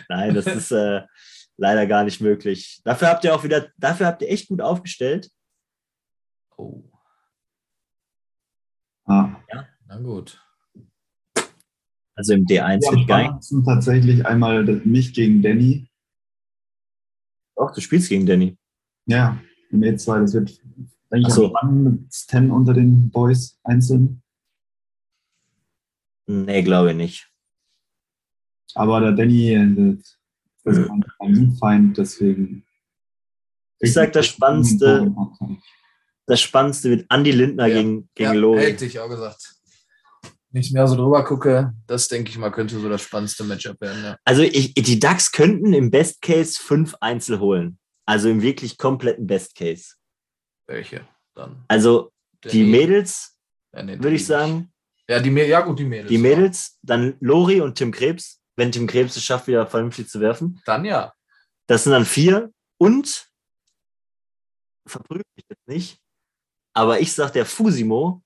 Speaker 1: Nein, das ist äh, leider gar nicht möglich. Dafür habt ihr auch wieder, dafür habt ihr echt gut aufgestellt.
Speaker 3: oh.
Speaker 2: ah.
Speaker 3: Na gut.
Speaker 1: Also im D1
Speaker 2: Wir
Speaker 1: wird geil.
Speaker 2: haben tatsächlich einmal mich gegen Danny.
Speaker 1: Doch, du spielst gegen Danny.
Speaker 2: Ja, im E2, das wird
Speaker 1: Ach
Speaker 2: eigentlich
Speaker 1: so.
Speaker 2: so. am Ten unter den Boys einzeln.
Speaker 1: Nee, glaube ich nicht.
Speaker 2: Aber der Danny äh, das ist mein- mein Liebfeind, deswegen.
Speaker 1: Ich sag, das Spannendste- Das Spannendste wird Andy Lindner
Speaker 3: Ja.
Speaker 1: gegen, gegen
Speaker 3: ja,
Speaker 1: Lori.
Speaker 3: Hätte ich auch gesagt. Nicht mehr so drüber gucke, das denke ich mal, könnte so das spannendste Matchup werden. Ja.
Speaker 1: Also ich, die DAX könnten im Best Case fünf Einzel holen. Also im wirklich kompletten Best Case.
Speaker 3: Welche dann?
Speaker 1: Also die
Speaker 3: Danny.
Speaker 1: Mädels,
Speaker 3: Ja, nee,
Speaker 1: würde
Speaker 3: die
Speaker 1: ich sagen.
Speaker 3: nicht. Ja, die Mädels. Ja, gut, die Mädels.
Speaker 1: Die Mädels, dann Lori und Tim Krebs, wenn Tim Krebs es schafft, wieder vernünftig zu werfen.
Speaker 3: Dann ja.
Speaker 1: Das sind dann vier und verprügelt mich jetzt nicht. Aber ich sag, der Fusimo,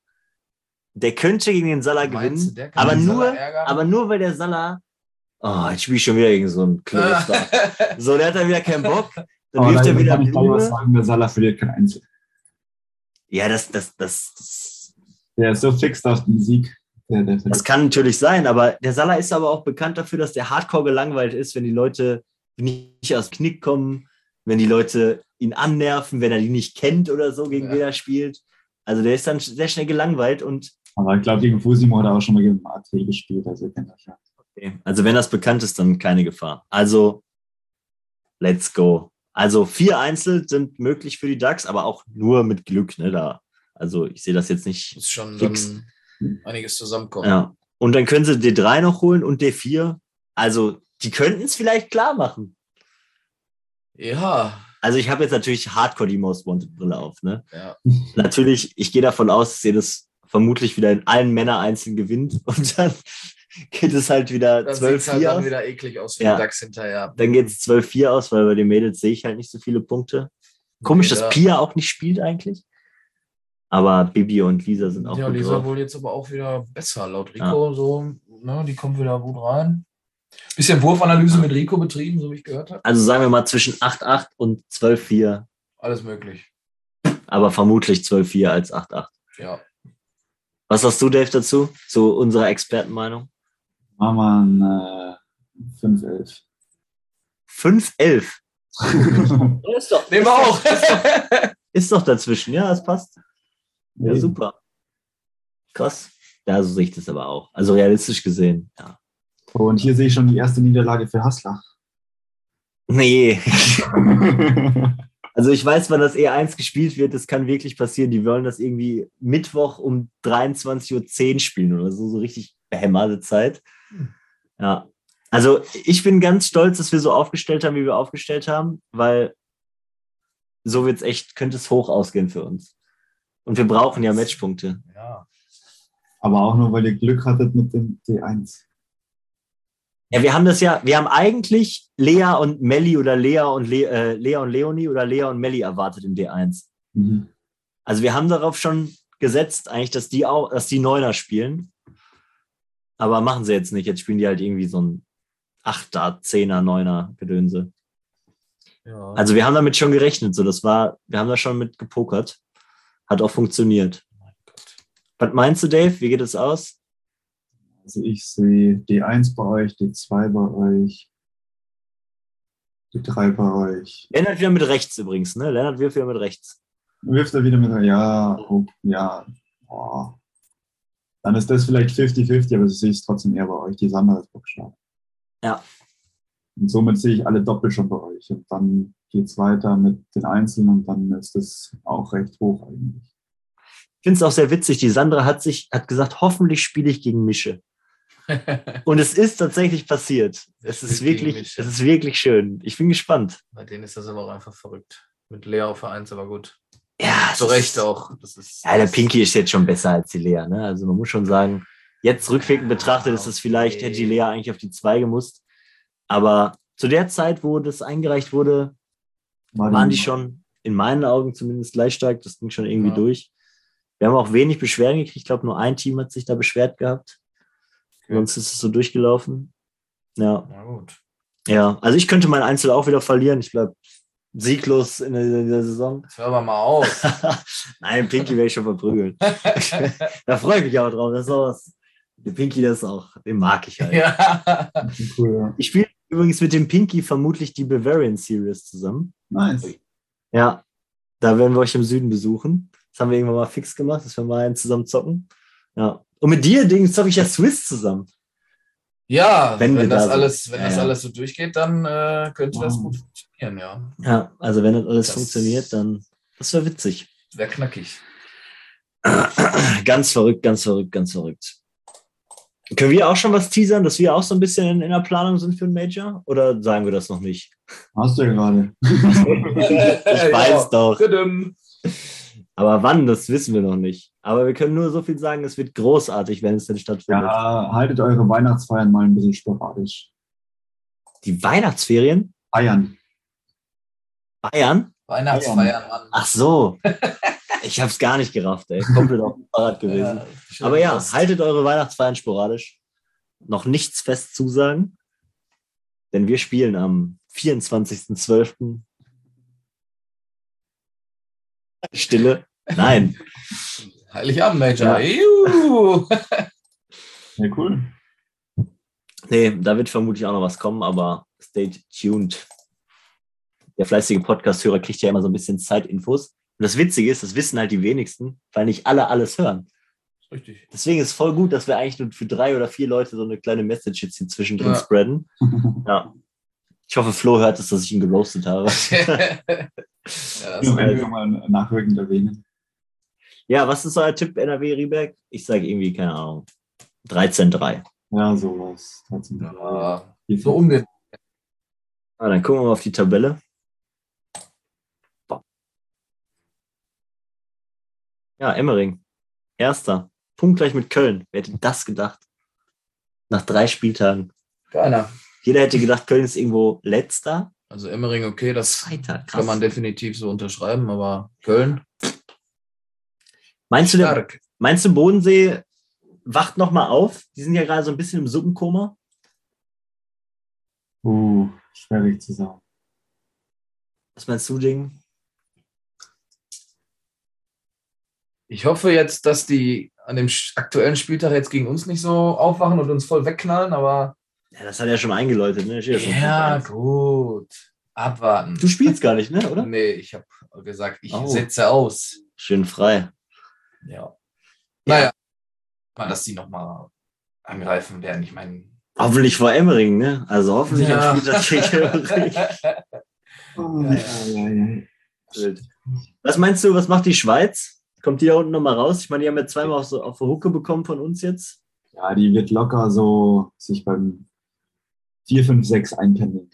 Speaker 1: der könnte gegen den Salah
Speaker 3: Meinst du,
Speaker 1: gewinnen,
Speaker 3: der kann
Speaker 1: aber
Speaker 3: den
Speaker 1: nur,
Speaker 3: Salah ärgern?
Speaker 1: aber nur weil der Salah, oh, jetzt spiele ich schon wieder gegen so einen Kloster. so, der hat dann wieder keinen Bock, dann
Speaker 2: Aber
Speaker 1: wirft
Speaker 2: da
Speaker 1: er wieder
Speaker 2: kann ich gleich was
Speaker 1: Blume.
Speaker 2: sagen, der Salah verliert kein Einzel.
Speaker 1: Ja, das, das, das, das,
Speaker 2: Der ist so fix auf den Sieg. Der, der
Speaker 1: das
Speaker 2: verliert.
Speaker 1: kann natürlich sein, aber der Salah ist aber auch bekannt dafür, dass der hardcore gelangweilt ist, wenn die Leute nicht aus dem Knick kommen, wenn die Leute ihn annerven, wenn er die nicht kennt oder so, gegen
Speaker 3: Ja.
Speaker 1: wen er spielt. Also der ist dann sch- sehr schnell gelangweilt und
Speaker 2: Aber ich glaube, gegen Fusimo hat er auch schon mal gegen AT gespielt. Also ihr kennt das ja.
Speaker 1: also wenn das bekannt ist, dann keine Gefahr. Also let's go. Also vier Einzel sind möglich für die DAX, aber auch nur mit Glück, ne? Da. Also ich sehe das jetzt nicht
Speaker 3: Muss schon
Speaker 1: Fix.
Speaker 3: dann einiges zusammenkommen.
Speaker 1: Ja. Und dann können sie D3 noch holen und D4. Also die könnten es vielleicht klar machen.
Speaker 3: Ja.
Speaker 1: Also ich habe jetzt natürlich hardcore die Most Wanted Brille auf. Ne?
Speaker 3: Ja.
Speaker 1: Natürlich, ich gehe davon aus, dass ihr das vermutlich wieder in allen Männer einzeln gewinnt und dann geht es halt wieder
Speaker 3: Das
Speaker 1: 12-4
Speaker 3: sieht halt dann
Speaker 1: aus.
Speaker 3: wieder eklig aus für
Speaker 1: Ja.
Speaker 3: den DAX hinterher.
Speaker 1: Dann geht es 12-4 aus, weil bei den Mädels sehe ich halt nicht so viele Punkte. Komisch,
Speaker 3: Ja.
Speaker 1: dass Pia auch nicht spielt eigentlich. Aber Bibi und Lisa sind auch
Speaker 3: Ja,
Speaker 1: gut
Speaker 3: Lisa
Speaker 1: drauf.
Speaker 3: wohl jetzt aber auch wieder besser, laut Rico. So, ne, die kommen wieder gut rein. Bisschen Wurfanalyse mit Rico betrieben, so wie ich gehört habe.
Speaker 1: Also sagen wir mal zwischen 8-8 und 12-4,
Speaker 3: Alles möglich.
Speaker 1: aber vermutlich 12-4 als 8-8.
Speaker 3: Ja.
Speaker 1: Was sagst du, Dave, dazu? Zu unserer Expertenmeinung?
Speaker 2: Machen wir ein äh, 5-11.
Speaker 1: 5-11. Ist doch,
Speaker 3: Nehmen wir auch.
Speaker 1: ist doch dazwischen, ja, das passt. Ja,
Speaker 2: Eben.
Speaker 1: super. Krass. Ja, so sehe ich das aber auch. Also realistisch gesehen, ja.
Speaker 2: Und hier sehe ich schon die erste Niederlage für Hassler.
Speaker 1: Nee. Also ich weiß, wann das E1 gespielt wird, das kann wirklich passieren. Die wollen das irgendwie Mittwoch um 23.10 Uhr spielen oder so, so richtig behämmerte Zeit. Ja. Also ich bin ganz stolz, dass wir so aufgestellt haben, wie wir aufgestellt haben, weil so wird's echt, könnte es hoch ausgehen für uns. Und wir brauchen ja Matchpunkte.
Speaker 3: ja.
Speaker 2: Aber auch nur, weil ihr Glück hattet mit dem D1.
Speaker 1: Ja, wir haben das ja, wir haben eigentlich Lea und Melli oder Lea und Le äh, Lea und Leonie oder Lea und Melli erwartet im D1.
Speaker 2: Mhm.
Speaker 1: Also wir haben darauf schon gesetzt, eigentlich, dass die auch, dass die Neuner spielen. Aber machen sie jetzt nicht. Jetzt spielen die halt irgendwie so ein Achter, Zehner, Neuner Gedönse.
Speaker 3: ja.
Speaker 1: Also wir haben damit schon gerechnet. So, das war, wir haben da schon mit gepokert. Hat auch funktioniert. Was meinst du, Dave? Wie geht es aus?
Speaker 2: Also ich sehe D1 bei euch, D2 bei euch, D3 bei euch.
Speaker 1: Lennart wieder mit rechts übrigens, ne? Lennart wirft wieder mit rechts.
Speaker 2: Wirft er wieder mit rein. Ja, oh, ja. Oh. Dann ist das vielleicht 50-50, aber so sehe ich es trotzdem eher bei euch. Die Sandra ist bockstark.
Speaker 1: Ja.
Speaker 2: Und somit sehe ich alle doppelt schon bei euch. Und dann geht es weiter mit den Einzelnen und dann ist das auch recht hoch eigentlich.
Speaker 1: Ich finde es auch sehr witzig. Die Sandra hat sich, hat gesagt, hoffentlich spiele ich gegen Mische. Und es ist tatsächlich passiert. Es ist
Speaker 3: Spielt gegen
Speaker 1: wirklich, es
Speaker 3: Mische.
Speaker 1: ist wirklich schön. Ich bin gespannt.
Speaker 3: Bei denen ist das aber auch einfach verrückt. Mit Lea auf der 1, aber gut.
Speaker 1: Ja,
Speaker 3: Zu
Speaker 1: das
Speaker 3: Recht
Speaker 1: ist-
Speaker 3: auch. Das ist,
Speaker 1: Ja, der Pinky ist jetzt schon besser als die Lea. Ne? Also man muss schon sagen, jetzt rückwirkend betrachtet ist es vielleicht, hätte die Lea eigentlich auf die 2 gemusst. Aber zu der Zeit, wo das eingereicht wurde,
Speaker 2: War
Speaker 1: waren die schon in meinen Augen zumindest gleich stark. Das ging schon irgendwie
Speaker 3: Ja.
Speaker 1: durch. Wir haben auch wenig Beschwerden gekriegt. Ich glaube, nur ein Team hat sich da beschwert gehabt.
Speaker 3: Okay.
Speaker 1: Sonst ist es so durchgelaufen. Ja,
Speaker 3: Na gut.
Speaker 1: ja. Also ich könnte mein Einzel auch wieder verlieren. Ich bleib sieglos in der, in der Saison.
Speaker 3: Jetzt hör aber mal auf.
Speaker 1: Nein, Pinky werde ich schon verprügeln. da freue ich mich auch drauf. Das ist auch was. Der Pinky, das ist auch, den mag ich halt.
Speaker 3: ja.
Speaker 2: Cool, ja.
Speaker 1: Ich spiele übrigens mit dem Pinky vermutlich die Bavarian Series zusammen.
Speaker 2: Nice.
Speaker 1: Ja, da werden wir euch im Süden besuchen. Das haben wir irgendwann mal fix gemacht, dass wir mal einen zusammen zocken. Ja. Und mit dir, Ding, zocke ich ja Swiss zusammen.
Speaker 3: Ja, also
Speaker 1: Wenn
Speaker 3: wenn,
Speaker 1: wir da
Speaker 3: das,
Speaker 1: sind.
Speaker 3: alles, wenn
Speaker 1: Ja, Mhm.
Speaker 3: das
Speaker 1: ja.
Speaker 3: alles so durchgeht, dann äh, könnte das
Speaker 2: Wow.
Speaker 3: gut funktionieren, ja.
Speaker 1: Ja, also wenn das alles
Speaker 3: Das-
Speaker 1: funktioniert, dann das wäre witzig.
Speaker 3: Wäre knackig.
Speaker 1: Ganz verrückt, ganz verrückt, ganz verrückt. Können wir auch schon was teasern, dass wir auch so ein bisschen in, in der Planung sind für ein Major? Oder sagen wir das noch nicht?
Speaker 2: Hast du ja gerade.
Speaker 3: Äh,
Speaker 1: Ich weiß doch.
Speaker 3: Tudum.
Speaker 1: Aber wann, das wissen wir noch nicht. Aber wir können nur so viel sagen, es wird großartig, wenn es denn stattfindet.
Speaker 2: Ja, haltet eure Weihnachtsfeiern mal ein bisschen sporadisch.
Speaker 1: Die Weihnachtsferien?
Speaker 2: Feiern.
Speaker 1: Bayern?
Speaker 3: Weihnachtsfeiern, Mann.
Speaker 1: Ach so. Ich hab's gar nicht gerafft, ey. Komplett auf dem Fahrrad gewesen.
Speaker 3: Ja, schön
Speaker 1: Aber ja,
Speaker 3: Prost.
Speaker 1: haltet eure Weihnachtsfeiern sporadisch. Noch nichts fest zusagen. Denn wir spielen am 24.12. Stille. Nein.
Speaker 3: Heiligabend,
Speaker 1: Ja.
Speaker 3: Major. Juhu.
Speaker 2: Ja, cool.
Speaker 1: Nee, da wird vermutlich auch noch was kommen, aber stay tuned. Der fleißige Podcast-Hörer kriegt ja immer so ein bisschen Zeitinfos. Und das Witzige ist, das wissen halt die wenigsten, weil nicht alle alles hören.
Speaker 3: Richtig.
Speaker 1: Deswegen ist es voll gut, dass wir eigentlich nur für drei oder vier Leute so eine kleine Message jetzt hier zwischendrin
Speaker 3: Ja.
Speaker 1: spreaden. Ja. Ich hoffe, Flo hört es, dass ich ihn geroastet habe.
Speaker 3: ja,
Speaker 2: Das
Speaker 3: das
Speaker 2: werden
Speaker 1: also.
Speaker 2: wir mal nachwirkend erwähnen.
Speaker 1: ja, was ist euer Tipp, NRW Rieberg? Ich sage irgendwie, keine Ahnung, 13-3.
Speaker 2: Ja, sowas. Trotzdem.
Speaker 3: ja, So um den.
Speaker 1: Ah, dann gucken wir mal auf die Tabelle. Ja, Emmering. Erster. Punktgleich mit Köln. Wer hätte das gedacht? Nach drei Spieltagen.
Speaker 3: Keiner.
Speaker 1: Jeder hätte gedacht, Köln ist irgendwo letzter.
Speaker 3: Also Emmering, okay, das
Speaker 1: Zweiter.
Speaker 3: kann man definitiv so unterschreiben, aber Köln.
Speaker 1: Meinst du, der,
Speaker 3: Stark.
Speaker 1: meinst du, Bodensee wacht nochmal auf? Die sind ja gerade so ein bisschen im Suppenkoma.
Speaker 2: Uh, schwierig zu sagen.
Speaker 1: Was meinst du, Ding?
Speaker 3: Ich hoffe jetzt, dass die an dem sch- aktuellen Spieltag jetzt gegen uns nicht so aufwachen und uns voll wegknallen, aber.
Speaker 1: Ja, das hat er schon eingeläutet, ne? Steht schon 5-1.
Speaker 3: gut. Abwarten.
Speaker 1: Du spielst gar nicht, ne? Oder?
Speaker 3: Nee, ich habe gesagt, ich
Speaker 1: Oh.
Speaker 3: setze aus.
Speaker 1: Schön frei.
Speaker 3: Ja. Naja, mal, dass die nochmal angreifen werden. Ich meine.
Speaker 1: Hoffentlich vor Emmering, ne? Also hoffentlich
Speaker 3: Ja.
Speaker 1: am Spieltag gegen Emmering.
Speaker 2: Oh,
Speaker 3: Ja.
Speaker 2: ja, ja, ja.
Speaker 1: Wild. Was meinst du, was macht die Schweiz? Kommt die da unten nochmal raus? Ich meine, die haben ja zweimal auf, so, auf die Hucke bekommen von uns jetzt.
Speaker 2: ja, die wird locker so sich beim 4, 5, 6 einpendeln.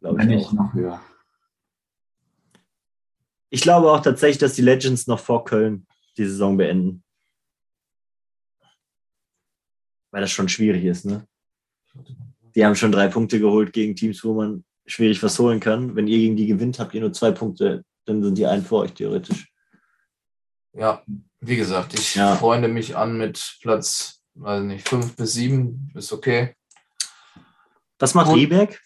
Speaker 1: Glaube
Speaker 2: Wenn
Speaker 1: ich,
Speaker 2: nicht
Speaker 1: auch.
Speaker 2: noch höher.
Speaker 1: ich glaube auch tatsächlich, dass die Legends noch vor Köln die Saison beenden. Weil das schon schwierig ist, ne? Die haben schon drei Punkte geholt gegen Teams, wo man schwierig was holen kann. Wenn ihr gegen die gewinnt, habt ihr nur zwei Punkte, dann sind die ein vor euch theoretisch.
Speaker 3: Ja, wie gesagt, ich
Speaker 1: Ja.
Speaker 3: freunde mich an mit Platz, weiß nicht, fünf bis sieben ist okay.
Speaker 1: Was macht
Speaker 3: Und-
Speaker 1: Rieberg?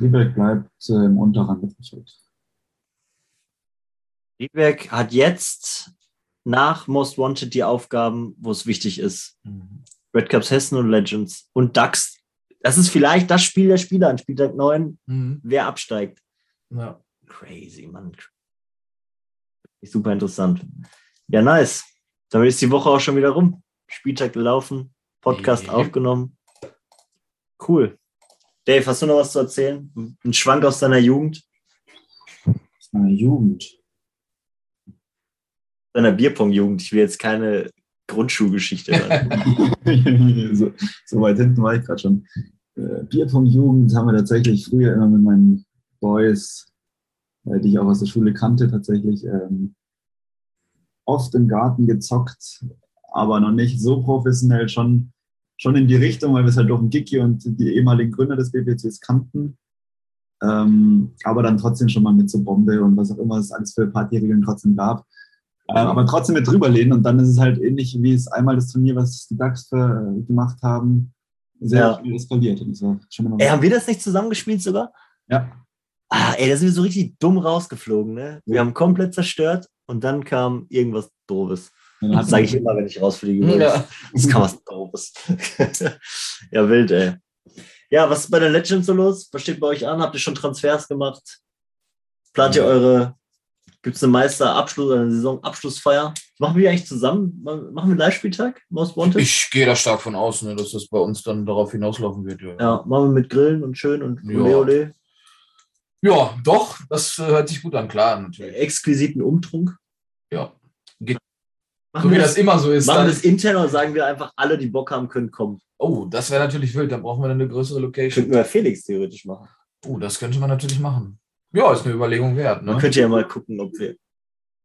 Speaker 2: Rieberg bleibt äh, im unteren Mittelfeld.
Speaker 1: Rieberg hat jetzt nach Most Wanted die Aufgaben, wo es wichtig ist, Red Cups Hessen und Legends und DAX. Das ist vielleicht das Spiel der Spieler an Spieltag 9,
Speaker 3: Mhm.
Speaker 1: wer absteigt.
Speaker 3: Ja.
Speaker 1: Crazy, Mann. Super interessant. Ja, nice. Damit ist die Woche auch schon wieder rum. Spieltag gelaufen, Podcast
Speaker 3: Ja.
Speaker 1: aufgenommen. Cool. Dave, hast du noch was zu erzählen? Ein Schwank aus deiner Jugend,
Speaker 2: Aus meiner Jugend.
Speaker 1: deiner Bierpong-Jugend. Ich will jetzt keine Grundschulgeschichte hören.
Speaker 2: so, so weit hinten war ich gerade schon. Äh, Bierpong-Jugend haben wir tatsächlich früher immer mit meinen Boys, äh, die ich auch aus der Schule kannte, tatsächlich ähm, oft im Garten gezockt, aber noch nicht so professionell, schon, schon in die Richtung, weil wir es halt durch den Gicki und die ehemaligen Gründer des BPCs kannten. Ähm, aber dann trotzdem schon mal mit so Bombe und was auch immer es alles für Partyregeln trotzdem gab. Ähm, aber trotzdem mit drüberlehnen und dann ist es halt ähnlich wie es einmal das Turnier, was die DAX für, äh, gemacht haben, sehr
Speaker 1: Ja.
Speaker 2: schnell eskaliert. Und das war schon immer
Speaker 1: ey, haben wir das nicht zusammengespielt sogar?
Speaker 2: ja.
Speaker 1: Ah, ey, da sind wir so richtig dumm rausgeflogen, ne? Wir haben komplett zerstört und dann kam irgendwas Doofes.
Speaker 2: Dann
Speaker 1: Das
Speaker 2: hat
Speaker 1: sage ich immer, wenn ich rausfliege. weil
Speaker 3: Ja.
Speaker 1: Es kam was Doofes. ja, wild, ey. Ja, was ist bei der Legends so los? Was steht bei euch an? Habt ihr schon Transfers gemacht? Plant ihr eure. Gibt es eine Meisterabschluss, eine Saisonabschlussfeier? Machen wir eigentlich zusammen? Machen wir Live-Spieltag? Most Wanted?
Speaker 3: Ich gehe da stark von aus, ne, dass das bei uns dann darauf hinauslaufen wird.
Speaker 1: ja, machen wir mit Grillen und schön und
Speaker 3: Ja.
Speaker 1: ole ole.
Speaker 3: ja doch, das äh, hört sich gut an, klar, natürlich.
Speaker 1: Exquisiten Umtrunk.
Speaker 3: Ja.
Speaker 1: Machen
Speaker 3: So wie
Speaker 1: wir
Speaker 3: das immer so ist.
Speaker 1: Machen wir
Speaker 3: Dann,
Speaker 1: das intern oder sagen wir einfach, alle, die Bock haben, können kommen?
Speaker 3: oh, das wäre natürlich wild, dann brauchen wir dann eine größere Location.
Speaker 1: Könnten wir Felix theoretisch machen.
Speaker 3: Oh, das könnte man natürlich machen. Ja, ist eine Überlegung wert.
Speaker 1: Man
Speaker 3: Ne?
Speaker 1: könnte ja mal gucken, ob wir.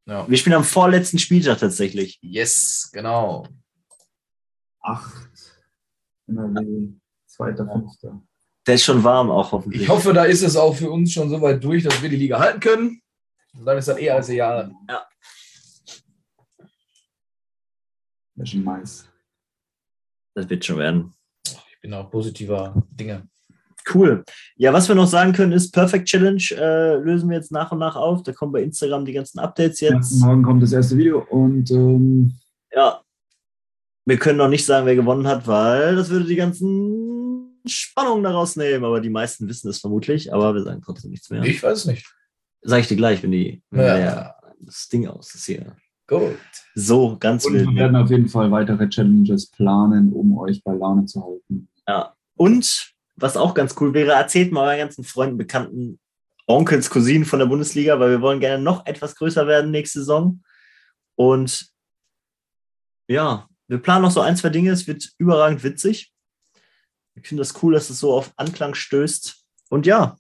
Speaker 3: Ja.
Speaker 1: Wir spielen am vorletzten Spieltag tatsächlich.
Speaker 3: Yes, genau.
Speaker 2: acht, NRW, zweiter, fünfter.
Speaker 1: Der ist schon warm auch hoffentlich.
Speaker 3: Ich hoffe, da ist es auch für uns schon so weit durch, dass wir die Liga halten können. Und dann ist das eher als egal.
Speaker 2: Wäre schon nice.
Speaker 1: Das wird schon werden.
Speaker 3: Ich bin auch positiver Dinge.
Speaker 1: Cool. Ja, was wir noch sagen können, ist Perfect Challenge äh, lösen wir jetzt nach und nach auf. Da kommen bei Instagram die ganzen Updates jetzt.
Speaker 3: genau.
Speaker 2: Morgen kommt das erste Video und ähm,
Speaker 1: Ja. Wir können noch nicht sagen, wer gewonnen hat, weil das würde die ganzen Spannungen daraus nehmen. Aber die meisten wissen es vermutlich, aber wir sagen trotzdem nichts mehr.
Speaker 3: Ich weiß es nicht.
Speaker 1: Sag ich dir gleich, wenn die wenn
Speaker 3: Ja.
Speaker 1: der, das Ding aus ist hier.
Speaker 3: Gut.
Speaker 1: So, ganz
Speaker 2: und wir
Speaker 1: wild.
Speaker 2: werden auf jeden Fall weitere Challenges planen, um euch bei Laune zu halten.
Speaker 1: Und was auch ganz cool wäre, erzählt mal euren ganzen Freunden, Bekannten, Onkels, Cousinen von der Bundesliga, weil wir wollen gerne noch etwas größer werden nächste Saison. Und ja, wir planen noch so ein, zwei Dinge. Es wird überragend witzig. Wir finden das cool, dass es so auf Anklang stößt. Und ja,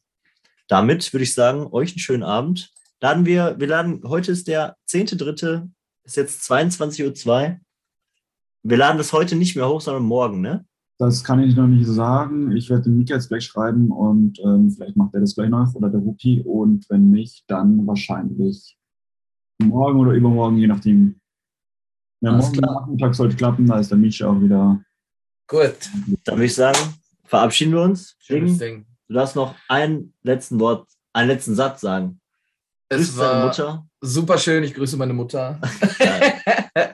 Speaker 1: damit würde ich sagen, euch einen schönen Abend. Laden wir, wir laden, heute ist der 10.3., ist jetzt 22.02 Uhr. Wir laden das heute nicht mehr hoch, sondern morgen, ne?
Speaker 2: Das kann ich noch nicht sagen. Ich werde dem Mika jetzt gleich schreiben und ähm, vielleicht macht er das gleich noch oder der Rupi. Und wenn nicht, dann wahrscheinlich morgen oder übermorgen, je nachdem. Ja,
Speaker 3: Alles
Speaker 2: morgen
Speaker 3: klar.
Speaker 2: Nachmittag sollte klappen, da ist der Micha auch wieder.
Speaker 3: Gut.
Speaker 1: Dann würde ich sagen, verabschieden wir uns.
Speaker 3: Schönes
Speaker 1: Ding,
Speaker 3: Ding.
Speaker 1: du darfst noch einen letzten Wort, einen letzten Satz sagen.
Speaker 3: Es
Speaker 1: Grüß deine
Speaker 3: war
Speaker 1: Mutter.
Speaker 3: super schön. Ich grüße meine Mutter.
Speaker 1: Ja,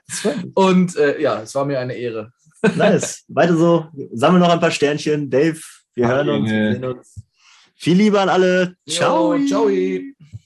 Speaker 3: Und äh, ja, es war mir eine Ehre.
Speaker 1: nice. Weiter so. Sammel noch ein paar Sternchen. Dave, wir
Speaker 2: Ah,
Speaker 1: hören uns, wir
Speaker 2: Junge.
Speaker 1: sehen uns. Viel Liebe an alle. Ciao.
Speaker 3: Jo, Ciao.